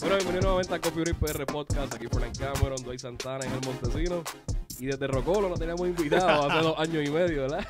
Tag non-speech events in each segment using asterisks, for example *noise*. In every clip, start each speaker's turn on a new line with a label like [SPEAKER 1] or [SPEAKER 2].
[SPEAKER 1] Bueno, bienvenido nuevamente a Copyright PR Podcast. Aquí Fernán Cameron, Doy Santana en el Montesino. Y desde Rocolo lo teníamos invitado hace dos años y medio, ¿verdad?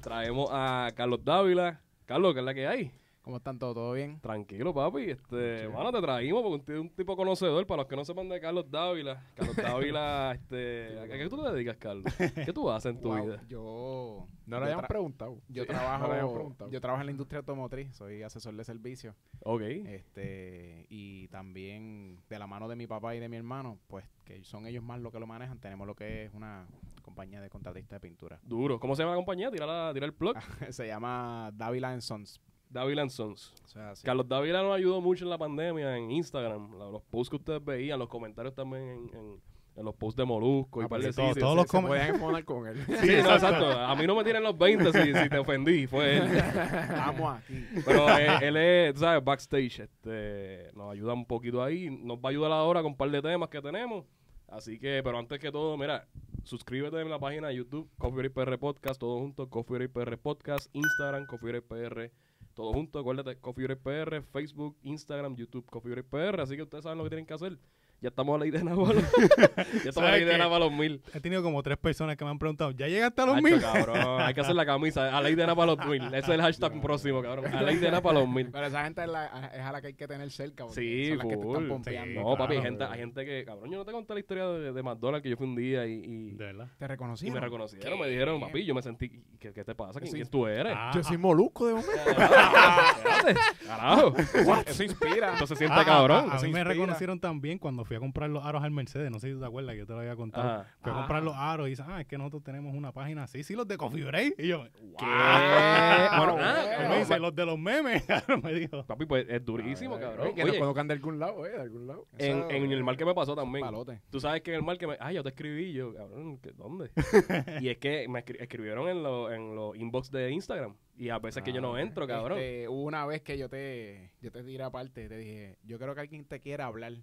[SPEAKER 1] Traemos a Carlos Dávila. Carlos, ¿qué es la que hay?
[SPEAKER 2] ¿Cómo están todos? ¿Todo bien?
[SPEAKER 1] Tranquilo, papi. Este, mano, te trajimos porque un t- un tipo conocedor. Para los que no sepan de Carlos Dávila, Carlos Dávila, este, ¿a qué- a qué tú te dedicas, Carlos? ¿Qué tú haces en tu
[SPEAKER 2] Wow,
[SPEAKER 1] vida?
[SPEAKER 2] Yo,
[SPEAKER 3] No lo
[SPEAKER 2] Yo
[SPEAKER 3] habíamos
[SPEAKER 2] tra-
[SPEAKER 3] preguntado.
[SPEAKER 1] *laughs*
[SPEAKER 2] yo
[SPEAKER 3] no lo
[SPEAKER 2] trabajo
[SPEAKER 3] habíamos preguntado.
[SPEAKER 2] yo trabajo en la industria automotriz, soy asesor de servicio.
[SPEAKER 1] Ok.
[SPEAKER 2] Este, y también de la mano de mi papá y de mi hermano, pues que son ellos más los que lo manejan, tenemos lo que es una compañía de contratista de pintura. *laughs*
[SPEAKER 1] Duro. ¿Cómo se llama la compañía? Tira, la- tira el plug.
[SPEAKER 2] Se llama Davila and Sons.
[SPEAKER 1] Dávila and Sons.
[SPEAKER 2] O sea, sí.
[SPEAKER 1] Carlos Dávila nos ayudó mucho en la pandemia en Instagram. la- Los posts que ustedes veían, los comentarios también en, en- en los posts de Molusco y
[SPEAKER 3] Ah,
[SPEAKER 1] par
[SPEAKER 3] pues
[SPEAKER 1] de
[SPEAKER 3] sí, todo-
[SPEAKER 1] sitios.
[SPEAKER 3] todos
[SPEAKER 1] Sí,
[SPEAKER 3] los
[SPEAKER 1] sí.
[SPEAKER 3] se podían enfonar
[SPEAKER 4] *laughs*
[SPEAKER 3] con él.
[SPEAKER 1] Sí, no, exacto. A mí no me tienen los 20 si, si te ofendí. Fue
[SPEAKER 3] *laughs*
[SPEAKER 1] él.
[SPEAKER 2] Vamos aquí.
[SPEAKER 1] Pero eh, él, es, tú sabes, backstage. Este, nos ayuda un poquito ahí. Nos va a ayudar ahora con un par de temas que tenemos. Así que, pero antes que todo, mira, suscríbete en la página de YouTube, Coffee PR Podcast, todo junto, Coffee PR Podcast, Instagram, Coffee PR, todo junto, acuérdate, Coffee PR, Facebook, Instagram, YouTube, Coffee PR. Así que ustedes saben lo que tienen que hacer. Ya estamos a la idea de Navarro. ya
[SPEAKER 4] *laughs*
[SPEAKER 1] estamos a la
[SPEAKER 4] ¿Sabes
[SPEAKER 1] idea de
[SPEAKER 4] qué?
[SPEAKER 1] Navarro mil.
[SPEAKER 4] He tenido como tres personas que me han preguntado, ¿ya llegaste a los
[SPEAKER 1] Hacho,
[SPEAKER 4] mil?
[SPEAKER 1] cabrón. Hay que hacer la camisa. A la idea de Napa los mil. Ese es el hashtag próximo, cabrón. A la idea de Napa los mil.
[SPEAKER 2] Pero esa gente es, la- es a la que hay que tener cerca, porque
[SPEAKER 1] Sí,
[SPEAKER 2] son las que te
[SPEAKER 1] full.
[SPEAKER 2] están pompeando.
[SPEAKER 4] Sí,
[SPEAKER 1] No, papi, hay
[SPEAKER 4] claro,
[SPEAKER 1] gente, hay gente que, cabrón, yo no te conté la historia de, de McDonald's que yo fui un día y, y-
[SPEAKER 4] De verdad.
[SPEAKER 2] Te reconocí.
[SPEAKER 1] y me reconocieron, me dijeron, papi, yo me sentí, ¿qué, qué te pasa? ¿Quién,
[SPEAKER 2] Sí.
[SPEAKER 1] quién tú eres?
[SPEAKER 4] Ah,
[SPEAKER 3] Yo soy molusco de momento.
[SPEAKER 1] Espérate,
[SPEAKER 4] *laughs*
[SPEAKER 1] Carajo. *laughs*
[SPEAKER 2] Eso inspira.
[SPEAKER 1] Entonces
[SPEAKER 4] ah,
[SPEAKER 1] siente
[SPEAKER 4] ah,
[SPEAKER 1] este cabrón.
[SPEAKER 4] ah, a
[SPEAKER 2] se
[SPEAKER 4] mí me
[SPEAKER 2] inspira.
[SPEAKER 4] reconocieron también cuando fui a comprar los aros al Mercedes. No sé si te acuerdas que yo te lo había contado.
[SPEAKER 1] Ajá.
[SPEAKER 4] Fui a comprar los aros y dice, ah, es que nosotros tenemos una página así. Sí, los de Coffee Break. Y yo,
[SPEAKER 1] ¿Qué?
[SPEAKER 2] Ah,
[SPEAKER 1] Bueno,
[SPEAKER 2] bueno.
[SPEAKER 4] él
[SPEAKER 1] ah,
[SPEAKER 4] me
[SPEAKER 1] no,
[SPEAKER 4] dice, los de los memes. *laughs* me dijo.
[SPEAKER 1] papi, pues es durísimo, cabrón.
[SPEAKER 3] Que
[SPEAKER 1] Oye,
[SPEAKER 3] lo colocan de algún lado, eh, de algún lado.
[SPEAKER 1] en,
[SPEAKER 3] Eso-
[SPEAKER 1] en el mal que me pasó también.
[SPEAKER 2] Palote.
[SPEAKER 1] Tú sabes que en el mal que me. Ah, yo te escribí, yo, cabrón, ¿qué-
[SPEAKER 4] *laughs*
[SPEAKER 1] ¿dónde? y es que me escri- escribieron en los en los inbox de Instagram. Y a veces que yo no
[SPEAKER 2] Ah,
[SPEAKER 1] entro, cabrón.
[SPEAKER 2] este, hubo una vez que yo te, yo te tiré aparte, te dije, yo creo que alguien te quiera hablar.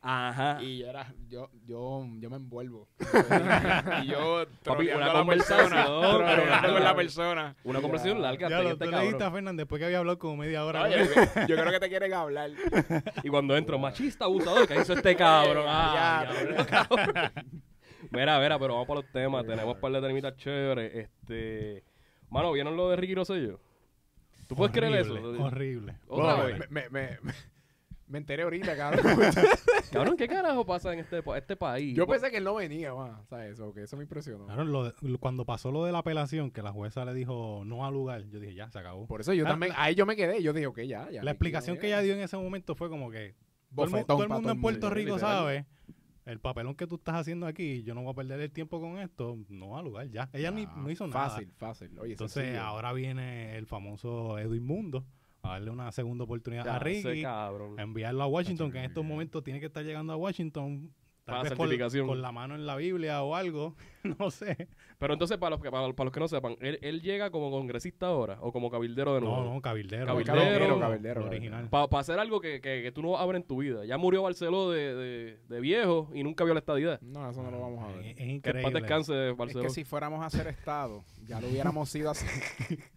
[SPEAKER 4] Ah.
[SPEAKER 1] Ajá.
[SPEAKER 2] Y yo era, yo, yo, yo me
[SPEAKER 4] *laughs*
[SPEAKER 2] envuelvo. y yo
[SPEAKER 1] Papi,
[SPEAKER 2] troleando
[SPEAKER 1] una
[SPEAKER 2] a la
[SPEAKER 1] conversación,
[SPEAKER 2] persona,
[SPEAKER 1] pero-
[SPEAKER 2] troleando con la persona.
[SPEAKER 1] Una conversación larga. hasta
[SPEAKER 4] Ya
[SPEAKER 1] que
[SPEAKER 4] lo
[SPEAKER 1] este
[SPEAKER 4] tú le
[SPEAKER 1] cabrón-
[SPEAKER 4] dijiste a Fernández después que había hablado como media hora.
[SPEAKER 2] Oye,
[SPEAKER 4] con
[SPEAKER 2] yo,
[SPEAKER 4] él.
[SPEAKER 2] yo creo que te quieren hablar.
[SPEAKER 1] Y cuando entro, machista, abusador, ¿qué hizo este cabrón? Ah,
[SPEAKER 2] Ya,
[SPEAKER 1] diablo, cabrón. Mira, mira, pero vamos para los temas. Tenemos un par de temitas chéveres. Este. Mano, ¿vieron lo de Ricky Rosselló? ¿Tú puedes creer eso?
[SPEAKER 4] Horrible, Horrible.
[SPEAKER 1] Otra
[SPEAKER 2] Bueno,
[SPEAKER 1] vez.
[SPEAKER 2] Me, me, me- me- me enteré ahorita, cabrón. *laughs*
[SPEAKER 1] Cabrón, ¿qué carajo pasa en este, pa- este país?
[SPEAKER 2] yo pensé que él no venía, man, ¿sabes? Eso, que eso me impresionó.
[SPEAKER 4] Claro, lo de- lo- cuando pasó lo de la apelación, que la jueza le dijo no al lugar, yo dije, ya, se acabó.
[SPEAKER 2] Por eso yo
[SPEAKER 4] Ah,
[SPEAKER 2] también, ahí yo me quedé. Yo dije, ok, ya, ya.
[SPEAKER 4] La explicación que ella dio en ese momento fue como que todo el, mu- todo el mundo en Puerto Rico sabe el papelón que tú estás haciendo aquí, yo no voy a perder el tiempo con esto, no va a lugar ya. Ella ni,
[SPEAKER 1] Ah,
[SPEAKER 4] no hizo nada.
[SPEAKER 2] Ah, Fácil, fácil. Oye,
[SPEAKER 4] Entonces
[SPEAKER 2] sencillo.
[SPEAKER 4] ahora viene el famoso Edwin Mundo a darle una segunda oportunidad
[SPEAKER 1] Ya,
[SPEAKER 4] a
[SPEAKER 1] ese
[SPEAKER 4] Ricky, Eh. a
[SPEAKER 1] cabrón.
[SPEAKER 4] enviarlo a Washington,
[SPEAKER 3] Tacho,
[SPEAKER 4] que en
[SPEAKER 3] Ricky.
[SPEAKER 4] estos momentos tiene que estar llegando a Washington.
[SPEAKER 1] Para
[SPEAKER 4] Tal vez
[SPEAKER 1] certificación.
[SPEAKER 4] con, con la mano en la Biblia o algo, *laughs* no sé.
[SPEAKER 1] Pero entonces, para los, que- para, para los que no sepan, él, él llega como congresista ahora o como cabildero de nuevo.
[SPEAKER 4] No, no, cabildero.
[SPEAKER 1] Cabildero,
[SPEAKER 4] lo
[SPEAKER 2] cabildero,
[SPEAKER 4] original.
[SPEAKER 1] Para hacer algo que, que- que tú no vas a ver en tu vida. Ya murió Barceló de, de- de viejo y nunca vio la estadidad.
[SPEAKER 2] No, eso no lo vamos a ver.
[SPEAKER 4] Es, es
[SPEAKER 1] Que el paz
[SPEAKER 4] increíble.
[SPEAKER 1] descanse,
[SPEAKER 2] Es
[SPEAKER 1] Barceló.
[SPEAKER 2] que si fuéramos a ser Estado, ya lo hubiéramos sido
[SPEAKER 4] *laughs*
[SPEAKER 2] así.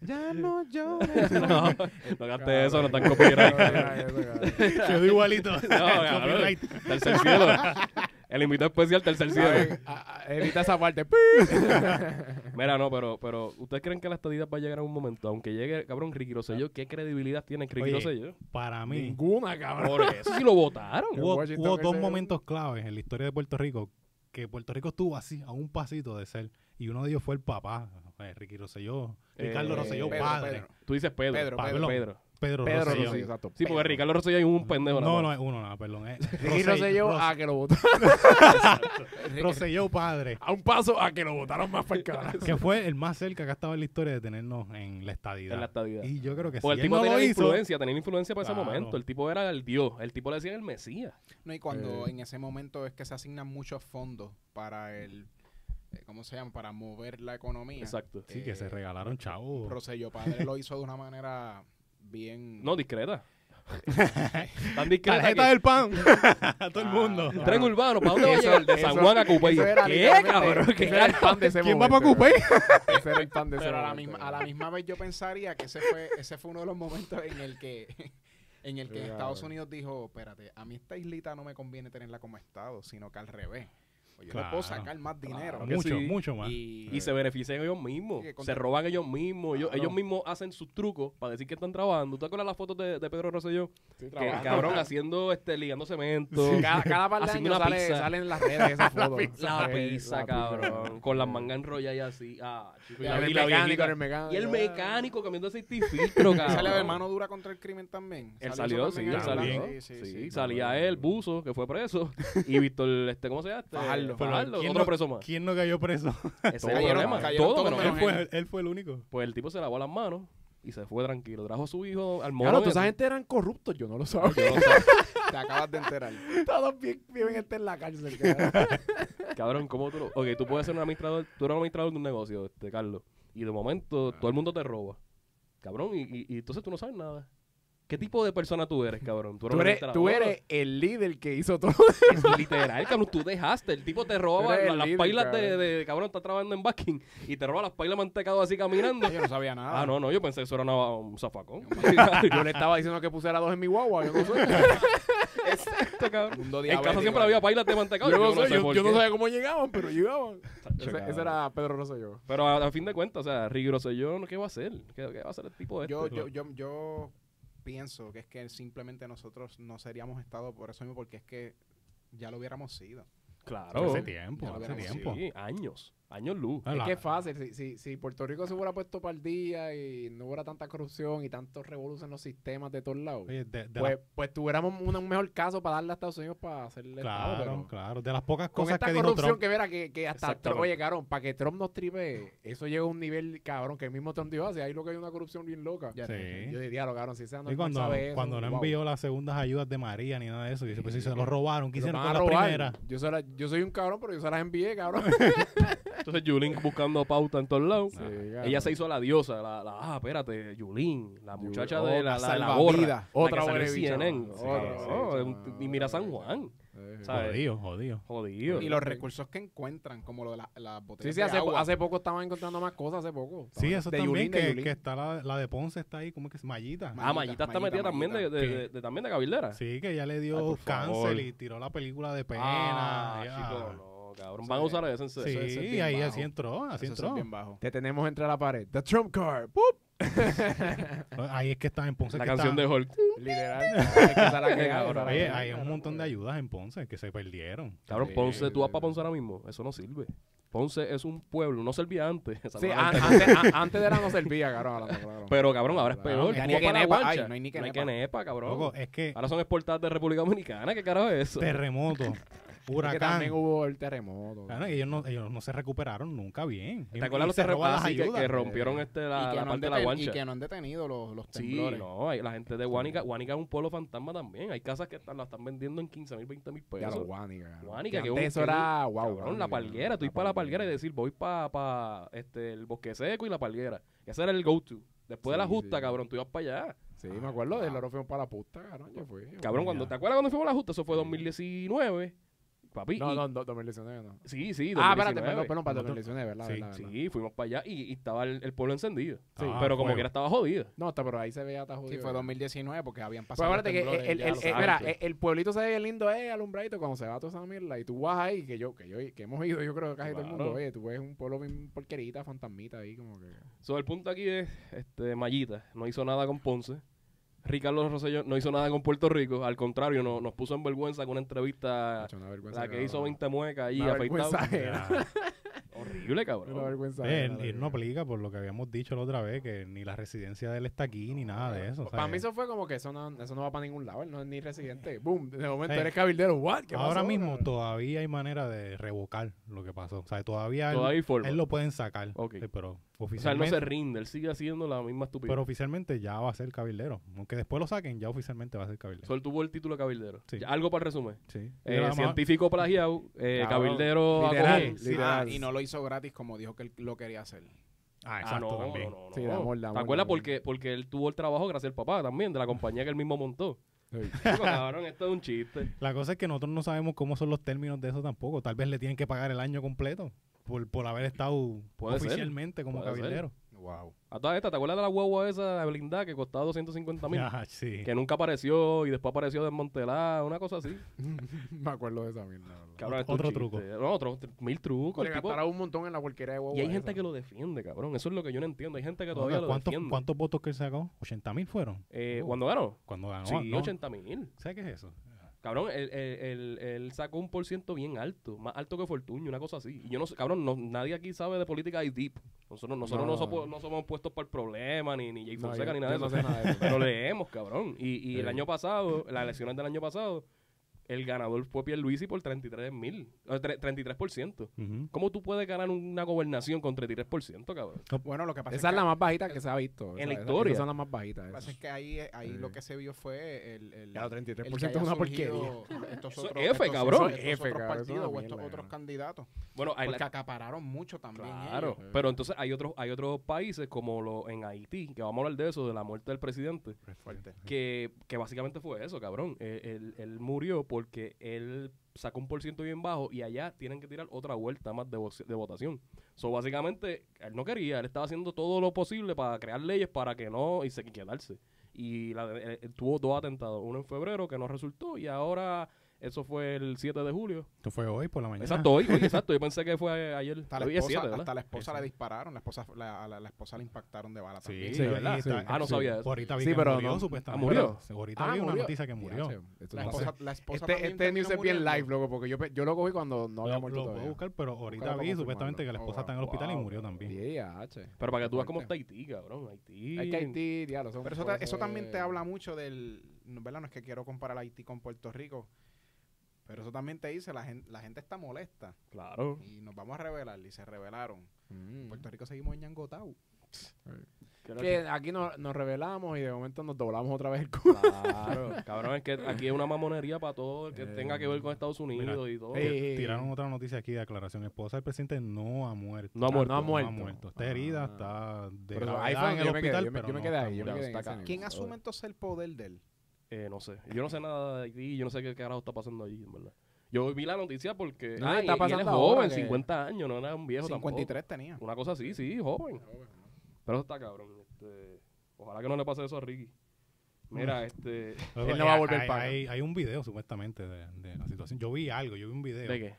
[SPEAKER 2] ya no yo
[SPEAKER 1] *laughs* no, no gastes eso, no están
[SPEAKER 2] *laughs*
[SPEAKER 1] copyright. *laughs*
[SPEAKER 4] *laughs* *laughs* Quedó igualito.
[SPEAKER 1] cabrón. tercer cielo. El invitado especial, tercer cielo.
[SPEAKER 2] Evita esa parte.
[SPEAKER 1] Mira, no, pero, pero ¿ustedes creen que la estadía va a llegar a un momento? Aunque llegue, cabrón, Ricky Rosselló, ¿qué credibilidad tiene Ricky
[SPEAKER 4] Oye,
[SPEAKER 1] Rosselló?
[SPEAKER 4] Para mí,
[SPEAKER 2] Ninguna, cabrón.
[SPEAKER 1] Por eso sí lo votaron.
[SPEAKER 4] hubo,
[SPEAKER 2] Washington
[SPEAKER 4] hubo
[SPEAKER 2] ese
[SPEAKER 4] dos
[SPEAKER 2] era un-
[SPEAKER 4] momentos claves en la historia de Puerto Rico que Puerto Rico estuvo así, a un pasito de ser. Y uno de ellos fue el papá, eh, Ricky Rosselló,
[SPEAKER 1] Eh,
[SPEAKER 4] Ricardo Rosselló,
[SPEAKER 1] Pedro,
[SPEAKER 4] padre,
[SPEAKER 2] Pedro.
[SPEAKER 4] Pedro,
[SPEAKER 1] Tú dices Pedro.
[SPEAKER 2] Pedro,
[SPEAKER 1] Pablo,
[SPEAKER 4] Pedro.
[SPEAKER 2] Pedro
[SPEAKER 4] Rosselló.
[SPEAKER 2] Rosselló, exacto.
[SPEAKER 1] Sí, porque
[SPEAKER 2] Pedro.
[SPEAKER 1] Ricardo Rosselló es un pendejo. nada más.
[SPEAKER 4] No, no es uno, no, perdón.
[SPEAKER 2] *laughs*
[SPEAKER 4] Es
[SPEAKER 2] Ricky Rosselló *laughs*
[SPEAKER 4] Ros-
[SPEAKER 2] a ah, que lo votaron.
[SPEAKER 4] Rosselló padre,
[SPEAKER 2] A un paso a que lo votaron más para el
[SPEAKER 3] *laughs*
[SPEAKER 2] carajo.
[SPEAKER 4] que fue el más cerca que ha estado en la historia de tenernos en la estadidad.
[SPEAKER 1] En la estadidad.
[SPEAKER 4] Y yo creo que
[SPEAKER 1] Porque
[SPEAKER 4] si
[SPEAKER 1] el tipo
[SPEAKER 4] él no
[SPEAKER 1] tenía
[SPEAKER 4] lo
[SPEAKER 1] la
[SPEAKER 4] hizo,
[SPEAKER 1] influencia, tenía la influencia para ese
[SPEAKER 4] Claro.
[SPEAKER 1] momento. El tipo era el dios. El tipo le decían el mesías.
[SPEAKER 2] No, y cuando
[SPEAKER 4] Eh.
[SPEAKER 2] en ese momento es que se asignan muchos fondos para el. eh, ¿Cómo se llama? Para mover la economía.
[SPEAKER 1] Exacto.
[SPEAKER 4] sí, que se
[SPEAKER 2] Eh,
[SPEAKER 4] regalaron, chavo.
[SPEAKER 2] Rosselló Padre lo hizo de una manera bien.
[SPEAKER 1] No, discreta. Tan discreta
[SPEAKER 4] Tarjeta
[SPEAKER 1] que-
[SPEAKER 4] del pan *laughs* a todo el mundo. *laughs*
[SPEAKER 2] Ah,
[SPEAKER 1] Tren urbano, ¿para dónde va a
[SPEAKER 2] Eso-
[SPEAKER 1] llegar? De
[SPEAKER 2] eso-
[SPEAKER 1] San Juan a Cupey.
[SPEAKER 2] eso era
[SPEAKER 1] ¿Qué,
[SPEAKER 2] literalmente-
[SPEAKER 1] cabrón? ¿Qué
[SPEAKER 2] ese era el
[SPEAKER 1] carajo?
[SPEAKER 2] pan de ese
[SPEAKER 4] ¿Quién va para
[SPEAKER 2] momento,
[SPEAKER 4] Coupé?
[SPEAKER 2] cabrón. Ese era el pan de ese
[SPEAKER 1] Pero a la
[SPEAKER 2] momento,
[SPEAKER 1] misma-
[SPEAKER 2] cabrón. a la misma vez yo pensaría que *laughs* ese fue, ese fue uno de los momentos en el que. En el que en
[SPEAKER 3] Claro.
[SPEAKER 2] Estados Unidos dijo, espérate, a mí esta islita no me conviene tenerla como Estado, sino que al revés. Pues yo le puedo
[SPEAKER 4] Claro.
[SPEAKER 2] sacar más dinero.
[SPEAKER 1] que
[SPEAKER 4] mucho,
[SPEAKER 1] sí.
[SPEAKER 4] mucho más.
[SPEAKER 2] Y,
[SPEAKER 1] Y se benefician ellos mismos.
[SPEAKER 2] Sí, que
[SPEAKER 1] Se
[SPEAKER 2] contra-
[SPEAKER 1] roban ellos mismos. Ellos,
[SPEAKER 2] Claro.
[SPEAKER 1] ellos mismos hacen sus trucos para decir que están trabajando. ¿Tú te acuerdas las fotos de, de Pedro Rosselló?
[SPEAKER 3] Estoy
[SPEAKER 1] Que el
[SPEAKER 3] trabajando.
[SPEAKER 1] cabrón haciendo, este, ligando cemento.
[SPEAKER 3] Cada, cada par de
[SPEAKER 1] Haciendo
[SPEAKER 3] años
[SPEAKER 1] una
[SPEAKER 3] sale,
[SPEAKER 1] pizza.
[SPEAKER 3] salen las redes *laughs* esas
[SPEAKER 1] La
[SPEAKER 3] fotos. Sí,
[SPEAKER 1] pizza,
[SPEAKER 3] la
[SPEAKER 1] cabrón. Con las mangas enrolladas y así. Ah, chico, y, la- y
[SPEAKER 3] el
[SPEAKER 1] la
[SPEAKER 3] mecánico,
[SPEAKER 1] viejita.
[SPEAKER 3] el mecánico.
[SPEAKER 1] Y el mecánico cambiando aceite y filtro, cabrón.
[SPEAKER 2] sale de mano dura contra el crimen también.
[SPEAKER 1] Él
[SPEAKER 2] eso
[SPEAKER 1] salió, sí,
[SPEAKER 2] también
[SPEAKER 1] él
[SPEAKER 2] en
[SPEAKER 1] salió. Sí,
[SPEAKER 2] Orlando. Sí, sí, sí.
[SPEAKER 1] salía él, Buzo, que fue preso. Y Víctor, este, ¿cómo se llama? Este,
[SPEAKER 3] Fajardo.
[SPEAKER 4] Pero
[SPEAKER 1] Fajardo,
[SPEAKER 4] ¿quién
[SPEAKER 1] otro
[SPEAKER 4] no-
[SPEAKER 1] preso más.
[SPEAKER 4] ¿Quién no cayó preso?
[SPEAKER 1] Ese es el
[SPEAKER 3] Cayeron-
[SPEAKER 1] problema.
[SPEAKER 2] cayeron
[SPEAKER 1] Todo
[SPEAKER 2] todos
[SPEAKER 1] menos
[SPEAKER 2] menos
[SPEAKER 1] él.
[SPEAKER 2] él.
[SPEAKER 4] Pues *laughs* él fue el único.
[SPEAKER 1] Pues el tipo se lavó las manos y se fue tranquilo. Trajo a su hijo al
[SPEAKER 3] Claro,
[SPEAKER 1] mono.
[SPEAKER 3] toda esa gente eran corruptos, yo no lo sabía.
[SPEAKER 1] *laughs* Yo no sé,
[SPEAKER 2] Te acabas de *laughs* enterar.
[SPEAKER 3] Todos bien, viven este en la
[SPEAKER 1] *laughs*
[SPEAKER 3] cárcel. cabrón.
[SPEAKER 1] Cabrón, ¿cómo tú lo- Ok, tú puedes ser un administrador, tú eres un administrador de un negocio, este, Carlos. Y de momento
[SPEAKER 3] Ah.
[SPEAKER 1] todo el mundo te roba. Cabrón, y, y- y entonces tú no sabes nada. ¿Qué tipo de persona tú eres, cabrón?
[SPEAKER 3] Tú
[SPEAKER 1] un
[SPEAKER 3] eres, tú
[SPEAKER 1] administrador.
[SPEAKER 3] eres el líder que
[SPEAKER 1] *laughs*
[SPEAKER 3] hizo todo.
[SPEAKER 1] Es literal, cabrón, tú dejaste. El tipo te
[SPEAKER 3] Tú
[SPEAKER 1] roba
[SPEAKER 3] eres
[SPEAKER 1] la-
[SPEAKER 3] el
[SPEAKER 1] las
[SPEAKER 3] líder,
[SPEAKER 1] pailas de,
[SPEAKER 3] cabrón.
[SPEAKER 1] de- Cabrón, está trabajando en backing y te roba las pailas de mantecado así
[SPEAKER 3] *laughs*
[SPEAKER 1] caminando.
[SPEAKER 2] Yo no sabía nada.
[SPEAKER 1] Ah, no, no, yo pensé que eso era una- un zafacón.
[SPEAKER 3] Yo le estaba diciendo que pusiera dos en mi guagua. Yo no
[SPEAKER 1] *laughs*
[SPEAKER 3] sé.
[SPEAKER 1] Exacto, cabrón.
[SPEAKER 2] Mundo
[SPEAKER 1] En casa
[SPEAKER 2] diabético.
[SPEAKER 1] siempre había pailas de mantecado.
[SPEAKER 3] Este Yo no, sé, yo-
[SPEAKER 1] por
[SPEAKER 3] yo no
[SPEAKER 1] qué.
[SPEAKER 3] sabía cómo llegaban, pero llegaban. Ese,
[SPEAKER 1] Chacho,
[SPEAKER 3] ese era Pedro Rosselló.
[SPEAKER 1] Pero a, a fin de cuentas, o sea, riguroso yo, ¿qué va a hacer? ¿Qué, qué va a hacer el tipo este?
[SPEAKER 2] Yo, yo, yo, yo pienso que es que simplemente nosotros no seríamos Estado por eso mismo, porque es que ya lo hubiéramos sido.
[SPEAKER 1] claro.
[SPEAKER 4] Hace tiempo,
[SPEAKER 2] Ya lo
[SPEAKER 4] hace
[SPEAKER 2] hubiéramos
[SPEAKER 4] tiempo.
[SPEAKER 1] Sí, años. Años luz.
[SPEAKER 4] Ah,
[SPEAKER 3] Es
[SPEAKER 4] la-
[SPEAKER 3] que es fácil. Si, si, si Puerto Rico se hubiera puesto para el día y no hubiera tanta corrupción y tantos revoluciones en los sistemas de todos lados,
[SPEAKER 4] Oye, de- de
[SPEAKER 3] pues, pues tuviéramos una- un mejor caso para darle a Estados Unidos para
[SPEAKER 4] las-
[SPEAKER 3] hacerle
[SPEAKER 4] claro,
[SPEAKER 3] Estado, pues, pero
[SPEAKER 4] claro. De las pocas
[SPEAKER 3] Con
[SPEAKER 4] cosas
[SPEAKER 3] esta
[SPEAKER 4] que dijo
[SPEAKER 3] corrupción
[SPEAKER 4] Trump.
[SPEAKER 3] que verá que, que hasta Trump-
[SPEAKER 1] Exactamente.
[SPEAKER 3] oye, cabrón, para que Trump nos tripe, eso llega a un nivel cabrón que el mismo Trump dijo, hace ahí lo que hay una corrupción bien loca.
[SPEAKER 2] Ya,
[SPEAKER 4] Sí.
[SPEAKER 3] Yo diría, lo cabrón, si sea
[SPEAKER 4] Y
[SPEAKER 3] normal,
[SPEAKER 4] cuando,
[SPEAKER 3] sabe eso,
[SPEAKER 4] cuando no
[SPEAKER 3] wow.
[SPEAKER 4] envió las segundas ayudas de María ni nada de eso, dice, pues si se lo robaron, ¿qué
[SPEAKER 3] Lo
[SPEAKER 4] hicieron
[SPEAKER 3] van
[SPEAKER 4] con
[SPEAKER 3] a
[SPEAKER 4] la
[SPEAKER 3] robar.
[SPEAKER 4] primera?
[SPEAKER 3] Yo, se la- yo soy un cabrón, pero yo se las envié,
[SPEAKER 1] *laughs*
[SPEAKER 3] cabrón.
[SPEAKER 1] Entonces Yulín buscando pauta en todos lados.
[SPEAKER 3] Sí,
[SPEAKER 1] Ah.
[SPEAKER 3] cabrón.
[SPEAKER 1] Ella se hizo la diosa, la, la- ah, espérate, Yulín, la
[SPEAKER 3] Yulín,
[SPEAKER 1] muchacha
[SPEAKER 3] oh,
[SPEAKER 1] de la,
[SPEAKER 2] la
[SPEAKER 1] la, la
[SPEAKER 2] salvavidas.
[SPEAKER 1] gorra, la
[SPEAKER 3] Otra
[SPEAKER 1] que sale en
[SPEAKER 3] huele bicha,
[SPEAKER 1] CNN. Sí,
[SPEAKER 3] mano. Otra
[SPEAKER 1] cabrón,
[SPEAKER 3] huele
[SPEAKER 1] Oh, es un-
[SPEAKER 3] bicha,
[SPEAKER 1] y mira
[SPEAKER 3] mano.
[SPEAKER 1] San Juan,
[SPEAKER 3] Sí.
[SPEAKER 1] ¿sabes?
[SPEAKER 4] Jodido, jodido.
[SPEAKER 1] jodido. Ah,
[SPEAKER 2] Y los recursos que encuentran, como lo de la- las
[SPEAKER 3] Sí,
[SPEAKER 2] botellas
[SPEAKER 3] sí,
[SPEAKER 2] de
[SPEAKER 3] hace, po-
[SPEAKER 2] agua.
[SPEAKER 3] hace poco estaban encontrando más cosas, hace poco.
[SPEAKER 4] Sí,
[SPEAKER 3] Estaban-
[SPEAKER 4] eso
[SPEAKER 3] de
[SPEAKER 4] también,
[SPEAKER 3] Yulín, de
[SPEAKER 4] que,
[SPEAKER 3] Yulín.
[SPEAKER 4] que está la, la de Ponce está ahí, ¿cómo es que es? Mallita.
[SPEAKER 1] ah, Mayita está
[SPEAKER 2] Mayita,
[SPEAKER 1] metida también de,
[SPEAKER 2] Mayita.
[SPEAKER 1] de,
[SPEAKER 4] Sí.
[SPEAKER 1] de- de- también de cabildera.
[SPEAKER 4] Sí, que ya le
[SPEAKER 1] Ay,
[SPEAKER 4] dio
[SPEAKER 1] por favor.
[SPEAKER 4] cáncer y tiró la película de pena.
[SPEAKER 1] Ah,
[SPEAKER 4] ya.
[SPEAKER 1] chico, no, cabrón. Van a usar eso en serio.
[SPEAKER 4] sí,
[SPEAKER 2] eso es bien
[SPEAKER 4] ahí
[SPEAKER 2] bajo.
[SPEAKER 4] así entró, así
[SPEAKER 2] Esos son
[SPEAKER 4] entró.
[SPEAKER 2] bien bajos.
[SPEAKER 3] Te tenemos entre la pared. The Trump Card. ¡Pup!
[SPEAKER 4] Pues, Ahí es que está en Ponce.
[SPEAKER 1] La
[SPEAKER 4] que
[SPEAKER 1] canción
[SPEAKER 4] está-
[SPEAKER 1] de Hulk.
[SPEAKER 3] Literal. *laughs* Hay que estar aquí,
[SPEAKER 1] Cabrón,
[SPEAKER 3] hay que
[SPEAKER 4] Oye,
[SPEAKER 3] estar
[SPEAKER 4] hay
[SPEAKER 3] aquí.
[SPEAKER 4] un montón de ayudas en Ponce que se perdieron.
[SPEAKER 1] Cabrón,
[SPEAKER 2] Sí,
[SPEAKER 1] Ponce, tú vas
[SPEAKER 2] sí.
[SPEAKER 1] para Ponce ahora mismo. Eso no sirve. Ponce es un pueblo, no servía antes. *laughs*
[SPEAKER 3] Sí,
[SPEAKER 1] Saludos a
[SPEAKER 3] an-
[SPEAKER 1] la gente.
[SPEAKER 3] antes, an- antes de la no servía, cabrón. a la otra, cabrón.
[SPEAKER 1] pero cabrón, ahora es
[SPEAKER 3] Claro,
[SPEAKER 1] peor.
[SPEAKER 2] no
[SPEAKER 1] Tú
[SPEAKER 2] hay ni
[SPEAKER 1] vas para la
[SPEAKER 2] quenepa,
[SPEAKER 1] guancha,
[SPEAKER 2] ay, no hay ni quenepa.
[SPEAKER 1] quenepa, cabrón.
[SPEAKER 4] Loco, es
[SPEAKER 2] eh.
[SPEAKER 4] que
[SPEAKER 1] Ahora son exportadas de República Dominicana. ¿Qué carajo es eso?
[SPEAKER 4] terremoto,
[SPEAKER 3] Es que
[SPEAKER 4] huracán.
[SPEAKER 3] también hubo el terremoto.
[SPEAKER 4] Claro, ellos, no, ellos no se recuperaron nunca bien.
[SPEAKER 1] ¿Te acuerdas los terremotos así que, que
[SPEAKER 4] Eh,
[SPEAKER 1] rompieron este, la,
[SPEAKER 2] y, que
[SPEAKER 1] la
[SPEAKER 2] no han
[SPEAKER 1] parte de la
[SPEAKER 2] deten-
[SPEAKER 1] guancha?
[SPEAKER 2] y que no han detenido los, los
[SPEAKER 1] Sí,
[SPEAKER 2] temblores.
[SPEAKER 1] no, hay- la gente de Guanica, Guanica es un pueblo fantasma también. Hay casas que están, la están vendiendo en 15 mil, 20 mil
[SPEAKER 3] Ya
[SPEAKER 1] pesos.
[SPEAKER 3] lo guánica. cabrón.
[SPEAKER 1] Guánica,
[SPEAKER 3] Pues, Que
[SPEAKER 1] que
[SPEAKER 3] antes
[SPEAKER 1] un-
[SPEAKER 3] eso
[SPEAKER 1] que
[SPEAKER 3] era wow.
[SPEAKER 1] Cabrón, la palguera, tú ir para la palguera y decir, voy para pa, este, el bosque seco y la palguera. Ese era el go-to. Después de la
[SPEAKER 3] Sí,
[SPEAKER 1] justa,
[SPEAKER 3] sí.
[SPEAKER 1] cabrón, tú ibas para allá.
[SPEAKER 3] Sí, me acuerdo del oro fuimos para la puta, Ah. cabrón. Yo fui. yo
[SPEAKER 1] Cabrón,
[SPEAKER 4] Ya.
[SPEAKER 1] cuando, ¿te acuerdas cuando fuimos a la justa? Eso fue 2019, papi.
[SPEAKER 3] fui. No,
[SPEAKER 1] y-
[SPEAKER 3] no, no, 2019 no.
[SPEAKER 1] Sí, sí, 2019.
[SPEAKER 3] Ah, espérate, perdón, perdón, para
[SPEAKER 4] Nosotros-
[SPEAKER 3] 2019, ¿verdad?
[SPEAKER 4] Sí,
[SPEAKER 3] verdad, verdad.
[SPEAKER 1] Sí, fuimos para allá y, y estaba el, el pueblo encendido.
[SPEAKER 4] Sí. Ah,
[SPEAKER 1] pero como
[SPEAKER 4] fuego.
[SPEAKER 1] quiera estaba jodido.
[SPEAKER 3] No, está, pero ahí se veía hasta jodido.
[SPEAKER 2] Sí, fue 2019 porque habían
[SPEAKER 3] Pues
[SPEAKER 2] pasado
[SPEAKER 3] acuérdate que el,
[SPEAKER 2] los temblores,
[SPEAKER 3] el,
[SPEAKER 2] ya
[SPEAKER 3] el-
[SPEAKER 2] lo
[SPEAKER 3] el-
[SPEAKER 2] saben.
[SPEAKER 3] mira,
[SPEAKER 1] sí.
[SPEAKER 3] el, el puebluito se ve bien lindo, eh, alumbradito, cuando se va toda esa mierda. Y tú vas ahí, que yo, que yo, que hemos ido, yo creo que casi todo el mundo,
[SPEAKER 1] Claro.
[SPEAKER 3] oye, tú ves un pueblo bien porquerita, fantasmita ahí, como que.
[SPEAKER 1] So, el punto aquí es, este, Mallita no hizo nada con Ponce. Ricardo Rosselló no hizo nada con Puerto Rico. Al contrario, no- nos puso en vergüenza con una entrevista,
[SPEAKER 3] Hacho, una vergüenza.
[SPEAKER 1] la que
[SPEAKER 3] cabrón.
[SPEAKER 1] hizo 20 muecas ahí,
[SPEAKER 3] Una
[SPEAKER 1] afeitado.
[SPEAKER 3] vergüenza ajena.
[SPEAKER 4] *laughs* Ya.
[SPEAKER 1] Horrible,
[SPEAKER 3] Una
[SPEAKER 1] cabrón.
[SPEAKER 3] vergüenza.
[SPEAKER 4] Eh,
[SPEAKER 3] ajena, la
[SPEAKER 4] y no
[SPEAKER 3] verdad.
[SPEAKER 4] aplica por lo que habíamos dicho la otra vez, que ni la residencia de él está aquí, ni nada de
[SPEAKER 1] Pues
[SPEAKER 4] eso. o sea,
[SPEAKER 3] Para mí eso fue como que eso no, eso no va para ningún lado, él no es ni residente. Boom, de momento
[SPEAKER 4] Sí.
[SPEAKER 3] eres cabildero, what? ¿Qué
[SPEAKER 4] ahora
[SPEAKER 3] pasó,
[SPEAKER 4] mismo
[SPEAKER 3] cabrón?
[SPEAKER 4] todavía hay manera de revocar lo que pasó. O sea, todavía, él-
[SPEAKER 1] Todavía hay
[SPEAKER 4] él,
[SPEAKER 1] forma.
[SPEAKER 4] lo pueden sacar.
[SPEAKER 1] Ok.
[SPEAKER 4] eh, pero
[SPEAKER 1] O sea, él no
[SPEAKER 4] oficialmente,
[SPEAKER 1] se rinde, él sigue haciendo la misma estupidez.
[SPEAKER 4] pero oficialmente ya va a ser cabildero. Aunque después lo saquen, ya oficialmente va a ser cabildero.
[SPEAKER 1] So, él tuvo el título de cabildero.
[SPEAKER 4] Sí.
[SPEAKER 1] Ya, Algo para resumir.
[SPEAKER 4] sí.
[SPEAKER 1] Eh,
[SPEAKER 4] Yo nada más-
[SPEAKER 1] científico plagiado, eh,
[SPEAKER 3] Cabrón,
[SPEAKER 1] cabildero
[SPEAKER 3] literal,
[SPEAKER 1] acogón.
[SPEAKER 2] Sí,
[SPEAKER 3] literal.
[SPEAKER 2] ah, y no lo hizo gratis como dijo que él lo quería hacer.
[SPEAKER 4] Ah,
[SPEAKER 1] Ah,
[SPEAKER 4] exacto,
[SPEAKER 1] no,
[SPEAKER 4] también.
[SPEAKER 1] no, no,
[SPEAKER 3] Sí,
[SPEAKER 1] no.
[SPEAKER 3] de amor, de
[SPEAKER 1] ¿Te
[SPEAKER 3] amor, de
[SPEAKER 1] acuerdas?
[SPEAKER 3] amor.
[SPEAKER 1] Porque, porque él tuvo el trabajo gracias al papá también, de la compañía que él mismo montó.
[SPEAKER 3] Sí.
[SPEAKER 1] Chico, cabrón, esto es un chiste.
[SPEAKER 4] La cosa es que nosotros no sabemos cómo son los términos de eso tampoco. Tal vez le tienen que pagar el año completo por, por haber estado
[SPEAKER 1] Puede ser,
[SPEAKER 4] oficialmente como
[SPEAKER 1] puede ser.
[SPEAKER 4] cabildero.
[SPEAKER 2] No
[SPEAKER 4] Wow.
[SPEAKER 1] A todas estas, ¿te acuerdas de la guagua esa de blindada que costaba 250 mil?
[SPEAKER 4] Ah, sí.
[SPEAKER 1] Que nunca apareció y después apareció desmantelada, una cosa así.
[SPEAKER 3] *laughs* Me acuerdo de esa mierda. ¿verdad?
[SPEAKER 1] Cabrón, esto es
[SPEAKER 4] otro
[SPEAKER 1] un chiste. No, otro, tr- mil trucos.
[SPEAKER 3] Le
[SPEAKER 1] el tipo-
[SPEAKER 3] gastará un montón en la porquería de huevo.
[SPEAKER 1] Y hay gente que lo defiende, cabrón. Eso es lo que yo no entiendo. Hay gente que todavía
[SPEAKER 4] Oiga,
[SPEAKER 1] lo
[SPEAKER 4] ¿cuántos,
[SPEAKER 1] defiende.
[SPEAKER 4] ¿Cuántos votos que él sacó? ¿80 mil fueron?
[SPEAKER 1] Eh, ¿Cuándo ganó?
[SPEAKER 4] Cuando ganó.
[SPEAKER 1] sí,
[SPEAKER 4] ¿no?
[SPEAKER 1] 80 mil.
[SPEAKER 4] ¿Sabes qué es eso?
[SPEAKER 1] Cabrón, él, él- él- él sacó un por ciento bien alto, más alto que Fortuño, una cosa así. Y yo no sé, cabrón, no- nadie aquí sabe de política y deep. Nosotros, nosotros no,
[SPEAKER 3] No.
[SPEAKER 1] sopo- no somos puestos para el problema, ni, ni Jay
[SPEAKER 3] No,
[SPEAKER 1] Fonseca,
[SPEAKER 3] yo-
[SPEAKER 1] ni nada de
[SPEAKER 3] yo
[SPEAKER 1] eso.
[SPEAKER 3] no sé nada de eso.
[SPEAKER 2] *laughs*
[SPEAKER 1] Pero leemos, cabrón. Y, y el
[SPEAKER 3] Sí.
[SPEAKER 1] año pasado, las elecciones del año pasado, el ganador fue Pierluisi por 33 mil, 33%.
[SPEAKER 4] Ujú.
[SPEAKER 1] ¿Cómo tú puedes ganar una gobernación con 33%, cabrón?
[SPEAKER 2] Bueno, lo que pasa
[SPEAKER 3] Esa es la más bajita que se ha visto.
[SPEAKER 1] En la
[SPEAKER 3] Esa- esas
[SPEAKER 1] historia.
[SPEAKER 3] Son las más bajitas.
[SPEAKER 2] Lo que
[SPEAKER 3] esas.
[SPEAKER 2] pasa es que ahí, eh, ahí
[SPEAKER 3] Sí.
[SPEAKER 2] lo que se vio fue el, el,
[SPEAKER 3] Claro,
[SPEAKER 2] el
[SPEAKER 3] 33%
[SPEAKER 2] que
[SPEAKER 3] es
[SPEAKER 2] haya
[SPEAKER 3] una *laughs*
[SPEAKER 2] surgido estos
[SPEAKER 1] Eso es
[SPEAKER 2] otros,
[SPEAKER 1] F,
[SPEAKER 2] estos-
[SPEAKER 1] cabrón.
[SPEAKER 2] estos
[SPEAKER 3] F,
[SPEAKER 2] otros
[SPEAKER 3] cabrón, eso es
[SPEAKER 2] partidos
[SPEAKER 3] una
[SPEAKER 2] o estos
[SPEAKER 3] mierda,
[SPEAKER 2] otros
[SPEAKER 3] ¿no?
[SPEAKER 2] candidatos.
[SPEAKER 1] Bueno, hay
[SPEAKER 2] Porque
[SPEAKER 1] la-
[SPEAKER 2] acapararon mucho también.
[SPEAKER 1] Claro,
[SPEAKER 2] ellos. eh.
[SPEAKER 1] pero entonces hay otros hay otros países como lo en Haití, que vamos a hablar de eso, de la muerte del presidente,
[SPEAKER 2] Fuerte.
[SPEAKER 1] que, que básicamente fue eso, cabrón. Eh, Él, él murió porque él sacó un por ciento bien bajo y allá tienen que tirar otra vuelta más de, voci- de votación. So, básicamente, él no quería, él estaba haciendo todo lo posible para crear leyes para que no y se quedarse. Y la de- eh, eh, tuvo dos atentados, uno en febrero que no resultó y ahora eso fue el 7 de julio.
[SPEAKER 4] Esto fue hoy por la mañana.
[SPEAKER 1] Exacto, hoy, hoy, exacto. Yo pensé que fue ayer.
[SPEAKER 2] Hasta la,
[SPEAKER 1] Hoy es
[SPEAKER 2] esposa,
[SPEAKER 1] 7, ¿verdad?
[SPEAKER 2] hasta la esposa
[SPEAKER 4] Eso.
[SPEAKER 2] le dispararon, la esposa, la, a la, la esposa le impactaron de bala
[SPEAKER 4] Sí,
[SPEAKER 2] también.
[SPEAKER 4] sí,
[SPEAKER 1] de
[SPEAKER 4] ¿verdad?
[SPEAKER 1] verdad,
[SPEAKER 4] Está-
[SPEAKER 1] sí. Ah, no
[SPEAKER 4] sí.
[SPEAKER 1] sabía eso.
[SPEAKER 4] Por Ahorita vi
[SPEAKER 3] Sí,
[SPEAKER 4] que
[SPEAKER 3] pero
[SPEAKER 4] murió,
[SPEAKER 3] no-
[SPEAKER 4] supuestamente.
[SPEAKER 1] ah, murió.
[SPEAKER 4] Ahorita
[SPEAKER 3] Ah,
[SPEAKER 4] vi una
[SPEAKER 3] murió.
[SPEAKER 4] noticia que murió.
[SPEAKER 3] Diache, esto
[SPEAKER 2] La
[SPEAKER 3] no
[SPEAKER 2] esposa,
[SPEAKER 3] sé.
[SPEAKER 2] la esposa
[SPEAKER 3] Este,
[SPEAKER 2] también
[SPEAKER 3] este news
[SPEAKER 2] terminó
[SPEAKER 3] es bien
[SPEAKER 2] muriendo.
[SPEAKER 3] live, loco, porque yo, pe- yo lo cogí cuando no había
[SPEAKER 4] Lo,
[SPEAKER 3] muerto
[SPEAKER 4] lo voy a
[SPEAKER 3] todavía.
[SPEAKER 4] buscar, pero ahorita
[SPEAKER 3] Búscalo para
[SPEAKER 4] vi, supuestamente
[SPEAKER 3] confirmarlo.
[SPEAKER 4] que la esposa está en el hospital y
[SPEAKER 3] Oh, Wow.
[SPEAKER 4] murió también.
[SPEAKER 3] Diache.
[SPEAKER 1] Pero para que tú veas cómo está
[SPEAKER 3] Fuerte.
[SPEAKER 1] Haití, cabrón. Haití.
[SPEAKER 3] Es que Haití, diablo, son-
[SPEAKER 2] Pero eso,
[SPEAKER 3] por
[SPEAKER 2] ta- eso también te
[SPEAKER 3] es-
[SPEAKER 2] habla mucho del, no, ¿verdad? No es que quiero comparar Haití con Puerto Rico, pero eso también te dice, la gente, la gente está molesta
[SPEAKER 1] Claro.
[SPEAKER 2] y nos vamos a rebelar y se rebelaron. En
[SPEAKER 3] Mm.
[SPEAKER 2] Puerto Rico seguimos en Ñangotau.
[SPEAKER 3] Que aquí no- nos revelamos y de momento nos doblamos otra vez el culo.
[SPEAKER 1] Claro. cabrón, es que aquí es una mamonería para todo el que
[SPEAKER 3] Eh,
[SPEAKER 1] tenga que ver con Estados Unidos
[SPEAKER 4] mira,
[SPEAKER 1] y todo.
[SPEAKER 4] Tira-
[SPEAKER 3] Ey, ey, ey.
[SPEAKER 4] Tiraron otra noticia aquí de aclaración. Esposa del presidente no ha muerto.
[SPEAKER 1] No ha muerto.
[SPEAKER 3] no ha muerto.
[SPEAKER 4] Está
[SPEAKER 3] Ah.
[SPEAKER 4] herida, está de
[SPEAKER 3] Pero
[SPEAKER 4] gravedad
[SPEAKER 3] ahí fue
[SPEAKER 4] en
[SPEAKER 3] donde
[SPEAKER 4] el
[SPEAKER 3] yo me quedé,
[SPEAKER 4] hospital,
[SPEAKER 3] yo me-
[SPEAKER 4] pero
[SPEAKER 3] yo me
[SPEAKER 4] no
[SPEAKER 3] quedé
[SPEAKER 4] está
[SPEAKER 3] ahí, yo me
[SPEAKER 4] muerto.
[SPEAKER 3] quedé en
[SPEAKER 1] está
[SPEAKER 3] ese
[SPEAKER 1] acá.
[SPEAKER 3] nivel.
[SPEAKER 2] ¿Quién
[SPEAKER 1] Joder.
[SPEAKER 2] asume entonces el poder de él?
[SPEAKER 1] Eh, no sé. Yo no sé nada de Haití. Yo no sé qué carajo está pasando allí, en verdad. Yo vi la noticia porque.
[SPEAKER 3] No,
[SPEAKER 1] ah,
[SPEAKER 3] está
[SPEAKER 1] y- y él es
[SPEAKER 3] pasando
[SPEAKER 1] joven,
[SPEAKER 3] ahora que-
[SPEAKER 1] 50 años, no era un viejo
[SPEAKER 2] 53 tenía.
[SPEAKER 1] tampoco. Una cosa así, sí, joven. Pero eso está cabrón. Este, ojalá que no le pase eso a Ricky. Mira,
[SPEAKER 4] *laughs*
[SPEAKER 1] este.
[SPEAKER 4] Luego,
[SPEAKER 3] Él no va a
[SPEAKER 4] hay-
[SPEAKER 3] volver
[SPEAKER 4] hay,
[SPEAKER 3] pana.
[SPEAKER 4] hay, hay un video supuestamente de, de la situación. Yo vi algo, yo vi un video
[SPEAKER 1] ¿De
[SPEAKER 4] de,
[SPEAKER 1] qué?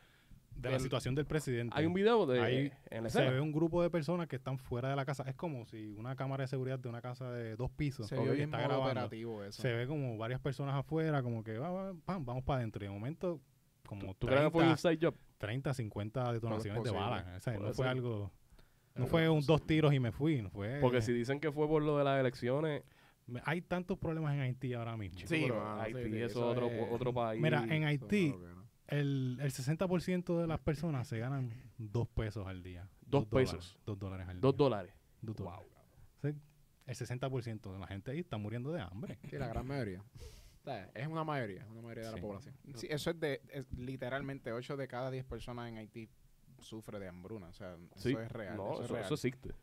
[SPEAKER 4] la
[SPEAKER 1] Del-
[SPEAKER 4] situación del presidente.
[SPEAKER 1] Hay un video de.
[SPEAKER 4] Ahí
[SPEAKER 1] en la
[SPEAKER 4] se
[SPEAKER 1] escena.
[SPEAKER 4] ve un grupo de personas que están fuera de la casa. Es como si una cámara de seguridad de una casa de dos pisos
[SPEAKER 2] Se
[SPEAKER 4] ok,
[SPEAKER 2] vio
[SPEAKER 4] que
[SPEAKER 2] bien
[SPEAKER 4] está
[SPEAKER 2] modo
[SPEAKER 4] grabando.
[SPEAKER 2] operativo eso.
[SPEAKER 4] Se ve como varias personas afuera, como que va, va, pam, vamos para adentro. Y de momento,
[SPEAKER 1] ¿Tú,
[SPEAKER 4] como
[SPEAKER 1] tú crees que fue un
[SPEAKER 4] 30,
[SPEAKER 1] inside job?
[SPEAKER 4] 30, 50 detonaciones de
[SPEAKER 3] posible.
[SPEAKER 4] balas. O sea, no
[SPEAKER 1] Puede
[SPEAKER 4] fue
[SPEAKER 1] ser.
[SPEAKER 4] algo. No
[SPEAKER 3] Algo
[SPEAKER 4] fue un dos tiros y me fui. No fue,
[SPEAKER 1] Porque si dicen que fue por lo de las elecciones,
[SPEAKER 4] me- Hay tantos problemas en Haití ahora mismo.
[SPEAKER 3] Sí,
[SPEAKER 1] pero
[SPEAKER 3] mano,
[SPEAKER 1] Haití
[SPEAKER 3] sí, sí,
[SPEAKER 1] es
[SPEAKER 3] eso
[SPEAKER 1] otro,
[SPEAKER 3] es-
[SPEAKER 1] otro país.
[SPEAKER 4] Mira, en
[SPEAKER 3] Eso es
[SPEAKER 4] Haití,
[SPEAKER 3] algo que no.
[SPEAKER 4] el, el 60% de las personas se ganan dos pesos al día.
[SPEAKER 1] Dos
[SPEAKER 4] dólares,
[SPEAKER 1] pesos.
[SPEAKER 4] dos dólares al
[SPEAKER 1] Dos
[SPEAKER 4] día.
[SPEAKER 1] dólares.
[SPEAKER 4] Dos dólares. O sea, el 60% de la gente ahí está muriendo de hambre.
[SPEAKER 3] Sí, la gran mayoría. O sea, es una mayoría, es una mayoría de
[SPEAKER 4] Sí.
[SPEAKER 3] la *laughs* población.
[SPEAKER 2] Sí, eso es de es literalmente 8 de cada 10 personas en Haití sufre de hambruna, o sea,
[SPEAKER 1] Sí.
[SPEAKER 2] eso es real,
[SPEAKER 1] no,
[SPEAKER 2] eso,
[SPEAKER 1] eso,
[SPEAKER 2] es real.
[SPEAKER 1] eso existe.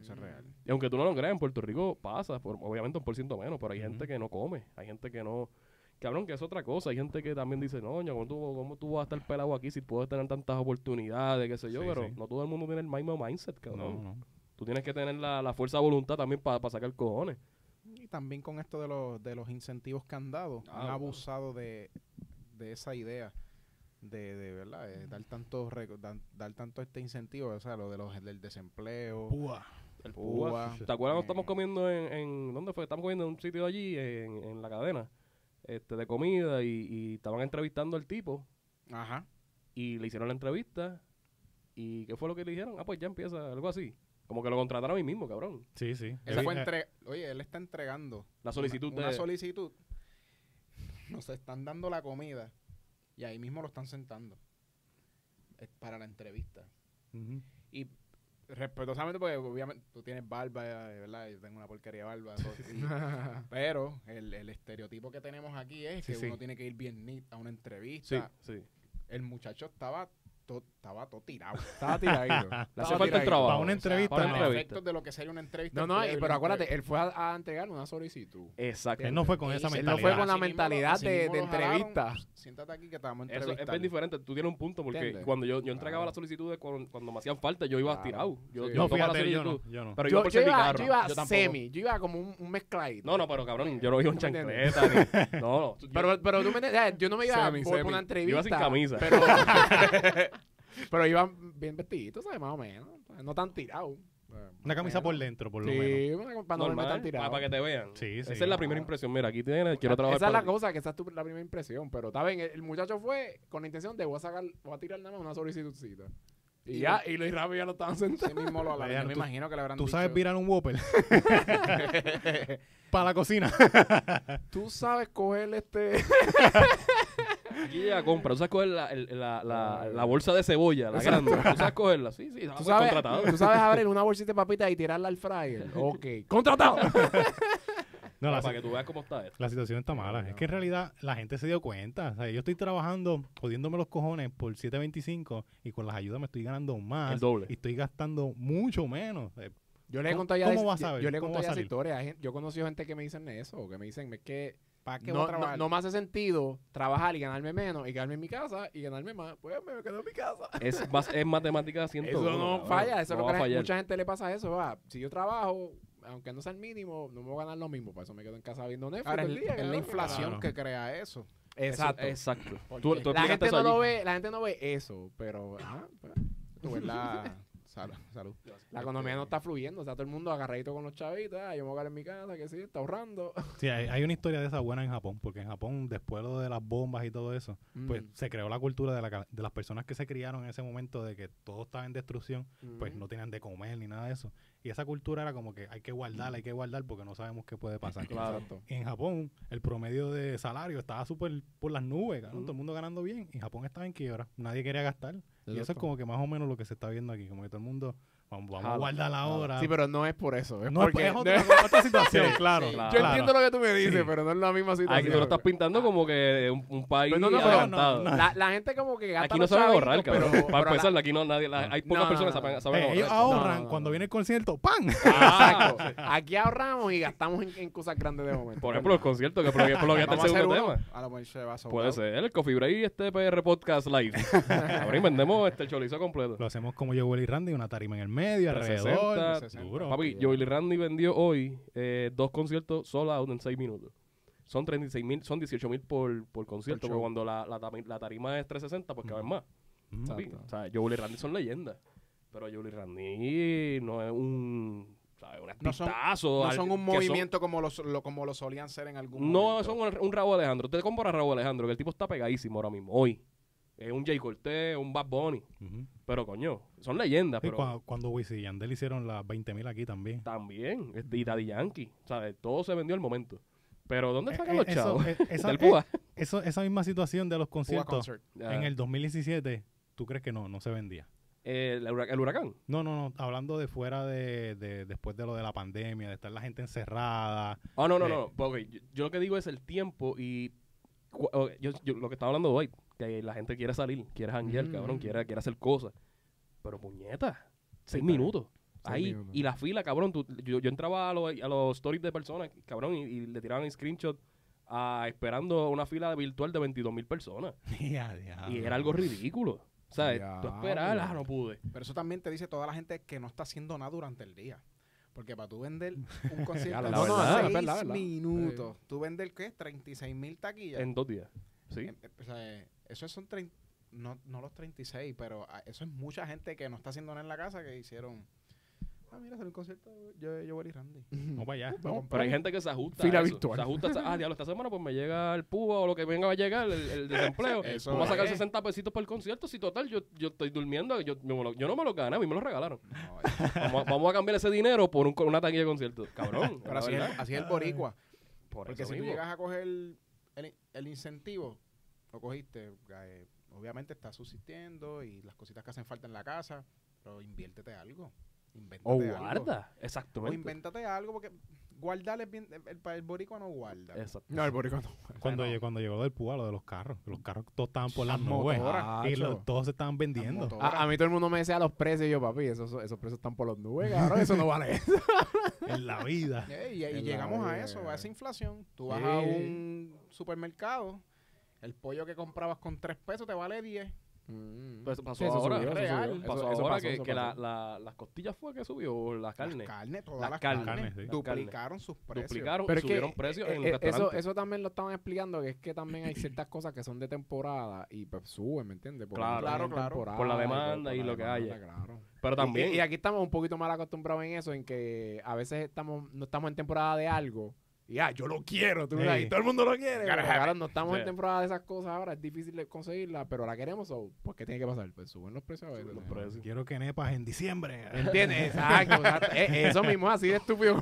[SPEAKER 2] eso es real.
[SPEAKER 1] Y aunque tú no lo creas, en Puerto Rico pasa, por- obviamente un por ciento menos, pero hay gente
[SPEAKER 4] Ujú.
[SPEAKER 1] que no come, hay gente que no... Cabrón, que es otra cosa. Hay gente que también dice, no, ña, ¿cómo tú, cómo tú vas a estar pelado aquí si puedes tener tantas oportunidades, qué sé yo?
[SPEAKER 4] Sí,
[SPEAKER 1] pero
[SPEAKER 4] sí.
[SPEAKER 1] no todo el mundo tiene el mismo mindset,
[SPEAKER 4] No,
[SPEAKER 1] cabrón.
[SPEAKER 4] no.
[SPEAKER 1] Tú tienes que tener la, la fuerza de voluntad también para sacar cojones.
[SPEAKER 2] Y también con esto de los, de los incentivos que han dado,
[SPEAKER 1] Ah,
[SPEAKER 2] han
[SPEAKER 1] bueno.
[SPEAKER 2] abusado de, de esa idea de, de verdad, eh, dar tanto reco- dan- dar tanto este incentivo, o sea, lo de los del desempleo,
[SPEAKER 4] Púa.
[SPEAKER 1] El
[SPEAKER 2] púa.
[SPEAKER 1] ¿Te acuerdas cuando estamos
[SPEAKER 2] Eh.
[SPEAKER 1] comiendo en, en- ¿Dónde fue? Estamos comiendo en un sitio allí, en, en la cadena, este, de comida, y, y estaban entrevistando al tipo,
[SPEAKER 2] Ajá.
[SPEAKER 1] y le hicieron la entrevista, y ¿qué fue lo que le dijeron? Ah, pues ya empieza, algo así. Como que lo contrataron ahí mismo, cabrón.
[SPEAKER 4] Sí, sí.
[SPEAKER 2] Esa
[SPEAKER 4] Eh,
[SPEAKER 2] fue
[SPEAKER 4] eh,
[SPEAKER 2] entre- oye, él está entregando
[SPEAKER 1] La solicitud
[SPEAKER 2] una, una
[SPEAKER 1] de...
[SPEAKER 2] solicitud. Nos están dando la comida y ahí mismo lo están sentando eh, para la entrevista.
[SPEAKER 4] ujú.
[SPEAKER 2] Y respetuosamente, porque obviamente tú tienes barba, eh, ¿verdad? Yo tengo una porquería de
[SPEAKER 1] *laughs*
[SPEAKER 2] barba. todo, y- pero el, el estereotipo que tenemos aquí es
[SPEAKER 4] Sí,
[SPEAKER 2] que
[SPEAKER 4] sí.
[SPEAKER 2] uno tiene que ir bien nit a una
[SPEAKER 1] Sí,
[SPEAKER 3] Ah.
[SPEAKER 2] entrevista.
[SPEAKER 1] sí.
[SPEAKER 2] El muchacho estaba todo estaba todo tirado.
[SPEAKER 3] Estaba tiradito.
[SPEAKER 1] Le hace falta el trabajo.
[SPEAKER 4] Para
[SPEAKER 1] o
[SPEAKER 4] una
[SPEAKER 1] sea,
[SPEAKER 4] entrevista,
[SPEAKER 1] para
[SPEAKER 4] no.
[SPEAKER 1] una
[SPEAKER 2] Para
[SPEAKER 1] entrevista.
[SPEAKER 2] efectos de lo que sería una entrevista.
[SPEAKER 3] No, no,
[SPEAKER 2] él
[SPEAKER 3] eh,
[SPEAKER 2] puede
[SPEAKER 3] pero
[SPEAKER 2] ir a una
[SPEAKER 3] acuérdate, él fue a, a entregar una solicitud.
[SPEAKER 1] Exacto.
[SPEAKER 4] Él no fue con esa
[SPEAKER 2] Él
[SPEAKER 3] Él no
[SPEAKER 4] mentalidad.
[SPEAKER 3] fue con la
[SPEAKER 2] Así mismo lo-
[SPEAKER 3] mentalidad
[SPEAKER 2] así
[SPEAKER 3] de,
[SPEAKER 2] mismo
[SPEAKER 3] de
[SPEAKER 2] lo jalaron.
[SPEAKER 3] entrevista.
[SPEAKER 2] Siéntate aquí que estamos
[SPEAKER 1] Eso es bien
[SPEAKER 2] entrevistando.
[SPEAKER 1] diferente. Tú tienes un punto porque
[SPEAKER 3] ¿Entiendes?
[SPEAKER 1] cuando yo, yo entregaba
[SPEAKER 3] Claro.
[SPEAKER 1] las solicitudes, cuando, cuando me hacían falta, yo iba
[SPEAKER 3] Claro.
[SPEAKER 1] tirado. Yo,
[SPEAKER 3] Sí.
[SPEAKER 1] yo
[SPEAKER 4] No,
[SPEAKER 1] iba a la
[SPEAKER 4] fíjate, yo no.
[SPEAKER 1] solicitud,
[SPEAKER 4] Yo no.
[SPEAKER 1] Pero yo,
[SPEAKER 3] Yo,
[SPEAKER 1] por
[SPEAKER 3] yo
[SPEAKER 1] ser mi
[SPEAKER 3] iba,
[SPEAKER 1] carro.
[SPEAKER 3] yo iba
[SPEAKER 2] yo tampoco.
[SPEAKER 3] semi, yo iba como un, un mezcladito.
[SPEAKER 1] No, no, pero cabrón, yo no iba en
[SPEAKER 3] ¿Tú me entiendes?
[SPEAKER 1] chancleta.
[SPEAKER 4] *laughs*
[SPEAKER 1] ni- No, no. yo-
[SPEAKER 3] Pero, pero tú me entiendes, o sea, yo no me iba
[SPEAKER 2] Semi,
[SPEAKER 3] por, por
[SPEAKER 2] semi.
[SPEAKER 3] una
[SPEAKER 1] yo
[SPEAKER 3] entrevista.
[SPEAKER 1] iba sin camisa.
[SPEAKER 3] Pero,
[SPEAKER 1] *laughs*
[SPEAKER 3] pero iban bien vestiditos, ¿sabes? Más o menos. No tan tirados.
[SPEAKER 4] Una camisa por dentro, por lo menos.
[SPEAKER 3] Sí, una- para no verme
[SPEAKER 1] normal,
[SPEAKER 3] tan tirado.
[SPEAKER 1] para, para que te vean.
[SPEAKER 4] Sí,
[SPEAKER 1] Esa
[SPEAKER 4] sí.
[SPEAKER 1] es la primera impresión. Mira, aquí tienes, quiero trabajar
[SPEAKER 3] Esa es
[SPEAKER 1] para
[SPEAKER 3] la
[SPEAKER 1] ti.
[SPEAKER 3] cosa, que esa es tu, la primera impresión. Pero, está bien, El, el muchacho fue con la intención de voy a sacar, voy a tirar nada más una solicitudcita.
[SPEAKER 2] Y-
[SPEAKER 3] Y, ya, y Luis Ramos ya lo estaban sentando.
[SPEAKER 2] Sí mismo lo hablaron. Yo
[SPEAKER 4] Tú-
[SPEAKER 2] me imagino que le habrán
[SPEAKER 4] Tú sabes
[SPEAKER 2] dicho-
[SPEAKER 4] virar un Whopper. Para la cocina.
[SPEAKER 3] *laughs* Tú sabes coger este.
[SPEAKER 1] Aquí llega a compra. Tú sabes coger la, el- la, la, la bolsa de cebolla, la grande. Tú sabes cogerla. Sí, sí,
[SPEAKER 3] Tú
[SPEAKER 1] estamos
[SPEAKER 3] sabes,
[SPEAKER 1] contratado.
[SPEAKER 3] *laughs* tú sabes abrir una bolsita de papitas y tirarla al
[SPEAKER 1] *laughs*
[SPEAKER 3] fryer. Ok. ¡Contratado!
[SPEAKER 4] No, la,
[SPEAKER 1] para que tú veas cómo está esto.
[SPEAKER 4] la situación está mala. Es que en realidad la gente se dio cuenta. O sea, yo estoy trabajando, jodiéndome los cojones por 7.25 y con las ayudas me estoy ganando más.
[SPEAKER 1] El doble.
[SPEAKER 4] Y estoy gastando mucho menos. Eh,
[SPEAKER 3] Yo le he
[SPEAKER 4] ¿Cómo-
[SPEAKER 3] contado ya.
[SPEAKER 4] cómo
[SPEAKER 3] de-
[SPEAKER 4] vas
[SPEAKER 3] yo-
[SPEAKER 4] a ver?
[SPEAKER 3] Yo le he
[SPEAKER 4] ¿Cómo
[SPEAKER 3] contado
[SPEAKER 4] vas
[SPEAKER 3] ya
[SPEAKER 4] a
[SPEAKER 3] esa
[SPEAKER 4] salir?
[SPEAKER 3] historia. Hay gen- Yo he conocido gente que me dicen eso, que me dicen, es que
[SPEAKER 2] ¿Para qué voy a
[SPEAKER 3] no, no,
[SPEAKER 2] trabajar?
[SPEAKER 3] no me hace sentido trabajar y ganarme menos y quedarme en mi casa y ganarme más. Pues me quedo en mi casa.
[SPEAKER 1] Es, más, es matemática 101.
[SPEAKER 3] Eso no
[SPEAKER 1] cabrón.
[SPEAKER 3] falla, eso
[SPEAKER 1] no
[SPEAKER 3] es
[SPEAKER 1] va a
[SPEAKER 3] lo que a la-
[SPEAKER 1] fallar.
[SPEAKER 3] mucha gente le pasa eso. va, Si yo trabajo, aunque no sea el mínimo, no me voy a ganar lo mismo. Por eso me quedo en casa viendo Netflix.
[SPEAKER 2] Ahora,
[SPEAKER 3] todo
[SPEAKER 2] es,
[SPEAKER 3] el día,
[SPEAKER 2] es la
[SPEAKER 3] cabrón.
[SPEAKER 2] inflación
[SPEAKER 4] Claro.
[SPEAKER 2] que crea eso.
[SPEAKER 3] Exacto.
[SPEAKER 1] Exacto.
[SPEAKER 2] Porque
[SPEAKER 1] Tú, tú
[SPEAKER 3] la
[SPEAKER 1] explicaste
[SPEAKER 3] gente
[SPEAKER 1] eso
[SPEAKER 3] no
[SPEAKER 1] allí.
[SPEAKER 3] lo ve, la gente no ve eso, pero ajá, pues,
[SPEAKER 2] Tú, ¿verdad? Salud. salud.
[SPEAKER 3] la economía no está fluyendo, o sea, todo el mundo agarradito con los chavitos, ah, yo me voy a quedar en mi casa, que sí, está ahorrando.
[SPEAKER 4] Sí, hay, hay una historia de esa buena en Japón, porque en Japón, después de lo de las bombas y todo eso, pues
[SPEAKER 3] Mm.
[SPEAKER 4] se creó la cultura de, la ca- de las personas que se criaron en ese momento de que todo estaba en destrucción, pues
[SPEAKER 3] Mm.
[SPEAKER 4] no tenían de comer ni nada de eso. Y esa cultura era como que hay que guardar, hay que guardar porque no sabemos qué puede pasar.
[SPEAKER 1] Claro.
[SPEAKER 3] Exacto.
[SPEAKER 4] En Japón, el promedio de salario estaba súper por las nubes, cabrón,
[SPEAKER 1] Ujú.
[SPEAKER 4] todo el mundo ganando bien, y Japón estaba en quiebra, nadie quería gastar. Y eso es como que más o menos lo que se está viendo aquí, como que todo el mundo, vamos, vamos
[SPEAKER 1] Jala,
[SPEAKER 4] a guardar la hora.
[SPEAKER 3] Sí, pero no es por eso, es
[SPEAKER 4] no, es-
[SPEAKER 3] porque
[SPEAKER 4] es otra, otra situación, claro.
[SPEAKER 1] Yo
[SPEAKER 3] Yo
[SPEAKER 4] claro.
[SPEAKER 3] entiendo lo que tú me dices,
[SPEAKER 4] Sí.
[SPEAKER 3] pero no es la misma situación.
[SPEAKER 1] Aquí Ah, tú lo estás pintando como que un, un país
[SPEAKER 3] Pero no, no, pero-
[SPEAKER 1] adelantado.
[SPEAKER 3] la, la gente como que gasta
[SPEAKER 1] Aquí no
[SPEAKER 3] los
[SPEAKER 1] saben ahorrar,
[SPEAKER 3] chavitos,
[SPEAKER 1] cabrón.
[SPEAKER 3] pero-
[SPEAKER 1] Para
[SPEAKER 3] pero la-
[SPEAKER 1] empezar, aquí no nadie, la- hay
[SPEAKER 3] No,
[SPEAKER 1] pocas
[SPEAKER 3] no,
[SPEAKER 1] personas
[SPEAKER 3] no,
[SPEAKER 1] que saben,
[SPEAKER 3] no.
[SPEAKER 1] saben
[SPEAKER 4] Eh, ellos
[SPEAKER 1] ahorrar.
[SPEAKER 4] ahorran
[SPEAKER 3] No, no, no,
[SPEAKER 4] cuando
[SPEAKER 3] no.
[SPEAKER 4] viene el concierto, ¡pam!
[SPEAKER 3] Exacto. Aquí ahorramos y gastamos en, en cosas grandes de momento.
[SPEAKER 1] Ah. Por ejemplo, los conciertos que prohibí- bloqueaste el
[SPEAKER 2] Vamos a hacer
[SPEAKER 1] este segundo
[SPEAKER 2] uno.
[SPEAKER 1] tema.
[SPEAKER 2] A lo mejor se va a sobrar.
[SPEAKER 1] Puede ser el Coffee Break y este PR Podcast
[SPEAKER 3] *laughs*
[SPEAKER 1] Live. Ahora inventemos este chorizo completo.
[SPEAKER 4] Lo hacemos como yo, Will y Randy, una tarima en el medio,
[SPEAKER 1] 360,
[SPEAKER 4] alrededor.
[SPEAKER 2] 360.
[SPEAKER 4] Duro.
[SPEAKER 1] Papi, Joel Randy vendió hoy eh, dos conciertos sold out en 6 minutos. Son 36 mil, son 18 mil por, por concierto.
[SPEAKER 2] Por
[SPEAKER 1] porque
[SPEAKER 2] show.
[SPEAKER 1] cuando la, la, tami- la tarima es 360, pues caben
[SPEAKER 4] Ujú.
[SPEAKER 1] más.
[SPEAKER 4] Mm.
[SPEAKER 1] papi.
[SPEAKER 3] Exacto.
[SPEAKER 1] O sea, Joel y Randy son leyendas. Pero Joel y Randy no es un. ¿sabes? Un
[SPEAKER 2] No son-
[SPEAKER 1] artistazo,
[SPEAKER 2] No
[SPEAKER 1] al-
[SPEAKER 2] son un
[SPEAKER 1] que
[SPEAKER 2] movimiento como, los- lo, como lo solían ser en algún
[SPEAKER 1] No,
[SPEAKER 2] momento.
[SPEAKER 1] son un, un Raúl Alejandro. Usted compara a Raúl Alejandro, que el tipo está pegadísimo ahora mismo, hoy. Es un Jay Cortés, un Bad Bunny.
[SPEAKER 4] Ujú. Sí,
[SPEAKER 1] Pero coño, son
[SPEAKER 3] Ah,
[SPEAKER 1] leyendas, pero
[SPEAKER 4] cua- cuando Wisin y Yandel hicieron las 20.000 aquí también.
[SPEAKER 1] también. este, Y Daddy Yankee. ¿Sabes? Todo se vendió al momento. Pero ¿dónde
[SPEAKER 4] Eh,
[SPEAKER 1] sacan
[SPEAKER 4] eh,
[SPEAKER 1] los
[SPEAKER 4] eso-
[SPEAKER 1] chavos? *laughs*
[SPEAKER 4] eh, esa,
[SPEAKER 1] Del
[SPEAKER 4] eh,
[SPEAKER 1] Púa.
[SPEAKER 4] eso- esa misma situación de los
[SPEAKER 2] Cuba
[SPEAKER 4] conciertos
[SPEAKER 2] Concert.
[SPEAKER 1] Ah,
[SPEAKER 4] en el 2017, ¿tú crees que no? No se vendía.
[SPEAKER 1] el, hura- el huracán.
[SPEAKER 4] No, no, no. Hablando de fuera de, de- después de lo de la pandemia, de estar la gente encerrada. *laughs*
[SPEAKER 1] Ah, no, no,
[SPEAKER 4] Eh.
[SPEAKER 1] no. no. Ok, yo, yo lo que digo es el tiempo y. cu- ok, Yo, yo- lo que estaba hablando hoy, que la gente quiere salir, quiere janguear,
[SPEAKER 3] Mm.
[SPEAKER 1] cabrón, quiere, quiere hacer cosas. Pero puñeta, seis
[SPEAKER 3] está bien.
[SPEAKER 1] minutos.
[SPEAKER 3] Seis
[SPEAKER 1] Ahí,
[SPEAKER 3] minutos.
[SPEAKER 1] y la fila, cabrón. tú- yo, yo entraba a los, a los stories de personas, cabrón, y, y le tiraban screenshot a, esperando una fila virtual de 22 mil personas.
[SPEAKER 4] Ya, ya.
[SPEAKER 1] y era algo ridículo. O sea, tú
[SPEAKER 3] Ah. Diablo.
[SPEAKER 1] esperar, ah, no pude.
[SPEAKER 2] Pero eso también te dice toda la gente que no está haciendo nada durante el día. Porque para tú vender
[SPEAKER 3] *laughs*
[SPEAKER 2] un
[SPEAKER 3] Ya,
[SPEAKER 2] concierto
[SPEAKER 3] la
[SPEAKER 2] en
[SPEAKER 1] verdad.
[SPEAKER 3] No, no, es
[SPEAKER 2] seis
[SPEAKER 3] verdad, es verdad.
[SPEAKER 2] minutos, tú vender, ¿qué? 36 mil taquillas.
[SPEAKER 1] En dos días. Sí.
[SPEAKER 2] En- o sea, eso son trein- no, no los 36, pero ah, eso es mucha gente que no está haciendo nada en la casa que hicieron. Ah, mira, salió un concierto de yo, Joel y
[SPEAKER 3] *laughs*
[SPEAKER 2] Randy.
[SPEAKER 4] Vamos para allá.
[SPEAKER 2] Vamos
[SPEAKER 1] Pero hay gente que se ajusta. a
[SPEAKER 3] Fila
[SPEAKER 1] eso.
[SPEAKER 3] virtual.
[SPEAKER 1] Se ajusta. a- Ah, diablo, esta semana pues me llega el púa o lo que venga va a llegar, el, el desempleo.
[SPEAKER 2] *laughs* Eso
[SPEAKER 1] Vamos a sacar
[SPEAKER 2] es.
[SPEAKER 1] 60 pesitos para el concierto. Si total, yo, yo estoy durmiendo. Yo, me lo- yo no me lo gané, a mí me lo regalaron.
[SPEAKER 2] No,
[SPEAKER 1] Vamos,
[SPEAKER 2] *laughs*
[SPEAKER 1] a- vamos a cambiar ese dinero por un, con una taquilla de concierto. Cabrón.
[SPEAKER 2] pero así es,
[SPEAKER 1] ¿verdad?
[SPEAKER 2] así es el boricua.
[SPEAKER 1] Por
[SPEAKER 2] Porque
[SPEAKER 1] eso
[SPEAKER 2] si tú
[SPEAKER 1] mismo.
[SPEAKER 2] llegas a coger el, el incentivo, lo cogiste. eh, obviamente está subsistiendo y las cositas que hacen falta en la casa, pero inviértete algo.
[SPEAKER 1] O
[SPEAKER 2] Invéntate algo.
[SPEAKER 1] guarda.
[SPEAKER 2] O
[SPEAKER 1] Exactamente.
[SPEAKER 2] invéntate algo porque guardar es bien. El, el, boricua no guarda.
[SPEAKER 1] Exacto.
[SPEAKER 3] No, el boricua no.
[SPEAKER 4] Cuando,
[SPEAKER 2] no.
[SPEAKER 4] lle- cuando llegó del Púa, lo de los carros. Los carros todos estaban por las
[SPEAKER 2] Las
[SPEAKER 4] nubes.
[SPEAKER 2] motoras,
[SPEAKER 4] Y los-
[SPEAKER 2] macho.
[SPEAKER 4] todos se estaban
[SPEAKER 1] Ah,
[SPEAKER 4] vendiendo.
[SPEAKER 2] motoras.
[SPEAKER 3] A, a mí todo el mundo me decía los precios y yo, papi, esos, esos precios están por
[SPEAKER 1] *laughs*
[SPEAKER 3] los nubes, cabrón, eso no vale.
[SPEAKER 4] En la
[SPEAKER 2] *laughs*
[SPEAKER 4] vida.
[SPEAKER 2] Eh, y, y
[SPEAKER 3] En la
[SPEAKER 2] llegamos a
[SPEAKER 3] vida.
[SPEAKER 2] eso, a esa inflación. Tú vas
[SPEAKER 3] Sí.
[SPEAKER 2] a un supermercado, el pollo que comprabas con 3 pesos te vale 10.
[SPEAKER 3] Mm.
[SPEAKER 1] Pues pasó
[SPEAKER 3] Sí, eso
[SPEAKER 1] ahora.
[SPEAKER 3] subió, eso
[SPEAKER 1] real.
[SPEAKER 3] subió.
[SPEAKER 1] Pasó
[SPEAKER 3] Eso- eso
[SPEAKER 1] ahora
[SPEAKER 3] pasó,
[SPEAKER 1] que,
[SPEAKER 3] eso
[SPEAKER 1] que la,
[SPEAKER 3] pasó.
[SPEAKER 1] la- las costillas fue que subió o la carne.
[SPEAKER 2] Las carnes, todas
[SPEAKER 1] Las
[SPEAKER 2] las,
[SPEAKER 1] carnes.
[SPEAKER 2] carnes,
[SPEAKER 4] Carnes, sí. Las
[SPEAKER 2] duplicaron sus precios.
[SPEAKER 1] Duplicaron,
[SPEAKER 3] Pero es que,
[SPEAKER 1] subieron precios en
[SPEAKER 3] Eh,
[SPEAKER 1] los
[SPEAKER 3] eh, eso,
[SPEAKER 1] restaurantes.
[SPEAKER 3] eso también lo estaban explicando, que es que también hay ciertas cosas que son de temporada y pues suben, ¿me entiendes? Porque
[SPEAKER 1] Claro.
[SPEAKER 3] entran en
[SPEAKER 2] Claro, claro.
[SPEAKER 3] temporada
[SPEAKER 1] Por la
[SPEAKER 3] y todo,
[SPEAKER 1] demanda
[SPEAKER 3] por
[SPEAKER 1] y
[SPEAKER 3] la
[SPEAKER 1] lo que
[SPEAKER 3] demanda,
[SPEAKER 1] haya.
[SPEAKER 3] claro.
[SPEAKER 1] Pero también.
[SPEAKER 3] Y, y aquí estamos un poquito mal acostumbrados en eso, en que a veces estamos no estamos en temporada de algo y ah, yo lo quiero, tú
[SPEAKER 4] Sí.
[SPEAKER 3] sabes, y todo el mundo lo quiere.
[SPEAKER 2] Gotta
[SPEAKER 3] pero,
[SPEAKER 2] have
[SPEAKER 3] cabrón, no estamos
[SPEAKER 1] Sí.
[SPEAKER 3] en temporada de esas cosas ahora, es difícil de conseguirla, pero la queremos, o pues ¿qué tiene que pasar? Pues suben los precios a veces.
[SPEAKER 1] los
[SPEAKER 3] ¿no?
[SPEAKER 1] precios.
[SPEAKER 4] Quiero que nepas en diciembre.
[SPEAKER 3] ¿Entiendes? Exacto, exacto. Eh, eso mismo es así de estúpido.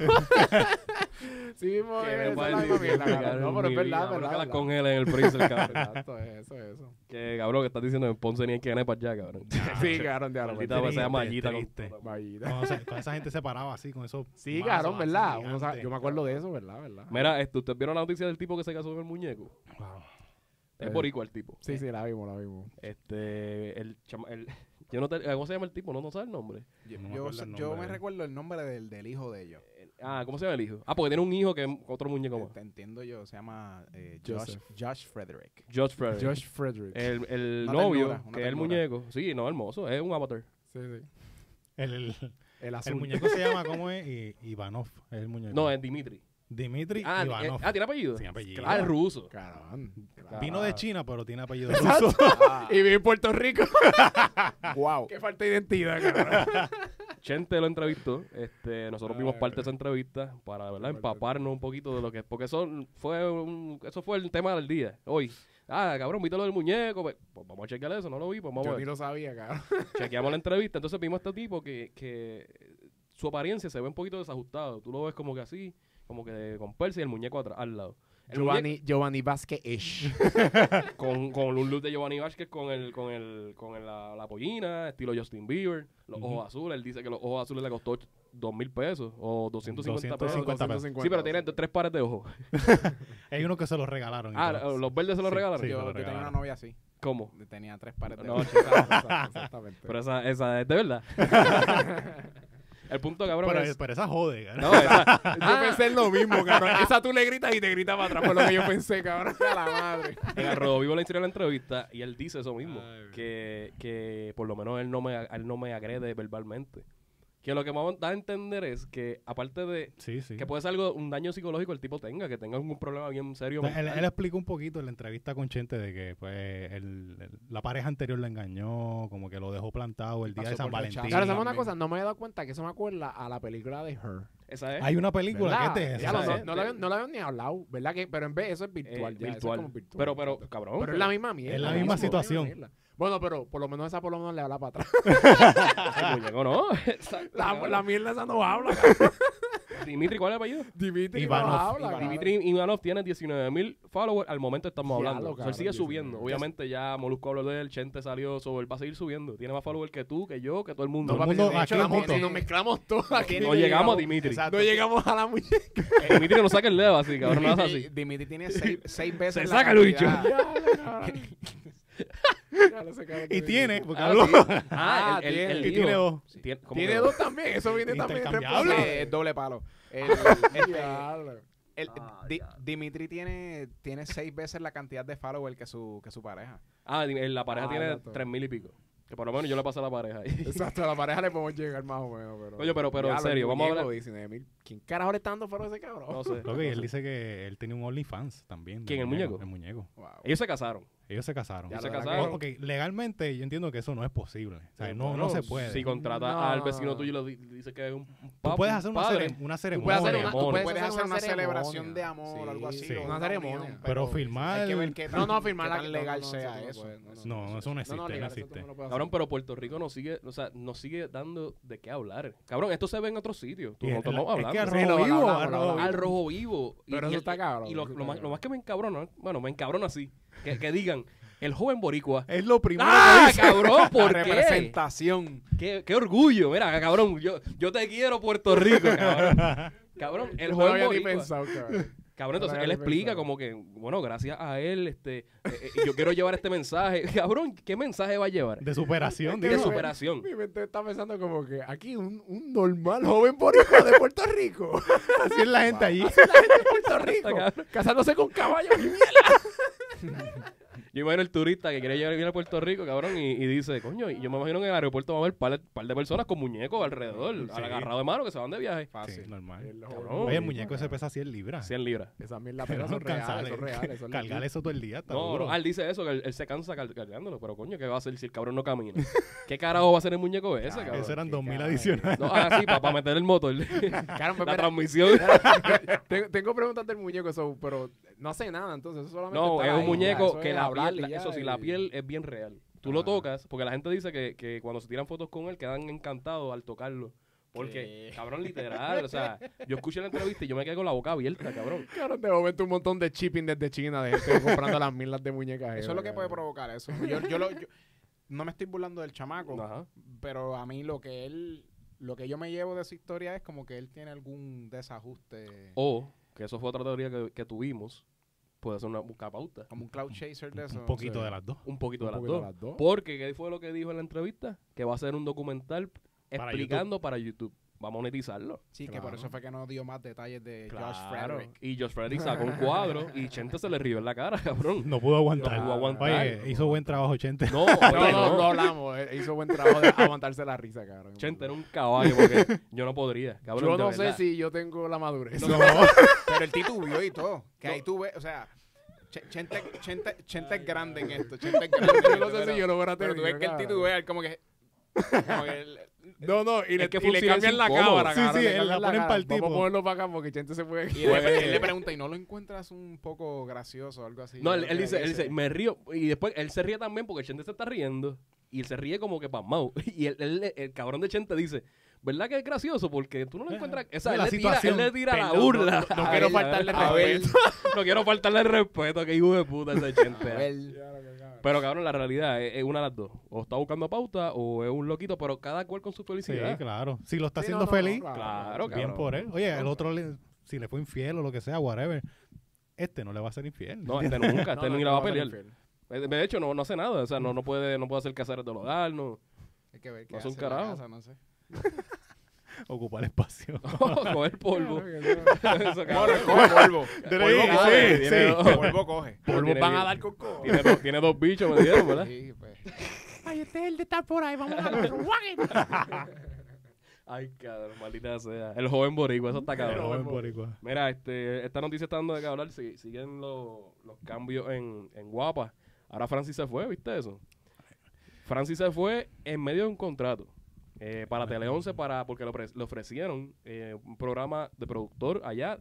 [SPEAKER 3] sí mismo eh,
[SPEAKER 1] Que
[SPEAKER 3] es,
[SPEAKER 1] me
[SPEAKER 3] eso
[SPEAKER 1] pueden
[SPEAKER 3] es la misma
[SPEAKER 1] decir,
[SPEAKER 3] mierda, cabrón.
[SPEAKER 1] cabrón,
[SPEAKER 3] No, pero es
[SPEAKER 1] mi
[SPEAKER 3] verdad,
[SPEAKER 1] vida, bro,
[SPEAKER 3] verdad,
[SPEAKER 1] que las
[SPEAKER 3] verdad.
[SPEAKER 1] congelen en el freezer, cabrón.
[SPEAKER 3] Exacto,
[SPEAKER 1] *laughs*
[SPEAKER 3] eso, eso.
[SPEAKER 1] que cabrón, que estás diciendo en Ponce ni hay que para allá, cabrón.
[SPEAKER 3] Sí, cabrón, de
[SPEAKER 1] Maldita
[SPEAKER 3] ahora.
[SPEAKER 1] vez se llama
[SPEAKER 4] Triste,
[SPEAKER 1] Allita con-
[SPEAKER 4] triste.
[SPEAKER 3] Vallita.
[SPEAKER 4] *laughs* Cuando se- cuando esa gente se paraba así con esos.
[SPEAKER 3] Sí,
[SPEAKER 4] mazos
[SPEAKER 3] cabrón,
[SPEAKER 4] así
[SPEAKER 3] ¿verdad? Uno sabe-
[SPEAKER 4] gigantes.
[SPEAKER 3] yo me acuerdo de eso, ¿verdad? ¿verdad?
[SPEAKER 1] Mira, este, ¿ustedes vieron la noticia del tipo que se casó con el muñeco?
[SPEAKER 4] Wow.
[SPEAKER 1] Es
[SPEAKER 3] Eh.
[SPEAKER 1] boricua el tipo.
[SPEAKER 3] Sí, sí, la vimos, la vimos.
[SPEAKER 1] Este, el, chama- el *laughs* yo no te, eh, ¿Cómo se llama el tipo? No, no sabe el nombre.
[SPEAKER 2] Yo,
[SPEAKER 4] No me
[SPEAKER 2] yo
[SPEAKER 4] acuerdo
[SPEAKER 2] sé-
[SPEAKER 4] el
[SPEAKER 2] yo
[SPEAKER 4] nombre
[SPEAKER 2] me
[SPEAKER 4] de él.
[SPEAKER 2] recuerdo el nombre del, del hijo de ellos.
[SPEAKER 1] El- ah, ¿cómo se llama el hijo? Ah, porque tiene un hijo que es otro muñeco más.
[SPEAKER 2] Te entiendo yo, se llama eh, Josh,
[SPEAKER 3] Joseph.
[SPEAKER 2] Josh
[SPEAKER 1] *laughs*
[SPEAKER 2] Frederick.
[SPEAKER 1] Josh Frederick.
[SPEAKER 3] Josh Frederick.
[SPEAKER 1] El, el
[SPEAKER 2] Una
[SPEAKER 1] novio,
[SPEAKER 2] ternura, una
[SPEAKER 1] que es el
[SPEAKER 2] ternura.
[SPEAKER 1] muñeco. Sí, no, hermoso. Es un avatar.
[SPEAKER 3] sí, sí.
[SPEAKER 4] El, el-
[SPEAKER 3] El azul.
[SPEAKER 4] el muñeco se llama, ¿cómo es? I- Ivanov. Es el muñeco.
[SPEAKER 1] No, es Dimitri.
[SPEAKER 4] Dimitri
[SPEAKER 1] Ah, eh,
[SPEAKER 4] Ivanov.
[SPEAKER 1] ah, Ah. ¿tiene apellido?
[SPEAKER 4] Sin apellido.
[SPEAKER 1] Ah, es ruso.
[SPEAKER 3] Cabrón.
[SPEAKER 4] Vino de China, pero tiene apellido ruso.
[SPEAKER 3] Exacto. y vive en Puerto Rico.
[SPEAKER 2] wow.
[SPEAKER 3] Qué falta de identidad,
[SPEAKER 1] *laughs*
[SPEAKER 3] cabrón.
[SPEAKER 1] Chente lo entrevistó. Este, nosotros
[SPEAKER 3] Ah,
[SPEAKER 1] vimos parte
[SPEAKER 3] ok.
[SPEAKER 1] de esa entrevista para ¿verdad?
[SPEAKER 3] Parte.
[SPEAKER 1] empaparnos un poquito de lo que es. Porque eso fue un- eso fue el tema del día, hoy. Ah, cabrón, viste lo del muñeco. Pues, pues vamos a chequear eso, no lo vi, pues vamos a
[SPEAKER 3] Yo
[SPEAKER 1] ver.
[SPEAKER 3] ni lo sabía, cabrón.
[SPEAKER 1] *laughs* Chequeamos la entrevista. Entonces vimos a este tipo que, que su apariencia se ve un poquito desajustado. Tú lo ves como que así, como que con persa y el muñeco atrás, al lado. El muñeco-
[SPEAKER 3] Giovanni, Giovanni Vázquez-ish.
[SPEAKER 1] *laughs* con, con un look de Giovanni Vázquez, con el, con el, con el- la, la pollina, estilo Justin Bieber, los
[SPEAKER 4] Ujú.
[SPEAKER 1] ojos azules. Él dice que los ojos azules le costó dos mil pesos o 250 pesos.
[SPEAKER 4] 250 pesos.
[SPEAKER 1] Sí, pero tiene tres pares de ojos.
[SPEAKER 4] Hay uno que se los regalaron. y
[SPEAKER 1] Ah,
[SPEAKER 4] todo.
[SPEAKER 1] los verdes se los
[SPEAKER 4] Sí,
[SPEAKER 1] regalaron.
[SPEAKER 4] sí, se
[SPEAKER 2] yo,
[SPEAKER 4] lo
[SPEAKER 2] yo tenía una
[SPEAKER 4] regalaron.
[SPEAKER 2] novia así.
[SPEAKER 1] ¿Cómo?
[SPEAKER 2] Tenía tres pares de
[SPEAKER 1] No,
[SPEAKER 2] ojos.
[SPEAKER 3] Exactamente.
[SPEAKER 1] Pero esa, esa es de
[SPEAKER 4] *laughs*
[SPEAKER 1] verdad. el punto, cabrón.
[SPEAKER 4] Pero,
[SPEAKER 1] es-
[SPEAKER 4] pero esa jode, cabrón.
[SPEAKER 1] No, esa-
[SPEAKER 3] Yo pensé en lo mismo, cabrón. Esa tú le gritas y te grita para atrás. Fue lo que yo pensé, cabrón. A la madre.
[SPEAKER 1] en el Rodovivo le hicieron la entrevista y él dice eso mismo. que, que por lo menos él no me, él no me agrede verbalmente. Que lo que me da a entender es que, aparte de
[SPEAKER 4] Sí, sí.
[SPEAKER 1] que puede ser algo, un daño psicológico el tipo tenga, que tenga algún problema bien serio.
[SPEAKER 4] O sea, Él,
[SPEAKER 1] mental.
[SPEAKER 4] él explica un poquito en la entrevista con Chente de que pues el- el- la pareja anterior lo engañó, como que lo dejó plantado el día
[SPEAKER 2] Pasó
[SPEAKER 4] de San
[SPEAKER 2] por rechazo.
[SPEAKER 4] Valentín.
[SPEAKER 3] Claro,
[SPEAKER 2] esa
[SPEAKER 3] ¿sabes una
[SPEAKER 2] también.
[SPEAKER 3] cosa? No me he dado cuenta que eso me acuerda a la película de Her.
[SPEAKER 1] Esa es.
[SPEAKER 4] Hay una película
[SPEAKER 3] ¿Verdad?
[SPEAKER 4] que es de
[SPEAKER 3] Ya
[SPEAKER 4] esa.
[SPEAKER 3] lo
[SPEAKER 1] ¿sabes?
[SPEAKER 3] sé, no, la habían- no la habían ni hablado, ¿verdad? Que, pero en vez eso es
[SPEAKER 1] eh,
[SPEAKER 3] virtual. ya, eso es
[SPEAKER 1] virtual.
[SPEAKER 3] como virtual.
[SPEAKER 1] Pero, pero, cabrón.
[SPEAKER 3] Pero es la misma mierda.
[SPEAKER 4] Es la
[SPEAKER 3] lo
[SPEAKER 4] misma
[SPEAKER 3] mismo,
[SPEAKER 4] situación.
[SPEAKER 3] mierda. Bueno, pero por lo menos esa por lo menos le habla para atrás. *laughs*
[SPEAKER 1] el muñeco no. *laughs* Exacto,
[SPEAKER 3] La,
[SPEAKER 1] cabrón.
[SPEAKER 3] la mierda esa no *laughs* habla.
[SPEAKER 1] Dimitri, ¿cuál es el apellido?
[SPEAKER 3] Dimitri no
[SPEAKER 4] Ivanov.
[SPEAKER 3] habla. cabrón.
[SPEAKER 1] Dimitri Ivanov tiene 19.000 followers al momento estamos
[SPEAKER 3] Ya
[SPEAKER 1] hablando.
[SPEAKER 3] lo,
[SPEAKER 1] O sea, él sigue
[SPEAKER 3] cabrón,
[SPEAKER 1] subiendo.
[SPEAKER 3] 19.000.
[SPEAKER 1] Obviamente ya Molusco habló de él, Chente salió, so, él va a seguir subiendo. Tiene más followers que tú, que yo, que todo el mundo.
[SPEAKER 4] No, papi, mundo
[SPEAKER 3] de hecho,
[SPEAKER 4] aquí
[SPEAKER 3] la-
[SPEAKER 4] junto.
[SPEAKER 3] si nos mezclamos todos aquí.
[SPEAKER 1] No llegamos a Dimitri.
[SPEAKER 3] No llegamos a la
[SPEAKER 4] *laughs*
[SPEAKER 3] muñeca.
[SPEAKER 1] Eh, Dimitri no saca el dedo así, cabrón, no hace así.
[SPEAKER 2] Dimitri, Dimitri
[SPEAKER 1] *laughs*
[SPEAKER 2] tiene seis, seis veces.
[SPEAKER 1] Se
[SPEAKER 2] la
[SPEAKER 1] saca el
[SPEAKER 2] cantidad.
[SPEAKER 1] bicho.
[SPEAKER 4] Y tiene, porque
[SPEAKER 1] Ah,
[SPEAKER 4] habló-
[SPEAKER 1] sí. Ah,
[SPEAKER 3] *laughs* Ah,
[SPEAKER 1] el, el,
[SPEAKER 3] tiene-
[SPEAKER 1] el
[SPEAKER 4] *laughs* y tiene
[SPEAKER 1] hijo.
[SPEAKER 4] dos.
[SPEAKER 1] Sí, tiene- ¿cómo
[SPEAKER 3] Tiene
[SPEAKER 1] que
[SPEAKER 3] dos también. Eso viene también
[SPEAKER 4] Intercambiable.
[SPEAKER 2] Sí, *laughs*
[SPEAKER 3] reemplazable.
[SPEAKER 2] es eh, doble palo. El- este,
[SPEAKER 3] Diablo.
[SPEAKER 2] el-
[SPEAKER 1] Ah,
[SPEAKER 2] Di- Dimitri tiene, tiene seis veces la cantidad de followers que su, que su pareja.
[SPEAKER 1] Ah, dime, la pareja
[SPEAKER 3] Ah,
[SPEAKER 1] tiene
[SPEAKER 3] exacto.
[SPEAKER 1] tres mil y pico. Que por lo menos yo le pasé a la pareja *laughs* ahí.
[SPEAKER 3] Exacto, a la pareja le podemos llegar más o menos. Pero,
[SPEAKER 1] Oye, pero- pero en serio, vamos a hablar-
[SPEAKER 3] 19.000. ¿Quién carajo le está dando faro a ese cabrón?
[SPEAKER 1] No sé.
[SPEAKER 4] Lo que él dice que él tenía un OnlyFans también. de
[SPEAKER 1] ¿Quién, el muñeco?
[SPEAKER 4] El muñeco.
[SPEAKER 3] Wow.
[SPEAKER 1] Ellos se casaron.
[SPEAKER 4] Ellos se casaron.
[SPEAKER 1] Ellos se
[SPEAKER 3] lo de la
[SPEAKER 1] casaron.
[SPEAKER 4] O- ok, legalmente yo entiendo que eso no es posible. O sea,
[SPEAKER 1] Pero
[SPEAKER 4] no,
[SPEAKER 1] bueno,
[SPEAKER 4] no se puede.
[SPEAKER 1] Si contratas
[SPEAKER 3] No.
[SPEAKER 1] al vecino tuyo y le di- dices que es un un
[SPEAKER 4] Tú
[SPEAKER 1] pap-
[SPEAKER 4] puedes
[SPEAKER 1] un
[SPEAKER 4] hacer una,
[SPEAKER 1] padre,
[SPEAKER 4] cere- una
[SPEAKER 3] Tú
[SPEAKER 4] ceremonia.
[SPEAKER 3] puedes hacer una, tú
[SPEAKER 1] Amor.
[SPEAKER 3] puedes
[SPEAKER 2] Puedes hacer una celebración
[SPEAKER 3] ceremonia.
[SPEAKER 2] de amor o algo así.
[SPEAKER 4] sí.
[SPEAKER 2] o
[SPEAKER 4] Una
[SPEAKER 3] ceremonia.
[SPEAKER 2] unión, *laughs*
[SPEAKER 4] Pero
[SPEAKER 2] Hay
[SPEAKER 4] filmar.
[SPEAKER 2] que ver qué
[SPEAKER 3] No, no,
[SPEAKER 2] tan-
[SPEAKER 3] firmar
[SPEAKER 2] qué tan legal sea eso.
[SPEAKER 4] No, eso no existe, no existe.
[SPEAKER 1] Cabrón, pero Puerto Rico nos sigue, o sea, nos sigue dando de qué hablar. Cabrón, esto se ve en otros sitios. Tú,
[SPEAKER 4] Y
[SPEAKER 1] nosotros
[SPEAKER 4] el-
[SPEAKER 1] no
[SPEAKER 4] es que al
[SPEAKER 1] hablamos.
[SPEAKER 3] Sí,
[SPEAKER 4] rojo
[SPEAKER 3] lo
[SPEAKER 4] vivo,
[SPEAKER 3] hablamos,
[SPEAKER 4] al
[SPEAKER 3] lo
[SPEAKER 4] rojo
[SPEAKER 3] hablamos.
[SPEAKER 1] Al
[SPEAKER 4] vivo.
[SPEAKER 1] rojo vivo. Y,
[SPEAKER 3] Pero
[SPEAKER 1] y
[SPEAKER 3] eso
[SPEAKER 1] el-
[SPEAKER 3] está cabrón,
[SPEAKER 1] Y lo,
[SPEAKER 3] eso
[SPEAKER 1] lo
[SPEAKER 3] está
[SPEAKER 1] más, lo
[SPEAKER 3] cabrón.
[SPEAKER 1] más que me encabrona, bueno, me encabrona así, que, que digan, El joven boricua.
[SPEAKER 3] Es lo primero
[SPEAKER 1] ¡Ah,
[SPEAKER 3] que dice.
[SPEAKER 1] cabrón! ¿Por
[SPEAKER 3] La
[SPEAKER 1] qué?
[SPEAKER 3] representación.
[SPEAKER 1] Qué, qué orgullo, mira, cabrón. Yo, yo te quiero, Puerto Rico,
[SPEAKER 4] *laughs*
[SPEAKER 1] cabrón. Cabrón, el
[SPEAKER 3] Yo no
[SPEAKER 1] joven
[SPEAKER 3] había ni
[SPEAKER 1] boricua. *laughs*
[SPEAKER 3] pensado, cabrón.
[SPEAKER 1] Cabrón,
[SPEAKER 3] No
[SPEAKER 1] entonces
[SPEAKER 3] lo había
[SPEAKER 1] él
[SPEAKER 3] ni
[SPEAKER 1] explica
[SPEAKER 3] pensado.
[SPEAKER 1] como que, bueno, gracias a él, este, eh, eh, yo quiero llevar este mensaje. *laughs* Cabrón, ¿qué mensaje va a llevar?
[SPEAKER 4] De superación,
[SPEAKER 1] De
[SPEAKER 4] digo.
[SPEAKER 1] superación.
[SPEAKER 3] Mi mente está pensando como que aquí un, un normal joven boricua de Puerto Rico. *laughs*
[SPEAKER 1] *laughs*
[SPEAKER 4] *laughs* Así es la gente allí.
[SPEAKER 3] Puerto Rico. Casándose con caballos.
[SPEAKER 1] Yo imagino el turista que quiere llegar bien a Puerto Rico, cabrón, y, y dice, coño, y yo me imagino que en el aeropuerto va a haber par, par de personas con muñecos alrededor, al agarrado de mano, que se van de viaje.
[SPEAKER 4] Sí,
[SPEAKER 2] Fácil.
[SPEAKER 4] normal.
[SPEAKER 1] Cabrón.
[SPEAKER 4] Oye, el muñeco ese pesa 100 libras.
[SPEAKER 1] 100 libras.
[SPEAKER 3] Esa
[SPEAKER 4] *laughs*
[SPEAKER 3] mierda
[SPEAKER 4] Pero
[SPEAKER 3] pero son reales,
[SPEAKER 4] cansarle.
[SPEAKER 3] son reales. son
[SPEAKER 4] *laughs* Cargar eso todo el día está
[SPEAKER 1] No,
[SPEAKER 4] duro.
[SPEAKER 1] no, él dice eso, que él, él se cansa car- cargándolo, pero coño, ¿qué va a hacer si el cabrón no camina? ¿Qué carajo va a hacer el muñeco ese,
[SPEAKER 3] Claro,
[SPEAKER 1] cabrón?
[SPEAKER 4] Eso eran
[SPEAKER 3] qué
[SPEAKER 4] 2000
[SPEAKER 3] caray.
[SPEAKER 4] adicionales.
[SPEAKER 1] No, ah, sí, para meter el motor.
[SPEAKER 3] Claro,
[SPEAKER 1] la
[SPEAKER 3] espera,
[SPEAKER 1] transmisión.
[SPEAKER 3] tengo, tengo preguntas del muñeco, eso, pero no hace nada, entonces eso solamente
[SPEAKER 1] No,
[SPEAKER 3] está
[SPEAKER 1] es
[SPEAKER 3] ahí,
[SPEAKER 1] un
[SPEAKER 3] ya,
[SPEAKER 1] muñeco
[SPEAKER 3] eso
[SPEAKER 1] que
[SPEAKER 3] es
[SPEAKER 1] la
[SPEAKER 3] hablarle
[SPEAKER 1] piel, la-
[SPEAKER 3] ya
[SPEAKER 1] eso sí,
[SPEAKER 3] y-
[SPEAKER 1] la piel es bien real. Tú
[SPEAKER 3] Ah.
[SPEAKER 1] lo tocas, porque la gente dice que, que cuando se tiran fotos con él quedan encantados al tocarlo. Porque, cabrón, literal, o
[SPEAKER 3] *laughs*
[SPEAKER 1] sea, yo escuché la entrevista y yo me quedé con la boca abierta, cabrón.
[SPEAKER 3] Claro, de momento un montón de shipping desde China de gente comprando las milas de muñecas. eh,
[SPEAKER 2] Eso es lo que puede provocar eso. Yo, yo lo- yo- no me estoy burlando del chamaco,
[SPEAKER 1] Ajá.
[SPEAKER 2] pero a mí lo que él, lo que yo me llevo de esa historia es como que él tiene algún desajuste,
[SPEAKER 1] O, que eso fue otra teoría que, que tuvimos, puede ser una busca pauta.
[SPEAKER 2] como un cloud chaser de eso.
[SPEAKER 4] Un poquito
[SPEAKER 3] sí.
[SPEAKER 4] de las dos.
[SPEAKER 1] Un poquito,
[SPEAKER 3] Un
[SPEAKER 1] de, las
[SPEAKER 3] poquito
[SPEAKER 1] dos.
[SPEAKER 3] de las dos.
[SPEAKER 1] Porque, ¿qué fue lo que dijo en la entrevista? Que va a ser un documental
[SPEAKER 4] Para
[SPEAKER 1] explicando para YouTube. Va a monetizarlo.
[SPEAKER 2] Sí, que por
[SPEAKER 3] Claro.
[SPEAKER 2] eso fue que no dio más detalles de Josh
[SPEAKER 1] Claro.
[SPEAKER 2] Frederick.
[SPEAKER 1] Y Josh Frederick sacó un cuadro y Chente se le rió en la cara, *laughs* cabrón.
[SPEAKER 4] No pudo aguantar.
[SPEAKER 1] No pudo aguantar.
[SPEAKER 4] Oye, hizo buen trabajo, gente.
[SPEAKER 1] *laughs*
[SPEAKER 4] *laughs*
[SPEAKER 1] No,
[SPEAKER 3] No,
[SPEAKER 1] oye,
[SPEAKER 3] no,
[SPEAKER 1] no.
[SPEAKER 3] no hablamos. eh, Hizo buen trabajo de aguantarse la risa, cabrón.
[SPEAKER 1] Chente era un caballo porque yo no
[SPEAKER 3] *laughs*
[SPEAKER 1] podría, cabrón.
[SPEAKER 3] Yo
[SPEAKER 1] de
[SPEAKER 3] no sé
[SPEAKER 1] verdad.
[SPEAKER 3] si yo tengo la madurez.
[SPEAKER 1] No,
[SPEAKER 2] Pero el titubió y todo. Que ahí tú ves, o sea, Ch- Chente, Chente, Chente es grande en esto. Chente es grande. en
[SPEAKER 3] *laughs* *laughs*
[SPEAKER 2] esto,
[SPEAKER 3] Yo no sé
[SPEAKER 2] pero-
[SPEAKER 3] si yo lo hubiera
[SPEAKER 2] Pero
[SPEAKER 3] tenido.
[SPEAKER 2] tú ves que el
[SPEAKER 3] cabrón.
[SPEAKER 2] titubea, él como que. Como que él-
[SPEAKER 3] No, no, y le,
[SPEAKER 1] Es que
[SPEAKER 3] y
[SPEAKER 1] fue un
[SPEAKER 3] le
[SPEAKER 1] silencio
[SPEAKER 3] cambian la
[SPEAKER 1] incómodo.
[SPEAKER 3] cámara,
[SPEAKER 4] Sí,
[SPEAKER 3] cabrón,
[SPEAKER 4] sí,
[SPEAKER 3] le
[SPEAKER 4] él
[SPEAKER 3] cambian
[SPEAKER 4] la
[SPEAKER 3] la
[SPEAKER 4] ponen
[SPEAKER 3] cara.
[SPEAKER 4] pa'l tipo.
[SPEAKER 3] Vamos a ponerlo para acá porque Chente se puede...
[SPEAKER 2] y le, él le pregunta, ¿y no lo encuentras un poco gracioso o algo así?
[SPEAKER 1] No, él,
[SPEAKER 2] Creo
[SPEAKER 1] él
[SPEAKER 2] que
[SPEAKER 1] dice, él dice, me río. Y después él se ríe también porque Chente se está riendo. Y él se ríe como que pasmado. *laughs* Y él- él- el cabrón de Chente dice, ¿verdad que es gracioso? Porque tú no lo encuentras... O sea, él
[SPEAKER 4] La
[SPEAKER 1] le tira, él
[SPEAKER 4] situación.
[SPEAKER 1] le tira la
[SPEAKER 4] Perdón, no-
[SPEAKER 1] burla.
[SPEAKER 3] no
[SPEAKER 1] a
[SPEAKER 3] quiero
[SPEAKER 1] él,
[SPEAKER 3] faltarle
[SPEAKER 1] a él.
[SPEAKER 2] respeto.
[SPEAKER 1] *laughs* No quiero faltarle el respeto, que hijo de puta ese Chente.
[SPEAKER 2] Abel.
[SPEAKER 1] Pero cabrón, la realidad es, es una de las dos. O está buscando pauta o es un loquito, pero cada cual con su
[SPEAKER 4] Sí,
[SPEAKER 1] felicidad.
[SPEAKER 4] claro. Si lo está
[SPEAKER 3] Sí, no,
[SPEAKER 4] haciendo
[SPEAKER 3] no,
[SPEAKER 4] feliz,
[SPEAKER 3] no,
[SPEAKER 1] Claro,
[SPEAKER 4] bien
[SPEAKER 1] cabrón.
[SPEAKER 4] por él. Oye, el otro, le- si le fue infiel o lo que sea, whatever, este no le va a ser infiel. *laughs*
[SPEAKER 1] No, este nunca,
[SPEAKER 3] No,
[SPEAKER 1] este
[SPEAKER 3] no,
[SPEAKER 1] ni
[SPEAKER 3] no
[SPEAKER 1] la va a
[SPEAKER 3] vas
[SPEAKER 1] pelear.
[SPEAKER 3] infiel.
[SPEAKER 1] Eh, De hecho, no, no hace nada. O sea, no, no puede, no puede hacer caseras del hogar, no. *laughs*
[SPEAKER 2] Hay que ver qué
[SPEAKER 1] No hace un
[SPEAKER 2] hace en la
[SPEAKER 1] carajo.
[SPEAKER 2] casa, *laughs* no sé.
[SPEAKER 4] Ocupar espacio.
[SPEAKER 1] coger polvo. *laughs* Eso, cabrón.
[SPEAKER 2] Coge polvo.
[SPEAKER 4] Sí,
[SPEAKER 2] Polvo coge.
[SPEAKER 4] sí,
[SPEAKER 1] Tiene
[SPEAKER 4] sí.
[SPEAKER 1] dos-
[SPEAKER 2] Polvo coge.
[SPEAKER 1] Tiene
[SPEAKER 3] van a
[SPEAKER 1] bien-
[SPEAKER 3] dar con cojo.
[SPEAKER 1] Tiene, dos- tiene dos bichos, ¿me entiendes, verdad?
[SPEAKER 2] Sí, pues.
[SPEAKER 3] Ay, este es el de estar por ahí, vamos a darlo.
[SPEAKER 1] *laughs* Ay, cabrón, maldita sea. El joven boricua, eso está
[SPEAKER 4] Pero pues.
[SPEAKER 1] cabrón.
[SPEAKER 4] buen boricua.
[SPEAKER 1] Mira, este, esta noticia está dando de qué hablar. si- siguen lo- los cambios en, en Guapa. Ahora Francis se fue, ¿viste eso? Francis se fue en medio de un contrato eh, para Tele 11 para, porque le, ofre- le ofrecieron eh, un programa de productor allá,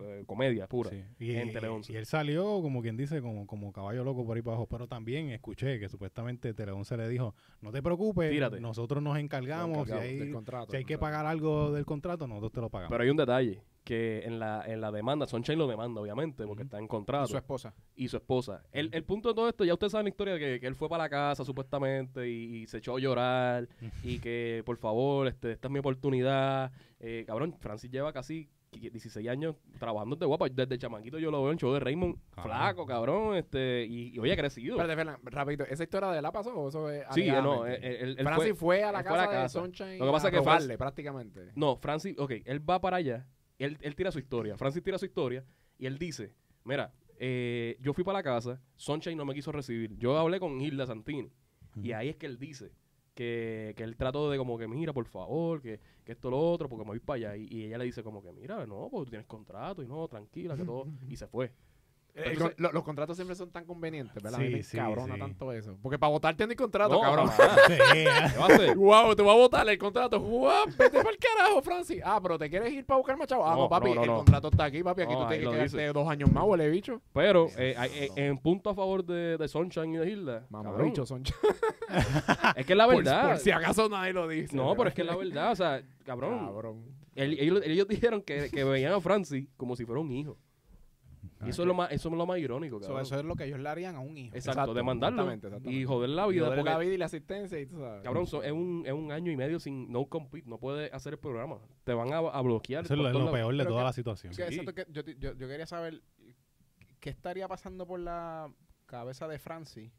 [SPEAKER 1] eh, comedia pura.
[SPEAKER 4] Sí. Y,
[SPEAKER 1] en Tele
[SPEAKER 4] y-
[SPEAKER 1] 11.
[SPEAKER 4] y él salió, como quien dice, como, como caballo loco por ahí para abajo. Pero también escuché que supuestamente Tele 11 le dijo, no te preocupes,
[SPEAKER 1] Tírate.
[SPEAKER 4] nosotros nos encargamos. si, hay, si hay que pagar algo del contrato, nosotros te lo pagamos.
[SPEAKER 1] Pero hay un detalle, que en la, en la demanda, Sunshine lo demanda, obviamente, porque
[SPEAKER 4] Ujú.
[SPEAKER 1] está en contrato.
[SPEAKER 2] Su esposa.
[SPEAKER 1] y su esposa. El, el punto de todo esto, ya ustedes saben la historia que, que él fue para la casa supuestamente y, y se echó a llorar y que por favor, este, esta es mi oportunidad. Eh, cabrón, Francis lleva casi 16 años trabajando de guapa. Desde chamaquito yo lo veo en show de Raymond,
[SPEAKER 4] Ah.
[SPEAKER 1] flaco, cabrón, este, y, y, oye, ha crecido.
[SPEAKER 3] Espérate, Fernan, rapidito. ¿Esa historia de la pasó o eso es
[SPEAKER 1] sí, eh, no, él,
[SPEAKER 3] alegadamente?
[SPEAKER 1] él- él
[SPEAKER 3] Francis
[SPEAKER 1] fue-
[SPEAKER 3] fue, a la
[SPEAKER 1] él fue
[SPEAKER 3] casa,
[SPEAKER 1] a la
[SPEAKER 3] de
[SPEAKER 1] casa.
[SPEAKER 3] Sunshine
[SPEAKER 1] Lo que pasa
[SPEAKER 3] a
[SPEAKER 1] es que Eh,
[SPEAKER 3] robarle,
[SPEAKER 1] Francis-
[SPEAKER 3] prácticamente.
[SPEAKER 1] No, Francis, ok, él va para allá, él, él tira su historia, Francis tira su historia y él dice, mira, eh, yo fui para la casa, Sunshine no me quiso recibir, yo hablé con Hilda Santini y ahí es que él dice que, que él trató de como que mira, por favor, que, que esto lo otro, porque me voy para allá y, y ella le dice como que mira, no, pues tú tienes contrato y no, tranquila, que todo, y se fue.
[SPEAKER 3] Eh,
[SPEAKER 1] Pero
[SPEAKER 3] el
[SPEAKER 1] entonces-
[SPEAKER 3] con- lo- los contratos siempre son tan convenientes, ¿verdad? A mí
[SPEAKER 4] Sí,
[SPEAKER 3] me
[SPEAKER 4] sí,
[SPEAKER 3] cabrona
[SPEAKER 4] sí.
[SPEAKER 3] tanto eso. Porque para votarte no hay contrato,
[SPEAKER 1] No,
[SPEAKER 3] cabrón. *laughs*
[SPEAKER 1] mamá,
[SPEAKER 4] Sí, eh.
[SPEAKER 1] ¿Qué va a hacer?
[SPEAKER 3] Guau, te voy a votar el contrato. Guau, vete para el carajo, Francis. Ah, pero te quieres ir para buscar más chavos. Ah,
[SPEAKER 1] No,
[SPEAKER 3] no, papi,
[SPEAKER 1] no, no,
[SPEAKER 3] el
[SPEAKER 1] no.
[SPEAKER 3] contrato está aquí, papi. Aquí
[SPEAKER 1] No,
[SPEAKER 3] tú
[SPEAKER 1] ahí
[SPEAKER 3] tienes
[SPEAKER 1] lo
[SPEAKER 3] que
[SPEAKER 1] dice.
[SPEAKER 3] quedarte dos años más, huele bicho.
[SPEAKER 1] Pero eh, eh, en punto a favor de, de Sunshine y de Hilda,
[SPEAKER 3] Mamá,
[SPEAKER 1] cabrón,
[SPEAKER 3] bicho, son ch-
[SPEAKER 1] es que es la
[SPEAKER 3] por-
[SPEAKER 1] verdad.
[SPEAKER 3] Por, si acaso nadie lo dice.
[SPEAKER 1] No, pero es que es la verdad, o sea, cabrón.
[SPEAKER 3] Cabrón.
[SPEAKER 1] *laughs* El- ellos, ellos dijeron que, que veían a Francis como si fuera un hijo. Y eso es, lo más, eso es lo más irónico,
[SPEAKER 2] So,
[SPEAKER 1] cabrón.
[SPEAKER 2] eso es lo que ellos le harían a un hijo.
[SPEAKER 1] Exacto,
[SPEAKER 3] Exacto,
[SPEAKER 1] demandarlo
[SPEAKER 3] exactamente, exactamente.
[SPEAKER 1] y joder la vida.
[SPEAKER 3] Joder
[SPEAKER 1] porque,
[SPEAKER 3] la vida y la asistencia y tú sabes.
[SPEAKER 1] Cabrón, so- es, un, es un año y medio sin no compete, no puedes hacer el programa. Te van a, a bloquear.
[SPEAKER 4] Eso es lo,
[SPEAKER 1] por
[SPEAKER 4] es
[SPEAKER 1] todos
[SPEAKER 4] lo
[SPEAKER 1] lados.
[SPEAKER 4] peor de
[SPEAKER 2] Pero
[SPEAKER 4] toda
[SPEAKER 2] que-
[SPEAKER 4] la situación.
[SPEAKER 2] Que
[SPEAKER 1] Sí.
[SPEAKER 2] exacto, que yo, yo- yo quería saber qué estaría pasando por la cabeza de Francis.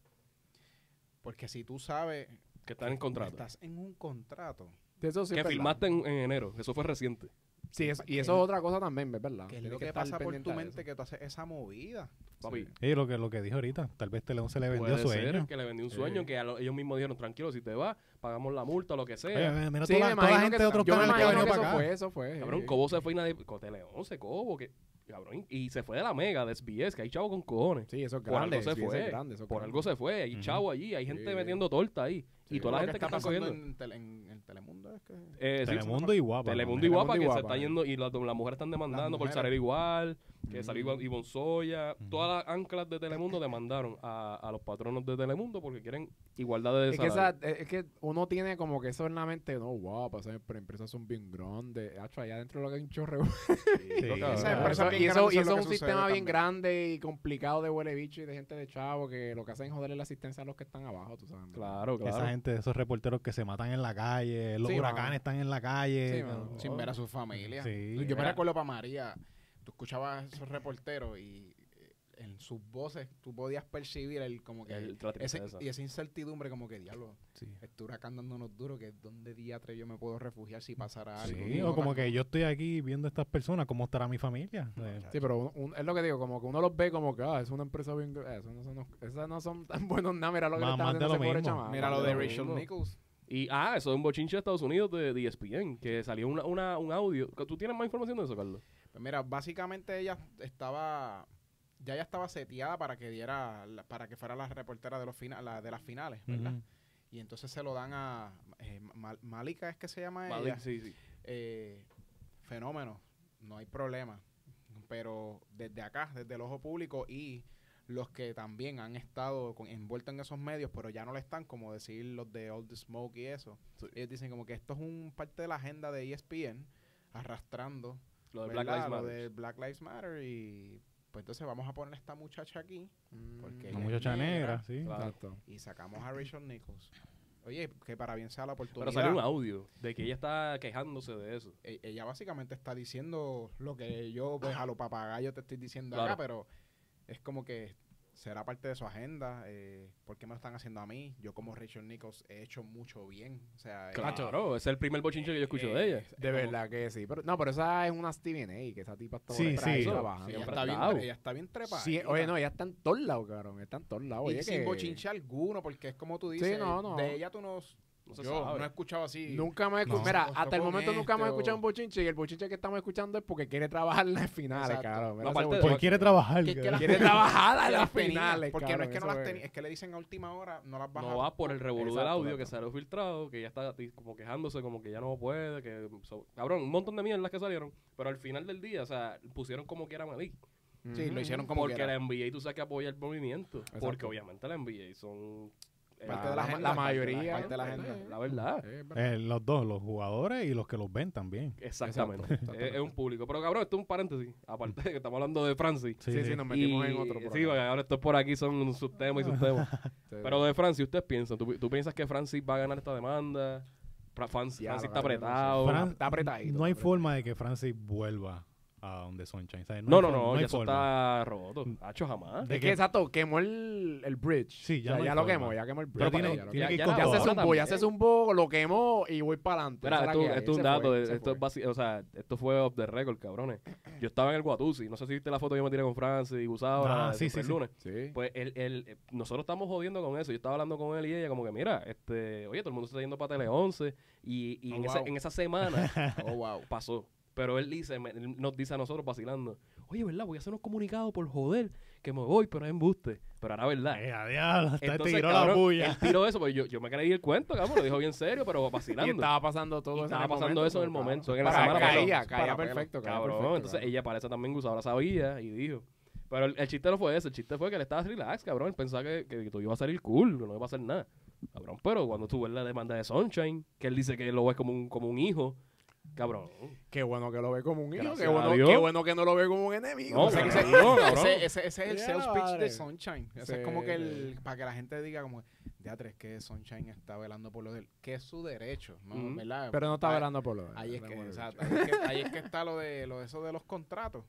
[SPEAKER 2] Porque si tú sabes
[SPEAKER 1] Que están en contrato.
[SPEAKER 2] Estás en un contrato.
[SPEAKER 3] Eso sí
[SPEAKER 1] que
[SPEAKER 3] es verdad.
[SPEAKER 1] firmaste en, en enero. Eso fue reciente.
[SPEAKER 3] Sí, es- y
[SPEAKER 2] que-
[SPEAKER 3] eso es otra cosa también, ¿ves?
[SPEAKER 1] Ah,
[SPEAKER 3] ¿verdad?
[SPEAKER 2] Que es
[SPEAKER 3] Tienes
[SPEAKER 2] lo que,
[SPEAKER 3] estar
[SPEAKER 2] pasa por
[SPEAKER 3] pendiente
[SPEAKER 2] tu
[SPEAKER 3] a eso.
[SPEAKER 2] mente que tú haces esa movida.
[SPEAKER 1] Papi.
[SPEAKER 2] Sí.
[SPEAKER 4] Y lo que, lo que dijo ahorita, tal vez Teleón se le vendió
[SPEAKER 1] Puede
[SPEAKER 4] sueño.
[SPEAKER 1] ser que le vendí un sueño.
[SPEAKER 4] Sí.
[SPEAKER 1] Que a lo- ellos mismos dijeron, tranquilo, si te vas, pagamos la multa o lo que sea.
[SPEAKER 4] Oye, mira, mira
[SPEAKER 3] Sí, me
[SPEAKER 4] toda, la- toda la
[SPEAKER 3] imagino
[SPEAKER 4] gente
[SPEAKER 3] que-
[SPEAKER 4] de otros
[SPEAKER 3] yo me
[SPEAKER 4] canales que ha
[SPEAKER 3] imagino
[SPEAKER 4] venido
[SPEAKER 3] que eso
[SPEAKER 4] para acá.
[SPEAKER 3] fue, eso fue.
[SPEAKER 1] Cabrón,
[SPEAKER 3] sí.
[SPEAKER 1] Cobo se fue y nadie. con Tele 11, Cobo, que. Cabrón, y se fue de la mega de SBS, que hay chavo con cojones.
[SPEAKER 3] Sí, eso es
[SPEAKER 1] Por
[SPEAKER 3] grande.
[SPEAKER 1] algo se
[SPEAKER 3] sí, eso es
[SPEAKER 1] fue,
[SPEAKER 3] grande, eso es
[SPEAKER 1] Por
[SPEAKER 3] grande.
[SPEAKER 1] algo se fue, hay
[SPEAKER 4] Ujú.
[SPEAKER 1] chavo allí, hay gente
[SPEAKER 3] Sí.
[SPEAKER 1] metiendo torta ahí. y
[SPEAKER 3] Sí,
[SPEAKER 1] toda la
[SPEAKER 2] Lo
[SPEAKER 1] gente
[SPEAKER 2] que
[SPEAKER 1] que
[SPEAKER 2] está
[SPEAKER 1] está
[SPEAKER 2] pasando
[SPEAKER 1] cogiendo.
[SPEAKER 2] en, tele- en- en Telemundo es que...
[SPEAKER 1] Eh, sí,
[SPEAKER 4] Telemundo y guapa.
[SPEAKER 1] Telemundo
[SPEAKER 4] también.
[SPEAKER 1] y Guapa,
[SPEAKER 3] Telemundo
[SPEAKER 1] que
[SPEAKER 3] y
[SPEAKER 1] se
[SPEAKER 3] Guapa,
[SPEAKER 1] está
[SPEAKER 3] eh.
[SPEAKER 1] yendo, y las la mujeres están demandando por
[SPEAKER 2] mujeres.
[SPEAKER 1] Sarel igual, que
[SPEAKER 3] Mm.
[SPEAKER 1] salió igual Ivonne Soya.
[SPEAKER 4] Ujú.
[SPEAKER 1] Todas las anclas de Telemundo demandaron a, a los patronos de Telemundo porque quieren igualdad de
[SPEAKER 3] Es que, esa,
[SPEAKER 1] salario.
[SPEAKER 3] es es que uno tiene como que eso en la mente, no, wow, pues esas empresas son bien grandes. Hacho, allá adentro lo que hay un chorreo.
[SPEAKER 2] *laughs*
[SPEAKER 4] Sí,
[SPEAKER 1] Esa
[SPEAKER 4] cabrón.
[SPEAKER 2] Esas empresas
[SPEAKER 3] Eso-
[SPEAKER 2] bien
[SPEAKER 3] y
[SPEAKER 2] grandes
[SPEAKER 3] eso, y
[SPEAKER 2] son lo
[SPEAKER 3] eso es
[SPEAKER 2] que
[SPEAKER 3] un
[SPEAKER 2] sucede
[SPEAKER 3] sistema bien
[SPEAKER 2] también.
[SPEAKER 3] grande y complicado de huele bicho y de gente de chavo que lo que hacen es joderle la asistencia a los que están abajo, tú sabes.
[SPEAKER 1] Claro, claro.
[SPEAKER 4] Esa gente, esos reporteros que se matan en la calle, los
[SPEAKER 3] Sí, mano.
[SPEAKER 4] huracanes están en la calle. eh,
[SPEAKER 3] Sí,
[SPEAKER 4] cabrón.
[SPEAKER 3] mano.
[SPEAKER 2] Sin ver a su familia.
[SPEAKER 4] Sí.
[SPEAKER 2] Yo me
[SPEAKER 1] Mira.
[SPEAKER 2] recuerdo para María, tú escuchabas a esos reporteros y eh, en sus voces tú podías percibir el como que...
[SPEAKER 1] El- la
[SPEAKER 2] ese-
[SPEAKER 1] tristeza.
[SPEAKER 2] y esa incertidumbre como que, diablo,
[SPEAKER 4] Sí.
[SPEAKER 2] este huracán dándonos duro, que dónde diatre yo me puedo refugiar si pasara
[SPEAKER 4] Sí,
[SPEAKER 2] algo.
[SPEAKER 4] o como que yo estoy aquí viendo a estas personas, ¿cómo estará mi familia? Eh,
[SPEAKER 3] Sí, pero uno- un- es lo que digo, como que uno los ve como que, ah, es una empresa bien gr- eh, eso no son, esas no son tan *laughs* buenos nada, mira lo que
[SPEAKER 4] Más-
[SPEAKER 3] le están
[SPEAKER 4] más de
[SPEAKER 3] haciendo a ese
[SPEAKER 4] Ah, lo
[SPEAKER 3] pobre
[SPEAKER 4] mismo.
[SPEAKER 3] chamaco.
[SPEAKER 2] Mira lo de
[SPEAKER 1] Lo
[SPEAKER 2] Rachel
[SPEAKER 1] mismo.
[SPEAKER 2] Nichols.
[SPEAKER 1] Y, ah, eso es un bochinche de Estados Unidos de, E de ESPN, que salió una, una- un audio. ¿Tú tienes más información de eso, Carlos?
[SPEAKER 2] Pues mira, básicamente ella estaba... Ya ella estaba seteada para que diera... la- para que fuera la reportera de, los fina- la- de las finales, ¿verdad?
[SPEAKER 4] ujú.
[SPEAKER 2] Y entonces se lo dan a... eh, Ma- Malika es que se llama ella.
[SPEAKER 1] Malik, sí, sí.
[SPEAKER 2] eh, fenómeno, no hay problema. Pero desde acá, desde el ojo público y los que también han estado con- envueltos en esos medios, pero ya no lo están, como decir los de Old Smoke y eso.
[SPEAKER 1] Sí.
[SPEAKER 2] Ellos dicen como que esto es un parte de la agenda de E ESPN, arrastrando
[SPEAKER 1] Lo de
[SPEAKER 2] ¿verdad?
[SPEAKER 1] Black Lives
[SPEAKER 2] Pues Lo
[SPEAKER 1] Matter.
[SPEAKER 2] de Black Lives Matter y pues entonces vamos a poner a esta muchacha aquí Porque-
[SPEAKER 4] Una
[SPEAKER 2] ella es
[SPEAKER 4] muchacha negra,
[SPEAKER 2] negra.
[SPEAKER 4] sí.
[SPEAKER 1] Claro.
[SPEAKER 3] mm, Exacto.
[SPEAKER 2] y sacamos a Rachel Nichols. Oye, que para bien sea la
[SPEAKER 1] Pero
[SPEAKER 2] oportunidad.
[SPEAKER 1] salió un audio de que ella está quejándose de eso.
[SPEAKER 2] e- ella básicamente está diciendo lo que yo, pues a lo papagayo te estoy diciendo
[SPEAKER 1] Claro.
[SPEAKER 2] acá, pero es como que será parte de su agenda. Eh, ¿Por qué me lo están haciendo a mí? Yo como Richard Nichols he hecho mucho bien. O sea, eh,
[SPEAKER 1] Claro, bro, es el primer bochinche que yo escucho
[SPEAKER 2] eh,
[SPEAKER 1] de ella.
[SPEAKER 2] es
[SPEAKER 3] De
[SPEAKER 2] como-
[SPEAKER 3] verdad que sí. Pero, no, pero esa es una Steven A, que esa tipa está
[SPEAKER 4] Sí,
[SPEAKER 3] por ahí
[SPEAKER 4] sí.
[SPEAKER 1] Eso,
[SPEAKER 2] sí, ella,
[SPEAKER 3] trabajando, trabajando.
[SPEAKER 1] Siempre
[SPEAKER 2] está
[SPEAKER 1] ha
[SPEAKER 2] bien,
[SPEAKER 1] estado.
[SPEAKER 2] tre- ella está bien trepada.
[SPEAKER 3] Sí, oye, no, ella está en todos lados, cabrón. Está en todos lados.
[SPEAKER 2] y
[SPEAKER 3] Oye,
[SPEAKER 2] sin
[SPEAKER 3] que
[SPEAKER 2] bochinche alguno, porque es como tú dices,
[SPEAKER 3] no, no.
[SPEAKER 2] de ella tú no...
[SPEAKER 1] No se
[SPEAKER 2] yo
[SPEAKER 1] sabe.
[SPEAKER 2] *laughs* no he escuchado así.
[SPEAKER 3] Nunca me escuchado.
[SPEAKER 4] No.
[SPEAKER 3] Mira,
[SPEAKER 2] Se acostó
[SPEAKER 3] hasta el
[SPEAKER 2] con
[SPEAKER 3] momento nunca hemos
[SPEAKER 2] este,
[SPEAKER 3] escuchado
[SPEAKER 2] o-
[SPEAKER 3] un bochinche. Y el bochinche que estamos escuchando es porque quiere trabajar en las finales,
[SPEAKER 2] Exacto.
[SPEAKER 3] cabrón. Mira
[SPEAKER 1] No, aparte de-
[SPEAKER 3] ese
[SPEAKER 4] Porque
[SPEAKER 3] bochinche.
[SPEAKER 4] Pues quiere trabajar.
[SPEAKER 2] Que- que
[SPEAKER 4] cabrón.
[SPEAKER 2] la- *laughs*
[SPEAKER 3] Quiere trabajar en las
[SPEAKER 2] Las tenía,
[SPEAKER 3] finales.
[SPEAKER 2] Porque no es que no
[SPEAKER 3] cabrón,
[SPEAKER 2] las
[SPEAKER 3] eso
[SPEAKER 2] tenía, es que le dicen a última hora, no las baja.
[SPEAKER 1] No va por el revolú del
[SPEAKER 3] Exacto,
[SPEAKER 1] audio que
[SPEAKER 3] exacto.
[SPEAKER 1] salió filtrado, que ya está ti- como quejándose, como que ya no puede, que... so- cabrón, un montón de mierdas que salieron, pero al final del día, o sea, pusieron como que era Malik.
[SPEAKER 2] Sí, lo
[SPEAKER 3] Mm,
[SPEAKER 2] hicieron como
[SPEAKER 1] porque
[SPEAKER 2] quiera.
[SPEAKER 1] la NBA tú sabes que apoya el movimiento. Porque
[SPEAKER 3] Exacto.
[SPEAKER 1] obviamente la NBA son... eh,
[SPEAKER 2] Parte de la agenda,
[SPEAKER 3] la
[SPEAKER 2] parte de
[SPEAKER 3] mayoría.
[SPEAKER 2] parte de la agenda.
[SPEAKER 1] La verdad.
[SPEAKER 3] Eh, bro.
[SPEAKER 4] Eh, los dos, los jugadores y los que los ven también.
[SPEAKER 1] Exactamente.
[SPEAKER 3] Exacto, exactamente.
[SPEAKER 1] Es, es un público. Pero cabrón, esto es un paréntesis. Aparte de que estamos hablando de Francis.
[SPEAKER 3] Sí, sí, nos metimos en otro. por
[SPEAKER 1] Sí,
[SPEAKER 3] acá.
[SPEAKER 1] porque ahora esto por aquí son sus temas y sus temas.
[SPEAKER 3] Sí.
[SPEAKER 1] Pero de Francis, ¿ustedes piensan? ¿Tú, tú piensas que Francis va a ganar esta demanda? Fra- Fran- Francis
[SPEAKER 3] Ya, lo
[SPEAKER 1] está
[SPEAKER 3] cabrón,
[SPEAKER 1] apretado.
[SPEAKER 3] no sé.
[SPEAKER 4] Fran-
[SPEAKER 3] Está apretadito.
[SPEAKER 4] No hay
[SPEAKER 3] está
[SPEAKER 4] forma de que Francis vuelva a donde Sunshine. ¿sabes?
[SPEAKER 1] No,
[SPEAKER 4] hay
[SPEAKER 1] no,
[SPEAKER 4] forma,
[SPEAKER 1] no,
[SPEAKER 4] hay
[SPEAKER 1] ya eso
[SPEAKER 4] forma.
[SPEAKER 1] está roto. Hacho jamás.
[SPEAKER 4] De
[SPEAKER 3] Es
[SPEAKER 4] que-
[SPEAKER 3] que exacto, quemó el, el bridge.
[SPEAKER 4] Sí, ya
[SPEAKER 3] O sea,
[SPEAKER 4] no hay
[SPEAKER 3] lo
[SPEAKER 4] forma.
[SPEAKER 3] quemó, ya quemó el bridge. Ya
[SPEAKER 4] Pero tiene-
[SPEAKER 3] lo
[SPEAKER 4] tiene
[SPEAKER 3] quemó.
[SPEAKER 1] ya-
[SPEAKER 4] que ir
[SPEAKER 1] ya
[SPEAKER 4] con
[SPEAKER 1] la
[SPEAKER 3] ya
[SPEAKER 4] todo.
[SPEAKER 3] se
[SPEAKER 1] ahora
[SPEAKER 3] zumbó, ya se
[SPEAKER 1] también.
[SPEAKER 3] zumbó, lo quemó y voy para adelante.
[SPEAKER 1] Mira, esto, esto es un dato, de- esto es basi- o sea, esto fue off the record, cabrones. Yo estaba en el Guatusi, no sé si viste la foto que yo me tiré con Francis y Gusabra
[SPEAKER 4] Ah,
[SPEAKER 1] de
[SPEAKER 4] sí,
[SPEAKER 1] Super
[SPEAKER 4] sí, sí.
[SPEAKER 1] lunes.
[SPEAKER 3] Sí.
[SPEAKER 1] Pues él, él- eh, nosotros estamos jodiendo con eso. Yo estaba hablando con él y ella como que, mira, este, oye, todo el mundo se está yendo para Tele 11 y, y
[SPEAKER 2] Oh,
[SPEAKER 1] en, esa,
[SPEAKER 2] wow.
[SPEAKER 1] en esa semana
[SPEAKER 2] Oh, wow.
[SPEAKER 1] pasó. Pero él dice, me- él nos dice a nosotros vacilando, oye, ¿verdad? Voy a hacer unos comunicados por joder, que me voy, pero es embuste. Pero ahora, ¿verdad?
[SPEAKER 4] Eh, a diablo, hasta
[SPEAKER 1] Entonces,
[SPEAKER 4] tiró la
[SPEAKER 1] cabrón, este,
[SPEAKER 4] bulla.
[SPEAKER 1] Él
[SPEAKER 4] *laughs*
[SPEAKER 1] tiró eso, pero yo, yo me creí el cuento, cabrón, lo dijo bien serio, pero
[SPEAKER 3] Y
[SPEAKER 1] vacilando.
[SPEAKER 3] estaba pasando todo
[SPEAKER 1] Y
[SPEAKER 3] eso.
[SPEAKER 1] estaba
[SPEAKER 3] en el
[SPEAKER 1] pasando eso en el
[SPEAKER 3] claro.
[SPEAKER 1] momento, en la
[SPEAKER 3] Para-
[SPEAKER 1] semana
[SPEAKER 3] Caía,
[SPEAKER 2] pasada.
[SPEAKER 3] caía
[SPEAKER 2] Para-
[SPEAKER 3] perfecto, caía
[SPEAKER 1] Cabrón,
[SPEAKER 3] perfecto,
[SPEAKER 1] entonces
[SPEAKER 3] cabrón.
[SPEAKER 1] ella parece también que ahora sabía y dijo. Pero el, el chiste no fue ese, el chiste fue que él estaba relax, cabrón. Él pensaba que, que tú ibas a salir cool, que no iba a hacer nada. Cabrón, pero cuando tú ves la demanda de Sunshine, que él dice que lo ves como un, como un hijo, Cabrón.
[SPEAKER 3] Qué bueno que lo ve como un hijo.
[SPEAKER 1] Gracias
[SPEAKER 3] Qué
[SPEAKER 1] a
[SPEAKER 3] bueno,
[SPEAKER 1] Dios.
[SPEAKER 3] qué bueno que no lo ve como un enemigo.
[SPEAKER 1] No,
[SPEAKER 3] O sea, que
[SPEAKER 1] claro.
[SPEAKER 3] *laughs* se-
[SPEAKER 1] No, cabrón.
[SPEAKER 2] Ese, ese- ese es el
[SPEAKER 3] Ya,
[SPEAKER 2] sales pitch
[SPEAKER 3] madre.
[SPEAKER 2] de Sunshine. Ese
[SPEAKER 3] Sí.
[SPEAKER 2] es como que el. Para que la gente diga, como. De es que Sunshine está velando por lo del. Que es su derecho, ¿no?
[SPEAKER 1] Ujú.
[SPEAKER 2] ¿Verdad?
[SPEAKER 3] pero no está
[SPEAKER 2] Ahí-
[SPEAKER 3] velando por lo
[SPEAKER 2] Ahí es, que,
[SPEAKER 3] Bueno,
[SPEAKER 2] exacto, ahí, es que, ahí es que está lo de lo de eso de los contratos.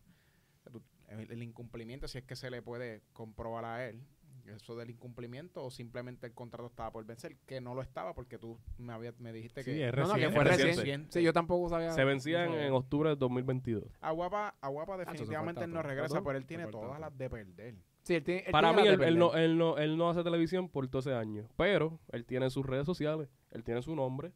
[SPEAKER 2] Tú- El, el incumplimiento, si es que se le puede comprobar a él, eso del incumplimiento, o simplemente el contrato estaba por vencer, que no lo estaba porque tú me, habías- me dijiste
[SPEAKER 4] Sí,
[SPEAKER 2] que.
[SPEAKER 4] es
[SPEAKER 3] No, no, que
[SPEAKER 4] reciente.
[SPEAKER 3] fue
[SPEAKER 1] reciente.
[SPEAKER 3] reciente. Sí, yo tampoco sabía.
[SPEAKER 1] Se vencían
[SPEAKER 3] no
[SPEAKER 1] en octubre del 2022.
[SPEAKER 2] Aguapa, Aguapa
[SPEAKER 3] Ah, eso se
[SPEAKER 2] definitivamente
[SPEAKER 3] falta
[SPEAKER 2] no
[SPEAKER 3] todo.
[SPEAKER 2] regresa,
[SPEAKER 3] Todo,
[SPEAKER 2] pero él tiene
[SPEAKER 3] falta
[SPEAKER 2] todas
[SPEAKER 3] todo.
[SPEAKER 2] las de perder.
[SPEAKER 3] Sí, él tiene- él
[SPEAKER 1] Para
[SPEAKER 3] tiene
[SPEAKER 1] mí,
[SPEAKER 3] la
[SPEAKER 1] él,
[SPEAKER 3] de
[SPEAKER 1] él no,
[SPEAKER 3] perder.
[SPEAKER 1] él, no, él no hace televisión por 12 años. Pero él tiene sus redes sociales, él tiene su nombre.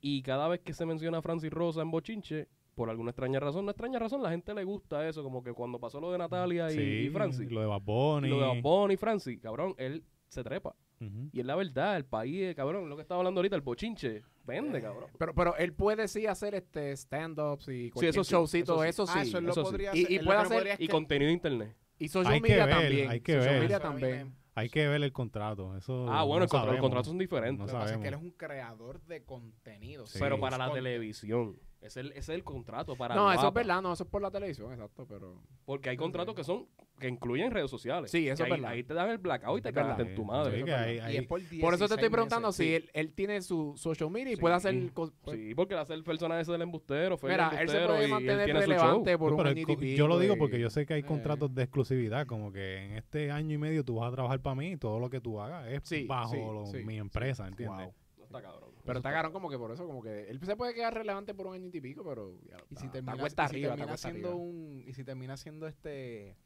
[SPEAKER 1] Y cada vez que se menciona a Francis Rosa en Bochinche, por alguna extraña razón, no extraña razón, la gente le gusta eso. Como que cuando pasó lo de Natalia y, y Francis,
[SPEAKER 4] Lo de Bad Bunny.
[SPEAKER 1] lo de Bad Bunny y Francis, cabrón, él se trepa.
[SPEAKER 4] Ujú.
[SPEAKER 1] Y es la verdad, el país, eh, cabrón, lo que estaba hablando ahorita, el Bochinche, vende, cabrón.
[SPEAKER 3] Pero, pero él puede sí hacer este stand-ups y cualquier
[SPEAKER 1] eso sí,
[SPEAKER 3] showcito,
[SPEAKER 1] eso sí.
[SPEAKER 3] eso sí.
[SPEAKER 2] Ah, eso él lo
[SPEAKER 1] eso sí.
[SPEAKER 2] podría
[SPEAKER 3] Y-
[SPEAKER 2] hacer.
[SPEAKER 3] y
[SPEAKER 2] él lo
[SPEAKER 3] puede
[SPEAKER 2] que no
[SPEAKER 3] hacer-
[SPEAKER 2] podría es
[SPEAKER 1] Y
[SPEAKER 2] que-
[SPEAKER 1] contenido de internet.
[SPEAKER 3] Y social
[SPEAKER 4] Hay que
[SPEAKER 3] media
[SPEAKER 4] ver,
[SPEAKER 3] también.
[SPEAKER 4] hay que
[SPEAKER 3] social
[SPEAKER 4] ver.
[SPEAKER 3] media
[SPEAKER 2] Eso viene-
[SPEAKER 3] también.
[SPEAKER 4] Hay que ver el contrato. Eso
[SPEAKER 1] Ah, bueno,
[SPEAKER 4] no
[SPEAKER 1] el contra- los
[SPEAKER 4] sabemos.
[SPEAKER 1] contratos son diferentes.
[SPEAKER 4] No
[SPEAKER 2] Lo que pasa es que él es
[SPEAKER 4] sabemos.
[SPEAKER 2] un creador de contenido.
[SPEAKER 4] Sí.
[SPEAKER 1] Pero para la
[SPEAKER 2] Content.
[SPEAKER 1] televisión. Ese es el, ese es el contrato para
[SPEAKER 3] No, eso es
[SPEAKER 1] Guapa.
[SPEAKER 3] verdad, no, eso es por la televisión, exacto, pero...
[SPEAKER 1] Porque hay contratos que son que incluyen redes sociales.
[SPEAKER 3] Sí, eso
[SPEAKER 1] Que
[SPEAKER 3] es
[SPEAKER 1] ahí,
[SPEAKER 3] verdad.
[SPEAKER 1] ahí te dan el blackout y te
[SPEAKER 3] Es verdad.
[SPEAKER 1] cagaste en tu
[SPEAKER 4] Sí,
[SPEAKER 1] madre.
[SPEAKER 4] que hay-
[SPEAKER 2] Y
[SPEAKER 4] hay-
[SPEAKER 2] es por
[SPEAKER 3] Por eso te estoy
[SPEAKER 2] 16
[SPEAKER 3] preguntando
[SPEAKER 2] meses.
[SPEAKER 3] si él, él tiene su social media y
[SPEAKER 1] Sí.
[SPEAKER 3] puede hacer... co-
[SPEAKER 1] Sí, porque le hace el personaje ese del embustero. Fue el
[SPEAKER 3] Mira, él se
[SPEAKER 1] embustero
[SPEAKER 3] puede
[SPEAKER 1] y él
[SPEAKER 3] mantener
[SPEAKER 1] tiene su show.
[SPEAKER 3] relevante por
[SPEAKER 4] No,
[SPEAKER 3] un
[SPEAKER 4] pero
[SPEAKER 3] año
[SPEAKER 4] el
[SPEAKER 3] y
[SPEAKER 4] co-
[SPEAKER 3] pico
[SPEAKER 4] yo lo digo
[SPEAKER 3] y-
[SPEAKER 4] porque yo sé que hay
[SPEAKER 3] eh.
[SPEAKER 4] contratos de exclusividad, como que en este año y medio tú vas a trabajar para mí y todo lo que tú hagas es
[SPEAKER 3] Sí,
[SPEAKER 4] bajo
[SPEAKER 3] sí,
[SPEAKER 4] lo-
[SPEAKER 3] sí,
[SPEAKER 4] mi empresa, ¿entiendes?
[SPEAKER 3] Wow.
[SPEAKER 1] No está cabrón.
[SPEAKER 3] Pero está caro como que por eso, como que él se puede quedar relevante por un año y pico, pero... ya,
[SPEAKER 2] Y
[SPEAKER 3] está-
[SPEAKER 2] si
[SPEAKER 3] está
[SPEAKER 2] termina,
[SPEAKER 3] cuesta
[SPEAKER 2] y si
[SPEAKER 3] arriba, está
[SPEAKER 2] termina
[SPEAKER 3] cuesta
[SPEAKER 2] siendo
[SPEAKER 3] arriba.
[SPEAKER 2] un y si termina siendo este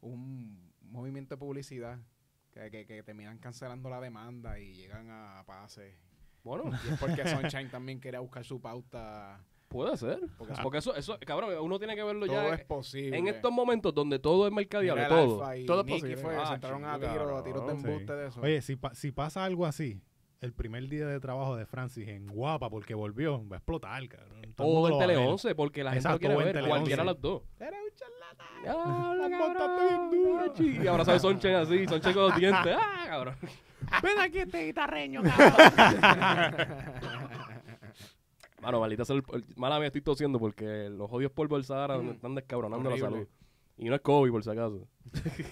[SPEAKER 2] un movimiento de publicidad que, que- que terminan cancelando la demanda y llegan a pases.
[SPEAKER 1] Bueno,
[SPEAKER 2] Y es
[SPEAKER 3] *laughs*
[SPEAKER 2] porque Sunshine también quería buscar su pauta.
[SPEAKER 1] puede ser.
[SPEAKER 3] Ah,
[SPEAKER 2] Porque
[SPEAKER 1] Porque eso, eso, cabrón, uno tiene que
[SPEAKER 3] pues
[SPEAKER 1] verlo
[SPEAKER 2] todo
[SPEAKER 1] ya.
[SPEAKER 2] es posible.
[SPEAKER 1] en estos momentos donde todo es mercadeable,
[SPEAKER 2] Mira, el
[SPEAKER 1] todo.
[SPEAKER 2] Alfa y
[SPEAKER 3] Todo es
[SPEAKER 2] Nicky
[SPEAKER 3] posible.
[SPEAKER 2] fue,
[SPEAKER 1] Ah,
[SPEAKER 2] se entraron a
[SPEAKER 1] chico,
[SPEAKER 2] tiro, a tiros de
[SPEAKER 1] cabrón,
[SPEAKER 4] sí.
[SPEAKER 2] embuste de eso.
[SPEAKER 4] Oye, si, pa- si pasa algo así, el primer día de trabajo de Francis en Guapa porque volvió, va a explotar, cabrón. Todo
[SPEAKER 1] O
[SPEAKER 4] mundo
[SPEAKER 1] en
[SPEAKER 4] lo va a
[SPEAKER 1] Tele
[SPEAKER 4] ver.
[SPEAKER 1] 11, porque la gente
[SPEAKER 4] Exacto,
[SPEAKER 1] lo quiere
[SPEAKER 4] o en
[SPEAKER 1] ver.
[SPEAKER 4] Tele
[SPEAKER 1] Cualquiera de
[SPEAKER 4] 11.
[SPEAKER 1] las dos.
[SPEAKER 2] Era un charlatán.
[SPEAKER 1] Ya,
[SPEAKER 2] La montaste bien
[SPEAKER 1] duro. Y abrazar a Sonchen así, Sonchen con los
[SPEAKER 3] *laughs*
[SPEAKER 1] dientes. Ah, cabrón.
[SPEAKER 3] Ven aquí este guitarreño,
[SPEAKER 1] Mano, maldita sea el, el- mala mía, estoy tosiendo porque los odios por el Sahara
[SPEAKER 2] Mm.
[SPEAKER 1] me están descabronando la
[SPEAKER 2] Horrible.
[SPEAKER 1] salud. Y no es COVID, por si acaso.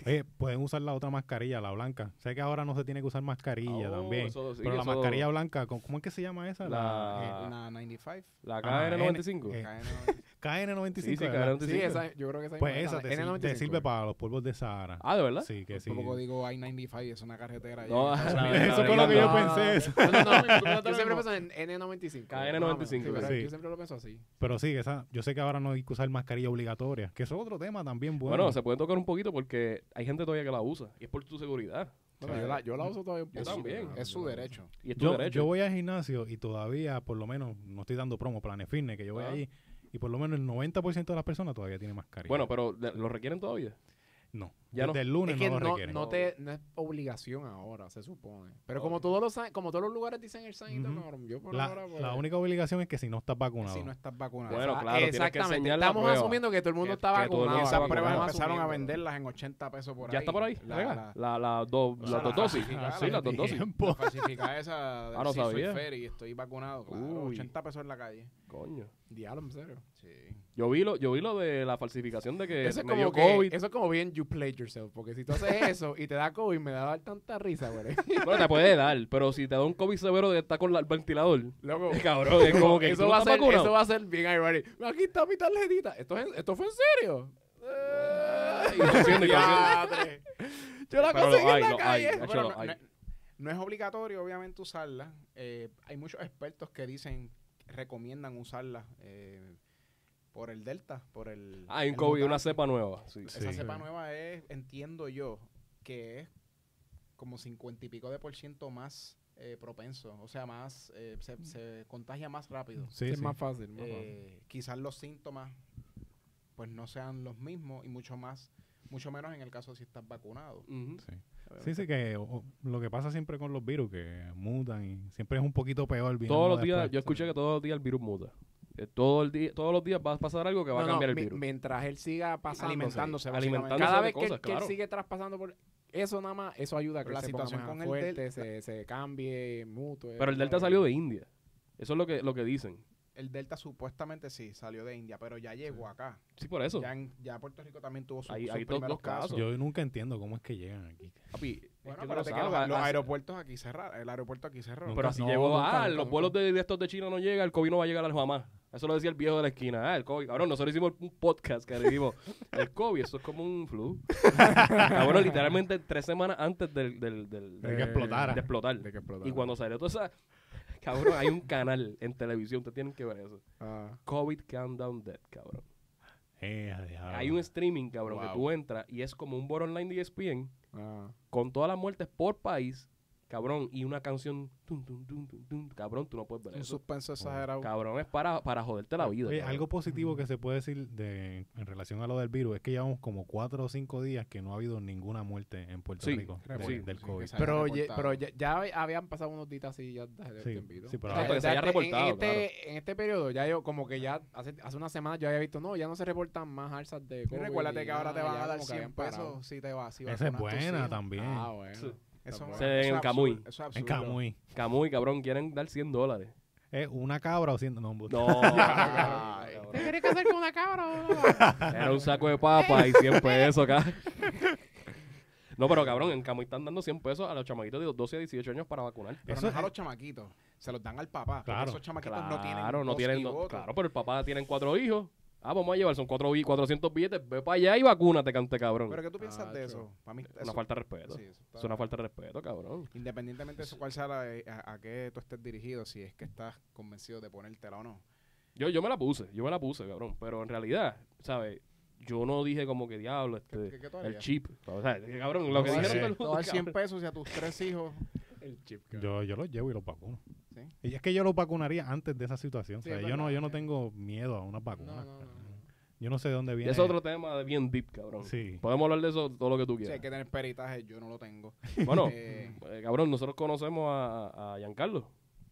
[SPEAKER 4] Oye, pueden usar la otra mascarilla, la blanca. Sé que ahora no se tiene que usar mascarilla
[SPEAKER 1] Oh,
[SPEAKER 4] también.
[SPEAKER 1] eso sí,
[SPEAKER 4] pero la
[SPEAKER 1] eso-
[SPEAKER 4] mascarilla blanca, ¿cómo cómo es que se llama esa?
[SPEAKER 1] La- Ah.
[SPEAKER 2] Eh, Una 95.
[SPEAKER 1] La
[SPEAKER 4] Ah,
[SPEAKER 1] KN95.
[SPEAKER 4] N- eh,
[SPEAKER 1] *laughs*
[SPEAKER 2] KN95.
[SPEAKER 4] KN95.
[SPEAKER 1] Sí, sí,
[SPEAKER 4] ¿verdad?
[SPEAKER 1] KN95.
[SPEAKER 3] Sí, esa, yo creo que esa...
[SPEAKER 4] Pues
[SPEAKER 3] misma-
[SPEAKER 4] esa
[SPEAKER 3] la-
[SPEAKER 4] te, sir-
[SPEAKER 3] N95.
[SPEAKER 4] te sirve para los polvos de Sahara.
[SPEAKER 1] ah, ¿de verdad?
[SPEAKER 4] Sí, que
[SPEAKER 3] Pues
[SPEAKER 4] sí.
[SPEAKER 2] Tampoco digo I-95, es una carretera.
[SPEAKER 1] No,
[SPEAKER 2] allá en Estados
[SPEAKER 1] la- la-
[SPEAKER 2] Unidos.
[SPEAKER 4] Eso fue lo que yo
[SPEAKER 1] No,
[SPEAKER 4] pensé. eso.
[SPEAKER 3] No, no, no,
[SPEAKER 2] te
[SPEAKER 3] yo siempre
[SPEAKER 2] lo
[SPEAKER 3] pienso en N95.
[SPEAKER 1] KN95,
[SPEAKER 3] más o menos,
[SPEAKER 1] sí.
[SPEAKER 3] sí, pero
[SPEAKER 4] Sí.
[SPEAKER 3] Yo siempre lo pienso así.
[SPEAKER 4] Pero sí, que esa, yo sé que ahora no hay que usar mascarilla obligatoria, que eso es otro tema también bueno.
[SPEAKER 1] Bueno, se puede tocar un poquito porque hay gente todavía que la usa. Y es por tu seguridad.
[SPEAKER 3] Bueno,
[SPEAKER 1] Sí.
[SPEAKER 3] yo, la, yo la uso todavía un
[SPEAKER 1] Yo
[SPEAKER 3] poco.
[SPEAKER 1] también.
[SPEAKER 2] Es su derecho.
[SPEAKER 1] Y es tu
[SPEAKER 4] yo,
[SPEAKER 1] derecho.
[SPEAKER 4] yo voy al gimnasio y todavía, por lo menos, no estoy dando promo, planes fitness, que yo voy
[SPEAKER 1] Ah.
[SPEAKER 4] allí, y por lo menos el 90% de las personas todavía tiene mascarilla.
[SPEAKER 1] Bueno, pero ¿le- ¿lo requieren todavía?
[SPEAKER 4] no.
[SPEAKER 1] ya
[SPEAKER 4] desde
[SPEAKER 1] no.
[SPEAKER 4] el lunes
[SPEAKER 3] Es que
[SPEAKER 4] no lo
[SPEAKER 3] no,
[SPEAKER 4] requieren.
[SPEAKER 3] no te, no es obligación ahora, se supone. Pero como
[SPEAKER 1] Ok.
[SPEAKER 3] todos los san- como todos los lugares dicen el sanito,
[SPEAKER 4] Ujú.
[SPEAKER 3] cabrón, yo por
[SPEAKER 4] la,
[SPEAKER 3] ahora pues,
[SPEAKER 4] la única obligación es que si no estás vacunado.
[SPEAKER 2] Si no estás vacunado. *laughs*
[SPEAKER 1] Bueno,
[SPEAKER 3] Esa-
[SPEAKER 1] claro, tienes que
[SPEAKER 3] exactamente.
[SPEAKER 1] enseñar la
[SPEAKER 3] Estamos
[SPEAKER 1] prueba.
[SPEAKER 3] asumiendo que todo el mundo
[SPEAKER 1] Que-
[SPEAKER 3] está
[SPEAKER 1] que todo el
[SPEAKER 3] vacunado.
[SPEAKER 1] mundo está
[SPEAKER 2] Y esas
[SPEAKER 1] vacunado.
[SPEAKER 2] pruebas
[SPEAKER 1] Vamos
[SPEAKER 2] empezaron a
[SPEAKER 3] venderla
[SPEAKER 2] venderlas en 80 pesos por ahí.
[SPEAKER 1] ¿Ya está por ahí?
[SPEAKER 2] La-
[SPEAKER 1] Venga,
[SPEAKER 2] la-
[SPEAKER 1] la- la do-
[SPEAKER 2] la-
[SPEAKER 1] Las dos
[SPEAKER 2] la-
[SPEAKER 1] dosis.
[SPEAKER 2] la-
[SPEAKER 1] Sí, las dos
[SPEAKER 4] Tiempo.
[SPEAKER 1] dosis.
[SPEAKER 2] la falsificada esa del
[SPEAKER 1] Ah, no
[SPEAKER 2] sí, soy
[SPEAKER 1] sabía.
[SPEAKER 2] fair y estoy vacunado. claro,
[SPEAKER 1] Uy.
[SPEAKER 2] 80 pesos en la calle.
[SPEAKER 1] Coño.
[SPEAKER 3] Diablo, en serio.
[SPEAKER 2] Sí.
[SPEAKER 1] Yo vi, lo, yo vi lo de la falsificación de que
[SPEAKER 3] Eso es,
[SPEAKER 1] me dio
[SPEAKER 3] como que-
[SPEAKER 1] COVID.
[SPEAKER 3] eso es como bien you played yourself. Porque si tú
[SPEAKER 1] *laughs*
[SPEAKER 3] haces eso y te da COVID, me da tanta risa, güey.
[SPEAKER 1] Bueno, te puede dar, pero si te da un COVID severo de estar con la- el
[SPEAKER 3] *laughs*
[SPEAKER 1] ventilador,
[SPEAKER 3] Loco.
[SPEAKER 1] cabrón, es como que
[SPEAKER 3] eso,
[SPEAKER 1] tú no
[SPEAKER 3] va a
[SPEAKER 1] estás
[SPEAKER 3] ser,
[SPEAKER 1] vacunado.
[SPEAKER 3] eso va a ser bien ironic. Aquí está mi tarjetita. ¿Esto, es- esto fue en serio?
[SPEAKER 1] Y
[SPEAKER 3] *laughs*
[SPEAKER 1] tosiendo, y
[SPEAKER 2] Ah,
[SPEAKER 1] tosiendo.
[SPEAKER 3] Yo
[SPEAKER 1] Pero lo
[SPEAKER 3] la conseguí
[SPEAKER 1] hay,
[SPEAKER 3] en la
[SPEAKER 1] lo hay.
[SPEAKER 3] calle.
[SPEAKER 1] Nacho,
[SPEAKER 2] Bueno,
[SPEAKER 1] lo
[SPEAKER 2] no,
[SPEAKER 1] hay.
[SPEAKER 2] no- no es obligatorio, obviamente, usarla. Eh, hay muchos expertos que dicen, recomiendan usarla eh, por el Delta, por el...
[SPEAKER 1] Ah, Hay un
[SPEAKER 2] el
[SPEAKER 1] COVID, una
[SPEAKER 2] mutante.
[SPEAKER 1] cepa nueva. Sí.
[SPEAKER 4] Sí.
[SPEAKER 2] Esa cepa nueva es, entiendo yo, que es como 50 y pico de por ciento más eh, propenso, o sea, más eh, se, se contagia más rápido.
[SPEAKER 4] Sí,
[SPEAKER 3] es
[SPEAKER 4] sí.
[SPEAKER 3] más fácil. más fácil.
[SPEAKER 2] Eh, quizás los síntomas pues no sean los mismos y mucho más, mucho menos en el caso si estás vacunado.
[SPEAKER 1] Ujú.
[SPEAKER 4] Sí. Sí, sí, que o- o- lo que pasa siempre con los virus, que mutan y siempre es un poquito peor.
[SPEAKER 1] Todos los días, yo escuché que todos los días el virus muta. Eh, todo el día, todos los días va a pasar algo que va
[SPEAKER 3] No,
[SPEAKER 1] a
[SPEAKER 3] no,
[SPEAKER 1] cambiar el
[SPEAKER 3] mi-
[SPEAKER 1] virus.
[SPEAKER 3] mientras él siga pasando
[SPEAKER 2] alimentándose,
[SPEAKER 1] alimentándose.
[SPEAKER 2] básicamente.
[SPEAKER 3] cada
[SPEAKER 1] de
[SPEAKER 3] vez que,
[SPEAKER 1] cosas,
[SPEAKER 3] que él
[SPEAKER 1] claro.
[SPEAKER 3] sigue traspasando por eso nada más eso ayuda a que
[SPEAKER 2] Pero
[SPEAKER 3] la situación con
[SPEAKER 2] el
[SPEAKER 3] fuerte
[SPEAKER 2] del-
[SPEAKER 3] se, se cambie mutuo eh,
[SPEAKER 1] Pero el Delta salió de India. Eso es lo que, lo que dicen.
[SPEAKER 2] el Delta supuestamente sí salió de India, pero ya llegó acá.
[SPEAKER 1] Sí, por eso.
[SPEAKER 2] Ya, en- ya Puerto Rico también tuvo sus,
[SPEAKER 1] Hay-
[SPEAKER 2] sus
[SPEAKER 1] hay dos-
[SPEAKER 2] primeros
[SPEAKER 1] dos casos.
[SPEAKER 2] casos.
[SPEAKER 4] Yo nunca entiendo cómo es que llegan aquí.
[SPEAKER 1] Papi, es
[SPEAKER 2] Bueno,
[SPEAKER 1] que tú
[SPEAKER 2] pero
[SPEAKER 1] no
[SPEAKER 2] te que
[SPEAKER 1] sabes,
[SPEAKER 2] los, los
[SPEAKER 1] ah,
[SPEAKER 2] aeropuertos aquí cerraron. El aeropuerto aquí cerró.
[SPEAKER 4] Nunca
[SPEAKER 1] Pero así
[SPEAKER 4] No,
[SPEAKER 1] llegó,
[SPEAKER 4] nunca,
[SPEAKER 1] ah,
[SPEAKER 4] nunca,
[SPEAKER 1] los
[SPEAKER 4] nunca.
[SPEAKER 1] vuelos de directos de China no llega, el COVID no va a llegar a jamás. Eso lo decía el viejo de la esquina. Ah, el COVID. Cabrón, nosotros hicimos un podcast que le dimos el COVID, eso es como un
[SPEAKER 4] *laughs*
[SPEAKER 1] flu. Cabrón, literalmente tres semanas antes del, del, del-
[SPEAKER 4] De que explotara.
[SPEAKER 1] Eh, de explotar.
[SPEAKER 3] De que explotar.
[SPEAKER 1] Y cuando salió toda esa... Cabrón, hay un canal en televisión, ustedes tienen que ver eso.
[SPEAKER 3] Ah,
[SPEAKER 1] COVID Countdown Dead, cabrón.
[SPEAKER 4] Eh, a diablo.
[SPEAKER 1] Hay un streaming, cabrón, que
[SPEAKER 3] Ah. Wow.
[SPEAKER 1] tú entras y es como un board online de E ESPN
[SPEAKER 3] ah.
[SPEAKER 1] con todas las muertes por país, cabrón, y una canción... tum, tum, tum, tum, tum, cabrón, tú no puedes ver
[SPEAKER 2] Un
[SPEAKER 1] eso.
[SPEAKER 2] suspenso exagerado.
[SPEAKER 1] Cabrón, es para, para joderte la vida.
[SPEAKER 4] Oye,
[SPEAKER 1] cabrón.
[SPEAKER 4] algo positivo que se puede decir de, en relación a lo del virus es que llevamos como cuatro o cinco días que no ha habido ninguna muerte en Puerto
[SPEAKER 1] Sí,
[SPEAKER 4] Rico de-
[SPEAKER 1] sí,
[SPEAKER 4] del
[SPEAKER 2] sí,
[SPEAKER 4] COVID.
[SPEAKER 2] que se haya
[SPEAKER 3] Pero, ye-
[SPEAKER 2] reportado.
[SPEAKER 3] pero ya, ya habían pasado unos días así ya desde
[SPEAKER 4] Sí,
[SPEAKER 3] el tiempito.
[SPEAKER 4] sí, pero
[SPEAKER 3] O sea,
[SPEAKER 1] ahora- Que se haya
[SPEAKER 3] en-
[SPEAKER 1] reportado,
[SPEAKER 3] En, este, en este periodo, ya yo como que ya hace, hace una semana yo había visto, no, ya no se reportan más alzas de
[SPEAKER 2] Y
[SPEAKER 3] COVID.
[SPEAKER 2] recuérdate que ahora te
[SPEAKER 3] nada,
[SPEAKER 2] van
[SPEAKER 3] ya
[SPEAKER 2] a dar
[SPEAKER 3] como que
[SPEAKER 2] 100
[SPEAKER 3] habían
[SPEAKER 2] *laughs*
[SPEAKER 3] parado.
[SPEAKER 2] pesos si te vas. Si
[SPEAKER 4] Esa es
[SPEAKER 2] vacunas tus
[SPEAKER 4] buena
[SPEAKER 2] hijos.
[SPEAKER 4] también.
[SPEAKER 3] Ah, bueno.
[SPEAKER 1] Sí.
[SPEAKER 2] Eso
[SPEAKER 3] Está
[SPEAKER 2] es-
[SPEAKER 1] Se-
[SPEAKER 2] eso es
[SPEAKER 1] en
[SPEAKER 2] absurdo,
[SPEAKER 1] Camuy.
[SPEAKER 2] eso es
[SPEAKER 4] en
[SPEAKER 2] absurdo. *laughs*
[SPEAKER 4] Camuy.
[SPEAKER 1] Camuy, cabrón, quieren dar 100 dólares.
[SPEAKER 4] ¿Es una cabra o siendo *laughs* No, embuste.
[SPEAKER 1] No.
[SPEAKER 3] Ay.
[SPEAKER 1] cabrón.
[SPEAKER 3] ¿Te querés casar con
[SPEAKER 2] *laughs*
[SPEAKER 3] una cabra?
[SPEAKER 1] *laughs*
[SPEAKER 3] bro?
[SPEAKER 1] Era un saco de papa y 100 pesos, cabrón. *laughs* No, pero cabrón, en Camuy están dando 100 pesos a los chamaquitos de los 12 a 18 años para vacunar.
[SPEAKER 2] Pero
[SPEAKER 4] Eso
[SPEAKER 2] no es a
[SPEAKER 4] es-
[SPEAKER 2] los chamaquitos. Se los dan al papá. porque
[SPEAKER 4] Claro.
[SPEAKER 2] Esos chamaquitos
[SPEAKER 1] Claro,
[SPEAKER 2] no tienen.
[SPEAKER 1] no
[SPEAKER 2] voz
[SPEAKER 1] tienen
[SPEAKER 2] y
[SPEAKER 1] dos-
[SPEAKER 2] voto.
[SPEAKER 1] Claro, pero el papá tienen cuatro hijos. Ah, vamos a llevar, son cuatro, bi- 400 billetes. Ve para allá y vacúnate, cante cabrón.
[SPEAKER 2] Pero ¿qué tú piensas de
[SPEAKER 3] Tacho.
[SPEAKER 2] eso? Para mí, eso,
[SPEAKER 1] una falta de respeto.
[SPEAKER 2] sí, eso está-
[SPEAKER 1] es una falta de respeto, cabrón.
[SPEAKER 2] Independientemente de eso, cuál sea la- eh, a, a qué tú estés dirigido, si es que estás convencido de ponértela o no.
[SPEAKER 1] Yo, yo me la puse, yo me la puse, cabrón. Pero en realidad, ¿sabes? Yo no dije como que diablo, este,
[SPEAKER 2] ¿Qué- qué tú
[SPEAKER 1] el
[SPEAKER 2] harías?
[SPEAKER 1] chip. O sea, cabrón, lo que
[SPEAKER 4] Sí.
[SPEAKER 1] dijeron todo
[SPEAKER 4] Sí.
[SPEAKER 1] el
[SPEAKER 2] Te
[SPEAKER 1] mundo,
[SPEAKER 2] voy a dar 100
[SPEAKER 1] cabrón.
[SPEAKER 2] pesos y a tus tres
[SPEAKER 3] *laughs*
[SPEAKER 2] hijos.
[SPEAKER 3] El chip. cabrón.
[SPEAKER 4] Yo, yo los llevo y los vacuno.
[SPEAKER 2] Sí.
[SPEAKER 4] Y es que yo los vacunaría antes de esa situación.
[SPEAKER 3] Sí,
[SPEAKER 4] o sea,
[SPEAKER 3] es
[SPEAKER 4] yo, no,
[SPEAKER 3] verdad,
[SPEAKER 4] yo no
[SPEAKER 3] sí.
[SPEAKER 4] tengo miedo a unas
[SPEAKER 3] No,
[SPEAKER 4] vacunas.
[SPEAKER 3] no, no. no.
[SPEAKER 4] Yo no sé de dónde
[SPEAKER 1] Y
[SPEAKER 4] viene.
[SPEAKER 1] Es otro tema de bien deep, cabrón.
[SPEAKER 4] Sí.
[SPEAKER 1] Podemos hablar de eso todo lo que tú
[SPEAKER 2] Sí, hay
[SPEAKER 1] quieras.
[SPEAKER 2] que tener peritaje, yo no lo tengo.
[SPEAKER 1] Bueno,
[SPEAKER 2] Eh,
[SPEAKER 1] eh, cabrón, nosotros conocemos a, a Giancarlo,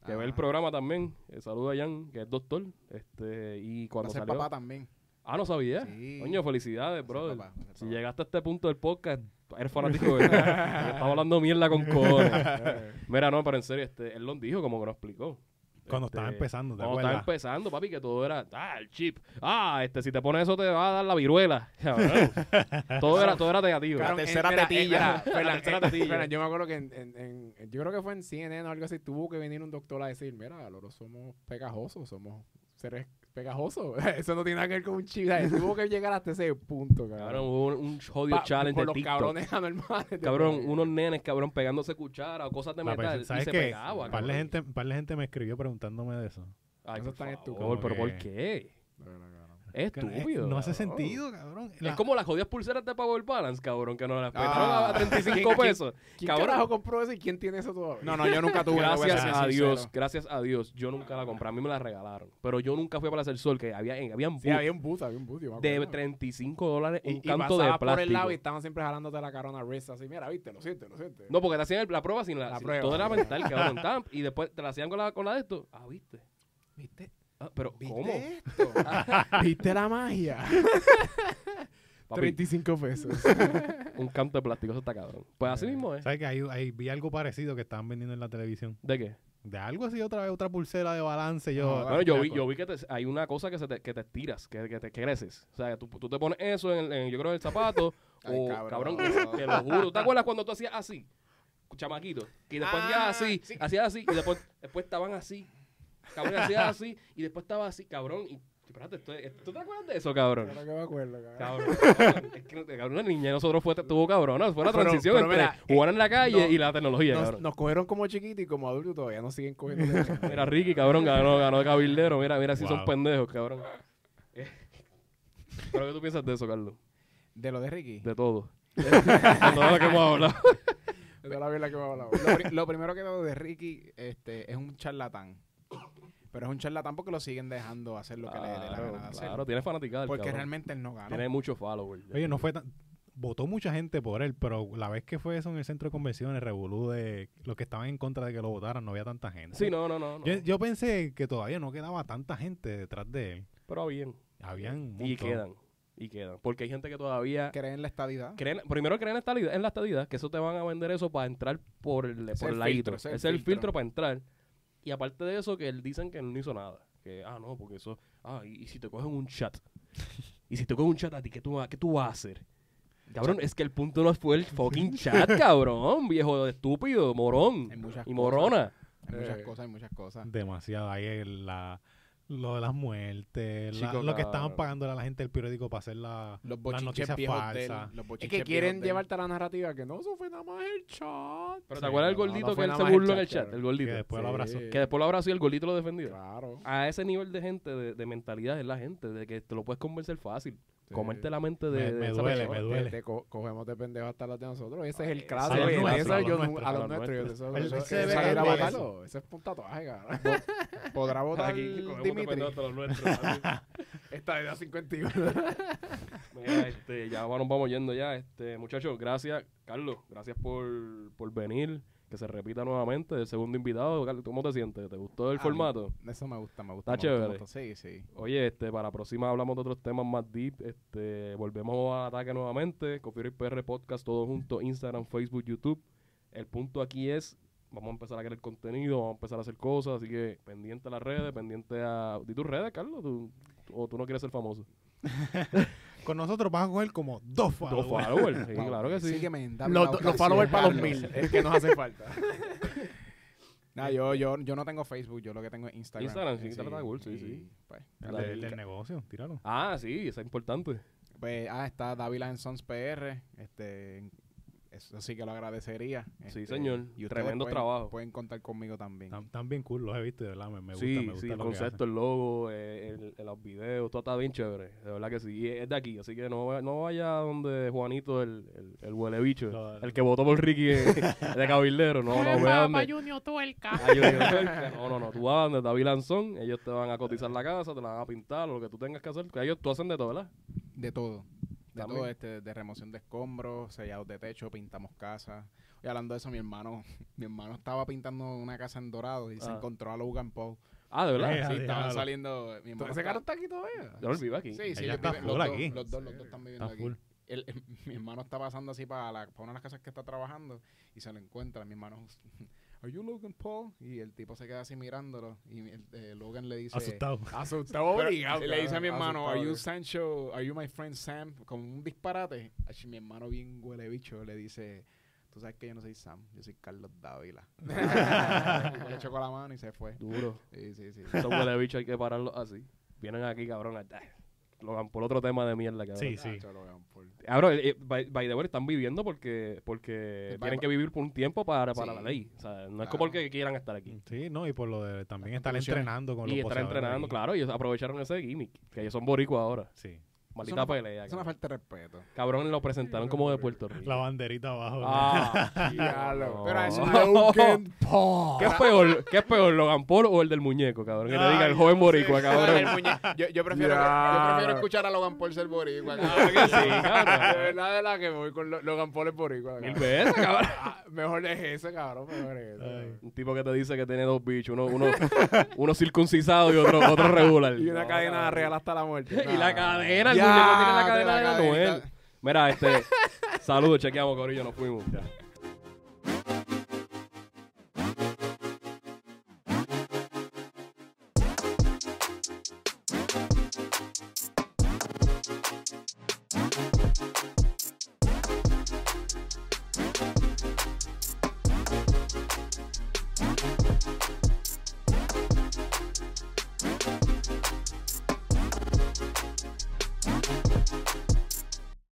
[SPEAKER 1] que ve el
[SPEAKER 2] ajá.
[SPEAKER 1] programa también. Eh, saluda a Gian, que es doctor. Este, y
[SPEAKER 2] Va a
[SPEAKER 1] cuando
[SPEAKER 2] ser
[SPEAKER 1] salió...
[SPEAKER 2] papá también.
[SPEAKER 1] Ah, no sabía.
[SPEAKER 2] Sí.
[SPEAKER 1] Coño,
[SPEAKER 2] Va a
[SPEAKER 1] felicidades,
[SPEAKER 2] ser
[SPEAKER 1] brother.
[SPEAKER 2] papá, va a ser
[SPEAKER 1] Si
[SPEAKER 2] papá.
[SPEAKER 1] llegaste a este punto del podcast, eres fanático
[SPEAKER 4] *laughs*
[SPEAKER 1] de verdad. Porque Estaba hablando mierda con cojones. Mira, no, pero en serio, este, él lo dijo como que lo explicó.
[SPEAKER 4] Cuando
[SPEAKER 1] Este,
[SPEAKER 4] estaba empezando, ¿te
[SPEAKER 1] Cuando estaba
[SPEAKER 4] acuerdas?
[SPEAKER 1] empezando, papi, que todo era, ah, el chip. Ah, este, si te pones eso te va a dar la viruela. *laughs* Cabrón. todo, era, todo era negativo.
[SPEAKER 2] Claro,
[SPEAKER 3] Cabrón,
[SPEAKER 2] tercera
[SPEAKER 3] espera,
[SPEAKER 2] tetilla.
[SPEAKER 3] espera,
[SPEAKER 1] La
[SPEAKER 3] espera,
[SPEAKER 1] tercera
[SPEAKER 3] espera,
[SPEAKER 1] tetilla.
[SPEAKER 3] espera, yo me acuerdo que en, en- en- yo creo que fue en CNN o algo así, tuvo que venir un doctor a decir, mira, Loro, somos pegajosos, somos seres pegajosos. *laughs* Eso no tiene nada que ver con un chip. ¿sabes? Tuvo que llegar hasta ese punto, cabrón.
[SPEAKER 1] Cabrón, hubo un, un jodido
[SPEAKER 3] Pa-
[SPEAKER 1] challenge
[SPEAKER 3] por
[SPEAKER 1] de
[SPEAKER 3] los
[SPEAKER 1] TikTok.
[SPEAKER 3] cabrones *laughs* anormales. de
[SPEAKER 1] Cabrón,
[SPEAKER 3] por ahí.
[SPEAKER 1] unos nenes, cabrón, pegándose cuchara o cosas de
[SPEAKER 4] La
[SPEAKER 1] metal.
[SPEAKER 4] perso-
[SPEAKER 1] y
[SPEAKER 4] ¿Sabes
[SPEAKER 1] se
[SPEAKER 4] qué?
[SPEAKER 1] pegaba,
[SPEAKER 4] Un par,
[SPEAKER 1] cabrón.
[SPEAKER 4] de gente, un par de gente me escribió preguntándome de eso.
[SPEAKER 1] Ay,
[SPEAKER 3] Eso
[SPEAKER 1] por
[SPEAKER 3] está en tu-
[SPEAKER 1] favor, pero
[SPEAKER 4] como
[SPEAKER 1] ¿por
[SPEAKER 4] que-
[SPEAKER 1] qué?
[SPEAKER 3] De verdad, cabrón.
[SPEAKER 1] Es
[SPEAKER 4] Que no-
[SPEAKER 1] estúpido.
[SPEAKER 4] No hace
[SPEAKER 1] cabrón.
[SPEAKER 4] sentido, cabrón. La-
[SPEAKER 1] Es como las jodidas pulseras de Power Balance, cabrón, que nos las
[SPEAKER 2] Ah.
[SPEAKER 1] prestaron
[SPEAKER 3] *laughs*
[SPEAKER 1] a 35 pesos.
[SPEAKER 3] ¿Quién
[SPEAKER 1] Cabrón.
[SPEAKER 3] carajo compró eso y quién tiene eso todavía?
[SPEAKER 2] No, no, yo nunca tuve. no voy
[SPEAKER 1] Gracias
[SPEAKER 2] ser
[SPEAKER 1] a Dios,
[SPEAKER 2] sincero.
[SPEAKER 1] gracias a Dios. Yo nunca la compré, a mí me la regalaron. Pero yo nunca fui a Plaza del Sol, que había, en- habían
[SPEAKER 3] Sí,
[SPEAKER 1] booths
[SPEAKER 3] había un bus, había un bus. yo me
[SPEAKER 1] de
[SPEAKER 3] acuerdo.
[SPEAKER 1] 35 dólares un
[SPEAKER 3] Y, y
[SPEAKER 1] canto de
[SPEAKER 3] pasaba
[SPEAKER 1] plástico.
[SPEAKER 3] por el lado y estaban siempre jalándote la carona wrist así, mira, viste, lo sientes, lo sientes.
[SPEAKER 1] No, porque te hacían el- la prueba sin la,
[SPEAKER 3] La
[SPEAKER 1] sin-
[SPEAKER 3] prueba.
[SPEAKER 1] Todo era
[SPEAKER 3] *laughs*
[SPEAKER 1] mental, cabrón. tam, y después te la hacían con la, con la de esto. Ah, viste.
[SPEAKER 3] ¿Viste?
[SPEAKER 1] Ah, pero,
[SPEAKER 2] ¿Viste
[SPEAKER 1] ¿cómo?
[SPEAKER 2] esto?
[SPEAKER 1] *laughs*
[SPEAKER 3] ¿Viste la magia?
[SPEAKER 1] Papi,
[SPEAKER 3] 35 pesos.
[SPEAKER 1] *laughs* un canto de plástico, eso está cabrón. Pues
[SPEAKER 3] Eh,
[SPEAKER 1] así mismo es.
[SPEAKER 4] ¿Sabes que ahí, ahí vi algo parecido que estaban vendiendo en la televisión?
[SPEAKER 1] ¿De qué?
[SPEAKER 4] De algo así, otra vez, otra pulsera de balance. Yo,
[SPEAKER 2] Ah,
[SPEAKER 1] Bueno,
[SPEAKER 4] pues.
[SPEAKER 1] yo vi, yo vi que te- hay una cosa que, se te, que te estiras, que, que te que creces. O sea, tú, tú te pones eso en, el- en- yo creo, en el zapato.
[SPEAKER 2] Ay,
[SPEAKER 1] o, cabrón,
[SPEAKER 2] cabrón.
[SPEAKER 1] te lo juro. ¿Tú ¿Te acuerdas cuando tú hacías así? Chamaquito. Y después
[SPEAKER 2] Ah,
[SPEAKER 1] hacías así,
[SPEAKER 2] sí.
[SPEAKER 1] hacías así, y después, después estaban así. Cabrón, hacías así, y después estaba así, cabrón. Y, espérate, esto es- ¿tú te acuerdas de eso, cabrón?
[SPEAKER 3] Ahora que me acuerdo, cabrón.
[SPEAKER 1] Cabrón, cabrón, es que cabrón, la niña de nosotros fue, tuvo cabrón, fue una
[SPEAKER 3] Pero-
[SPEAKER 1] transición
[SPEAKER 3] pero
[SPEAKER 1] entre
[SPEAKER 3] mira,
[SPEAKER 1] jugar en la calle
[SPEAKER 3] no-
[SPEAKER 1] y la tecnología,
[SPEAKER 3] Nos,
[SPEAKER 1] cabrón.
[SPEAKER 3] nos cogieron como chiquitos y como adultos todavía nos siguen cogiendo.
[SPEAKER 1] *laughs*
[SPEAKER 3] de-
[SPEAKER 1] Mira, Ricky, cabrón, ganó, ganó de cabildero. Mira, mira si son
[SPEAKER 4] Wow.
[SPEAKER 1] pendejos, cabrón. Eh, ¿Pero qué tú piensas de eso, Carlos?
[SPEAKER 2] De lo de Ricky.
[SPEAKER 1] De
[SPEAKER 2] *laughs*
[SPEAKER 1] todo. De todo lo que hemos hablado.
[SPEAKER 3] Esa es la vela que me ha hablado.
[SPEAKER 2] lo, pri- lo primero que veo de Ricky este, es un charlatán. Pero es un charlatán porque lo siguen dejando hacer lo que le dé la
[SPEAKER 1] Claro,
[SPEAKER 2] gana de hacer.
[SPEAKER 1] claro, tiene fanaticada. el
[SPEAKER 2] porque
[SPEAKER 1] cabrón.
[SPEAKER 2] realmente él no gana.
[SPEAKER 1] Tiene muchos followers. ya.
[SPEAKER 4] Oye, no fue tan... Votó mucha gente por él, pero la vez que fue eso en el centro de convenciones, revolú de los que estaban en contra de que lo votaran, no había tanta gente.
[SPEAKER 1] Sí, no, no, no. no.
[SPEAKER 4] Yo, yo pensé que todavía no quedaba tanta gente detrás de él.
[SPEAKER 1] Pero bien.
[SPEAKER 4] Habían un
[SPEAKER 1] Y
[SPEAKER 4] montón.
[SPEAKER 1] quedan. Y quedan. Porque hay gente que todavía...
[SPEAKER 2] Cree en la estadidad.
[SPEAKER 1] Creen, primero creen en, estadidad- en la estadidad, que eso te van a vender eso para entrar por el,
[SPEAKER 2] Ese
[SPEAKER 1] por el
[SPEAKER 2] es el
[SPEAKER 1] ladito.
[SPEAKER 2] filtro, ese
[SPEAKER 1] Ese
[SPEAKER 2] es
[SPEAKER 1] es
[SPEAKER 2] el
[SPEAKER 1] el filtro
[SPEAKER 2] filtro
[SPEAKER 1] para entrar. Y aparte de eso, que él dicen que no hizo nada. Que que, ah, no, porque eso, ah, y, y si te cogen un chat, y si te cogen un chat a ti, ¿qué tú, qué tú vas a hacer? Cabrón, es que el punto no fue el fucking chat, cabrón, viejo estúpido, morón
[SPEAKER 2] Hay muchas
[SPEAKER 1] y
[SPEAKER 2] cosas.
[SPEAKER 1] morona.
[SPEAKER 2] Hay muchas
[SPEAKER 3] Eh.
[SPEAKER 2] cosas, hay muchas cosas.
[SPEAKER 4] Demasiado. Ahí el- la, lo de las muertes, la-
[SPEAKER 1] Chico,
[SPEAKER 4] lo que estaban
[SPEAKER 1] cabrón.
[SPEAKER 4] pagándole a la gente del periódico para hacer la,
[SPEAKER 2] Los
[SPEAKER 4] las
[SPEAKER 2] bochiches
[SPEAKER 4] noticias
[SPEAKER 2] viejos de él,
[SPEAKER 4] falsas.
[SPEAKER 2] los
[SPEAKER 3] Es
[SPEAKER 2] bochiches
[SPEAKER 3] que quieren
[SPEAKER 2] viejos de él.
[SPEAKER 3] llevarte a la narrativa que no, eso fue nada más el chat.
[SPEAKER 1] Pero
[SPEAKER 4] Sí,
[SPEAKER 1] ¿te acuerdas del
[SPEAKER 3] no, no
[SPEAKER 1] gordito
[SPEAKER 3] fue
[SPEAKER 1] que él
[SPEAKER 3] nada
[SPEAKER 1] se
[SPEAKER 3] más el
[SPEAKER 1] burló en el
[SPEAKER 3] chat,
[SPEAKER 1] chat?
[SPEAKER 3] cabrón.
[SPEAKER 1] El
[SPEAKER 4] que
[SPEAKER 1] gordito.
[SPEAKER 4] después lo
[SPEAKER 3] Sí.
[SPEAKER 4] abrazó.
[SPEAKER 1] Que después lo abrazó y el gordito lo defendió.
[SPEAKER 3] Claro.
[SPEAKER 1] A ese nivel de gente, de, de mentalidad es la gente, de que te lo puedes convencer fácil.
[SPEAKER 3] Sí.
[SPEAKER 1] Comerte la mente
[SPEAKER 4] Me-
[SPEAKER 1] de,
[SPEAKER 4] me
[SPEAKER 1] de esa
[SPEAKER 4] duele,
[SPEAKER 1] persona.
[SPEAKER 4] me
[SPEAKER 3] Te-
[SPEAKER 4] duele.
[SPEAKER 3] te co- cogemos de pendejo hasta las de nosotros. Ese es el
[SPEAKER 1] a
[SPEAKER 3] clase.
[SPEAKER 1] los
[SPEAKER 3] Eso,
[SPEAKER 1] nuestros, a
[SPEAKER 3] yo nu-
[SPEAKER 4] los nuestros,
[SPEAKER 3] a
[SPEAKER 1] a los
[SPEAKER 3] los nuestros. Eso,
[SPEAKER 4] El-
[SPEAKER 3] eso,
[SPEAKER 4] el
[SPEAKER 3] eso
[SPEAKER 4] que
[SPEAKER 3] hay
[SPEAKER 4] ve
[SPEAKER 3] que ir a
[SPEAKER 4] el baile.
[SPEAKER 3] votarlo. Ese es un tatuaje,
[SPEAKER 2] *laughs*
[SPEAKER 3] cabrón.
[SPEAKER 2] ¿Podrá votar
[SPEAKER 1] Aquí, cogemos de
[SPEAKER 2] Dimitri?
[SPEAKER 1] pendejo hasta los nuestros, papi. *laughs*
[SPEAKER 3] Esta edad 51. *laughs*
[SPEAKER 1] Mira, este, ya bueno, vamos yendo ya. Este, muchachos, gracias, Carlos. Gracias por, por venir. Que se repita nuevamente el segundo invitado. Carlos, ¿cómo te sientes? ¿Te gustó el
[SPEAKER 2] A mí.
[SPEAKER 1] formato?
[SPEAKER 2] Eso me gusta, me
[SPEAKER 1] Está
[SPEAKER 2] gusta. me gusta, me
[SPEAKER 1] chévere.
[SPEAKER 2] gusta. Sí, sí.
[SPEAKER 1] Oye, este, para la próxima hablamos de otros temas más deep. Este, volvemos al ataque nuevamente. Coffee y PR Podcast, todo junto. Instagram, Facebook, YouTube. El punto aquí es, vamos a empezar a crear contenido, vamos a empezar a hacer cosas. Así que pendiente a las redes, pendiente a... ¿Di tus redes, Carlos? ¿Tú- ¿O tú no quieres ser famoso?
[SPEAKER 4] Con nosotros vas a coger como dos
[SPEAKER 1] Los
[SPEAKER 4] followers.
[SPEAKER 1] followers, sí, claro que sí.
[SPEAKER 2] Sígueme en Dame la
[SPEAKER 3] Los,
[SPEAKER 2] ocasión,
[SPEAKER 3] los followers para los
[SPEAKER 2] Carlos.
[SPEAKER 3] mil. Es que nos
[SPEAKER 1] *laughs*
[SPEAKER 3] hace falta.
[SPEAKER 2] Nah, yo, yo, yo no tengo Facebook, yo lo que tengo es Instagram.
[SPEAKER 1] Instagram, sí,
[SPEAKER 2] Eh,
[SPEAKER 1] Instagram está cool, sí,
[SPEAKER 2] y,
[SPEAKER 1] sí.
[SPEAKER 2] Pues,
[SPEAKER 4] El,
[SPEAKER 1] La
[SPEAKER 4] de-
[SPEAKER 1] del-
[SPEAKER 4] del negocio, tíralo.
[SPEAKER 1] Ah, sí, eso es importante.
[SPEAKER 2] pues, ah, está Dávila en Sons PR. Este, eso sí que lo agradecería.
[SPEAKER 1] Sí,
[SPEAKER 2] este,
[SPEAKER 1] señor.
[SPEAKER 2] ustedes
[SPEAKER 1] Tremendo
[SPEAKER 2] pueden-
[SPEAKER 1] trabajo.
[SPEAKER 2] Pueden contar conmigo también.
[SPEAKER 4] Están están bien cool, los he visto, de verdad, me, me gusta,
[SPEAKER 1] sí,
[SPEAKER 4] me gusta
[SPEAKER 1] sí,
[SPEAKER 4] lo
[SPEAKER 1] el
[SPEAKER 4] que
[SPEAKER 1] concepto, el logo, eh, el, el- los videos, todo está bien chévere. De verdad que sí, y es de aquí, así que no, va- no vaya donde Juanito, el, el, el huele bicho,
[SPEAKER 4] Lo-
[SPEAKER 1] el que votó por Ricky
[SPEAKER 4] *laughs*
[SPEAKER 1] eh, de cabildero. No, no, vea donde.
[SPEAKER 5] Junior Tuerca.
[SPEAKER 1] Ah, yo digo, No, no, no, tú vas donde David Lanzón, ellos te van a cotizar la casa, te la van a pintar, lo que tú tengas que hacer. que ellos, tú hacen de todo, ¿verdad?
[SPEAKER 2] De todo. De
[SPEAKER 1] También.
[SPEAKER 2] todo, este, de remoción de escombros, sellados de techo, pintamos casas. Y hablando de eso, mi hermano, *laughs* mi hermano estaba pintando una casa en Dorado y se
[SPEAKER 1] Ah.
[SPEAKER 2] encontró a Logan Paul.
[SPEAKER 1] Ah, de verdad.
[SPEAKER 4] Eh,
[SPEAKER 2] Sí,
[SPEAKER 4] déjalo.
[SPEAKER 2] estaban saliendo. Mi hermano
[SPEAKER 3] Ese
[SPEAKER 2] está-
[SPEAKER 3] carro está aquí todavía.
[SPEAKER 1] Yo lo vivo aquí.
[SPEAKER 2] Sí, sí,
[SPEAKER 4] Ella
[SPEAKER 2] ellos
[SPEAKER 4] está
[SPEAKER 2] viven-
[SPEAKER 4] full
[SPEAKER 2] los, dos,
[SPEAKER 4] aquí.
[SPEAKER 2] los dos, los dos están viviendo
[SPEAKER 4] Está
[SPEAKER 2] aquí.
[SPEAKER 4] full.
[SPEAKER 2] Él- *laughs* mi hermano está pasando así para, la- para una de las casas que está trabajando y se lo encuentra. Mi hermano, *laughs* ¿Are you Logan Paul? Y el tipo se queda así mirándolo. Y mi- eh, Logan le dice.
[SPEAKER 4] Asustado.
[SPEAKER 3] Asustado
[SPEAKER 2] Pero
[SPEAKER 3] obligado.
[SPEAKER 2] le dice a
[SPEAKER 3] cabrón.
[SPEAKER 2] mi hermano, ¿Are you
[SPEAKER 3] Asustado,
[SPEAKER 2] Sancho? ¿Are you my friend Sam? Con un disparate. Ach, mi hermano, bien huele bicho, le dice: Tú sabes que yo no soy Sam, yo soy Carlos Dávila.
[SPEAKER 4] *laughs*
[SPEAKER 2] le chocó la mano y se fue.
[SPEAKER 1] Duro.
[SPEAKER 2] Sí, sí, sí.
[SPEAKER 1] Estos huele bicho hay que pararlos así. Vienen aquí, cabrón. ah, Logan, por otro tema de mierda, cabrón.
[SPEAKER 4] Sí, sí.
[SPEAKER 2] Chacho, Logan Paul.
[SPEAKER 1] Ahora, eh, eh, by, by the way, están viviendo porque, porque
[SPEAKER 2] Eh, va-
[SPEAKER 1] tienen que vivir por un tiempo para, para
[SPEAKER 2] Sí.
[SPEAKER 1] la ley. O sea, no es
[SPEAKER 2] Claro.
[SPEAKER 1] como porque quieran estar aquí.
[SPEAKER 4] Sí, no, y por lo de también
[SPEAKER 2] Las
[SPEAKER 4] estar
[SPEAKER 2] conclusiones.
[SPEAKER 4] entrenando con
[SPEAKER 1] Y
[SPEAKER 4] los
[SPEAKER 1] están
[SPEAKER 4] boxeadores
[SPEAKER 1] entrenando,
[SPEAKER 4] ahí.
[SPEAKER 1] claro, ellos aprovecharon ese gimmick. Que ellos son boricuas ahora.
[SPEAKER 4] Sí.
[SPEAKER 1] Maldita
[SPEAKER 2] una fa-
[SPEAKER 1] pelea.
[SPEAKER 2] Es una
[SPEAKER 1] Cabrón.
[SPEAKER 2] falta de respeto.
[SPEAKER 1] Cabrón, lo presentaron como de Puerto Rico.
[SPEAKER 4] La banderita abajo.
[SPEAKER 1] Ah,
[SPEAKER 3] *laughs* Diablo.
[SPEAKER 2] Pero *laughs* a eso
[SPEAKER 3] Logan Paul.
[SPEAKER 1] *laughs* ¿Qué es peor? ¿Qué es peor? ¿Logan Paul o el del muñeco, cabrón? Que le diga el
[SPEAKER 4] Ay,
[SPEAKER 1] joven boricua, cabrón.
[SPEAKER 2] El muñe- Yo, yo prefiero, yo prefiero escuchar a Logan Paul ser boricua.
[SPEAKER 1] Claro que sí,
[SPEAKER 3] De *laughs*
[SPEAKER 1] cabrón.
[SPEAKER 3] verdad, de la que voy con Lo- Logan Paul es boricua.
[SPEAKER 1] Mil
[SPEAKER 3] cabrón.
[SPEAKER 1] veces, cabrón.
[SPEAKER 3] Ah, Mejor es ese, cabrón. Mejor es ese.
[SPEAKER 4] Ay.
[SPEAKER 1] Un tipo que te dice que tiene dos bichos, uno, uno, uno circuncisado y otro, otro regular.
[SPEAKER 3] Y una
[SPEAKER 1] No,
[SPEAKER 3] cadena
[SPEAKER 1] cabrón.
[SPEAKER 3] real hasta la muerte.
[SPEAKER 1] *laughs* y la cadena, el
[SPEAKER 2] Ya,
[SPEAKER 1] muñeco tiene la
[SPEAKER 2] tiene
[SPEAKER 1] cadena
[SPEAKER 2] la
[SPEAKER 1] de Noel.
[SPEAKER 2] cadenita.
[SPEAKER 1] Mira, este. Saludos, chequeamos, Corillo, nos fuimos.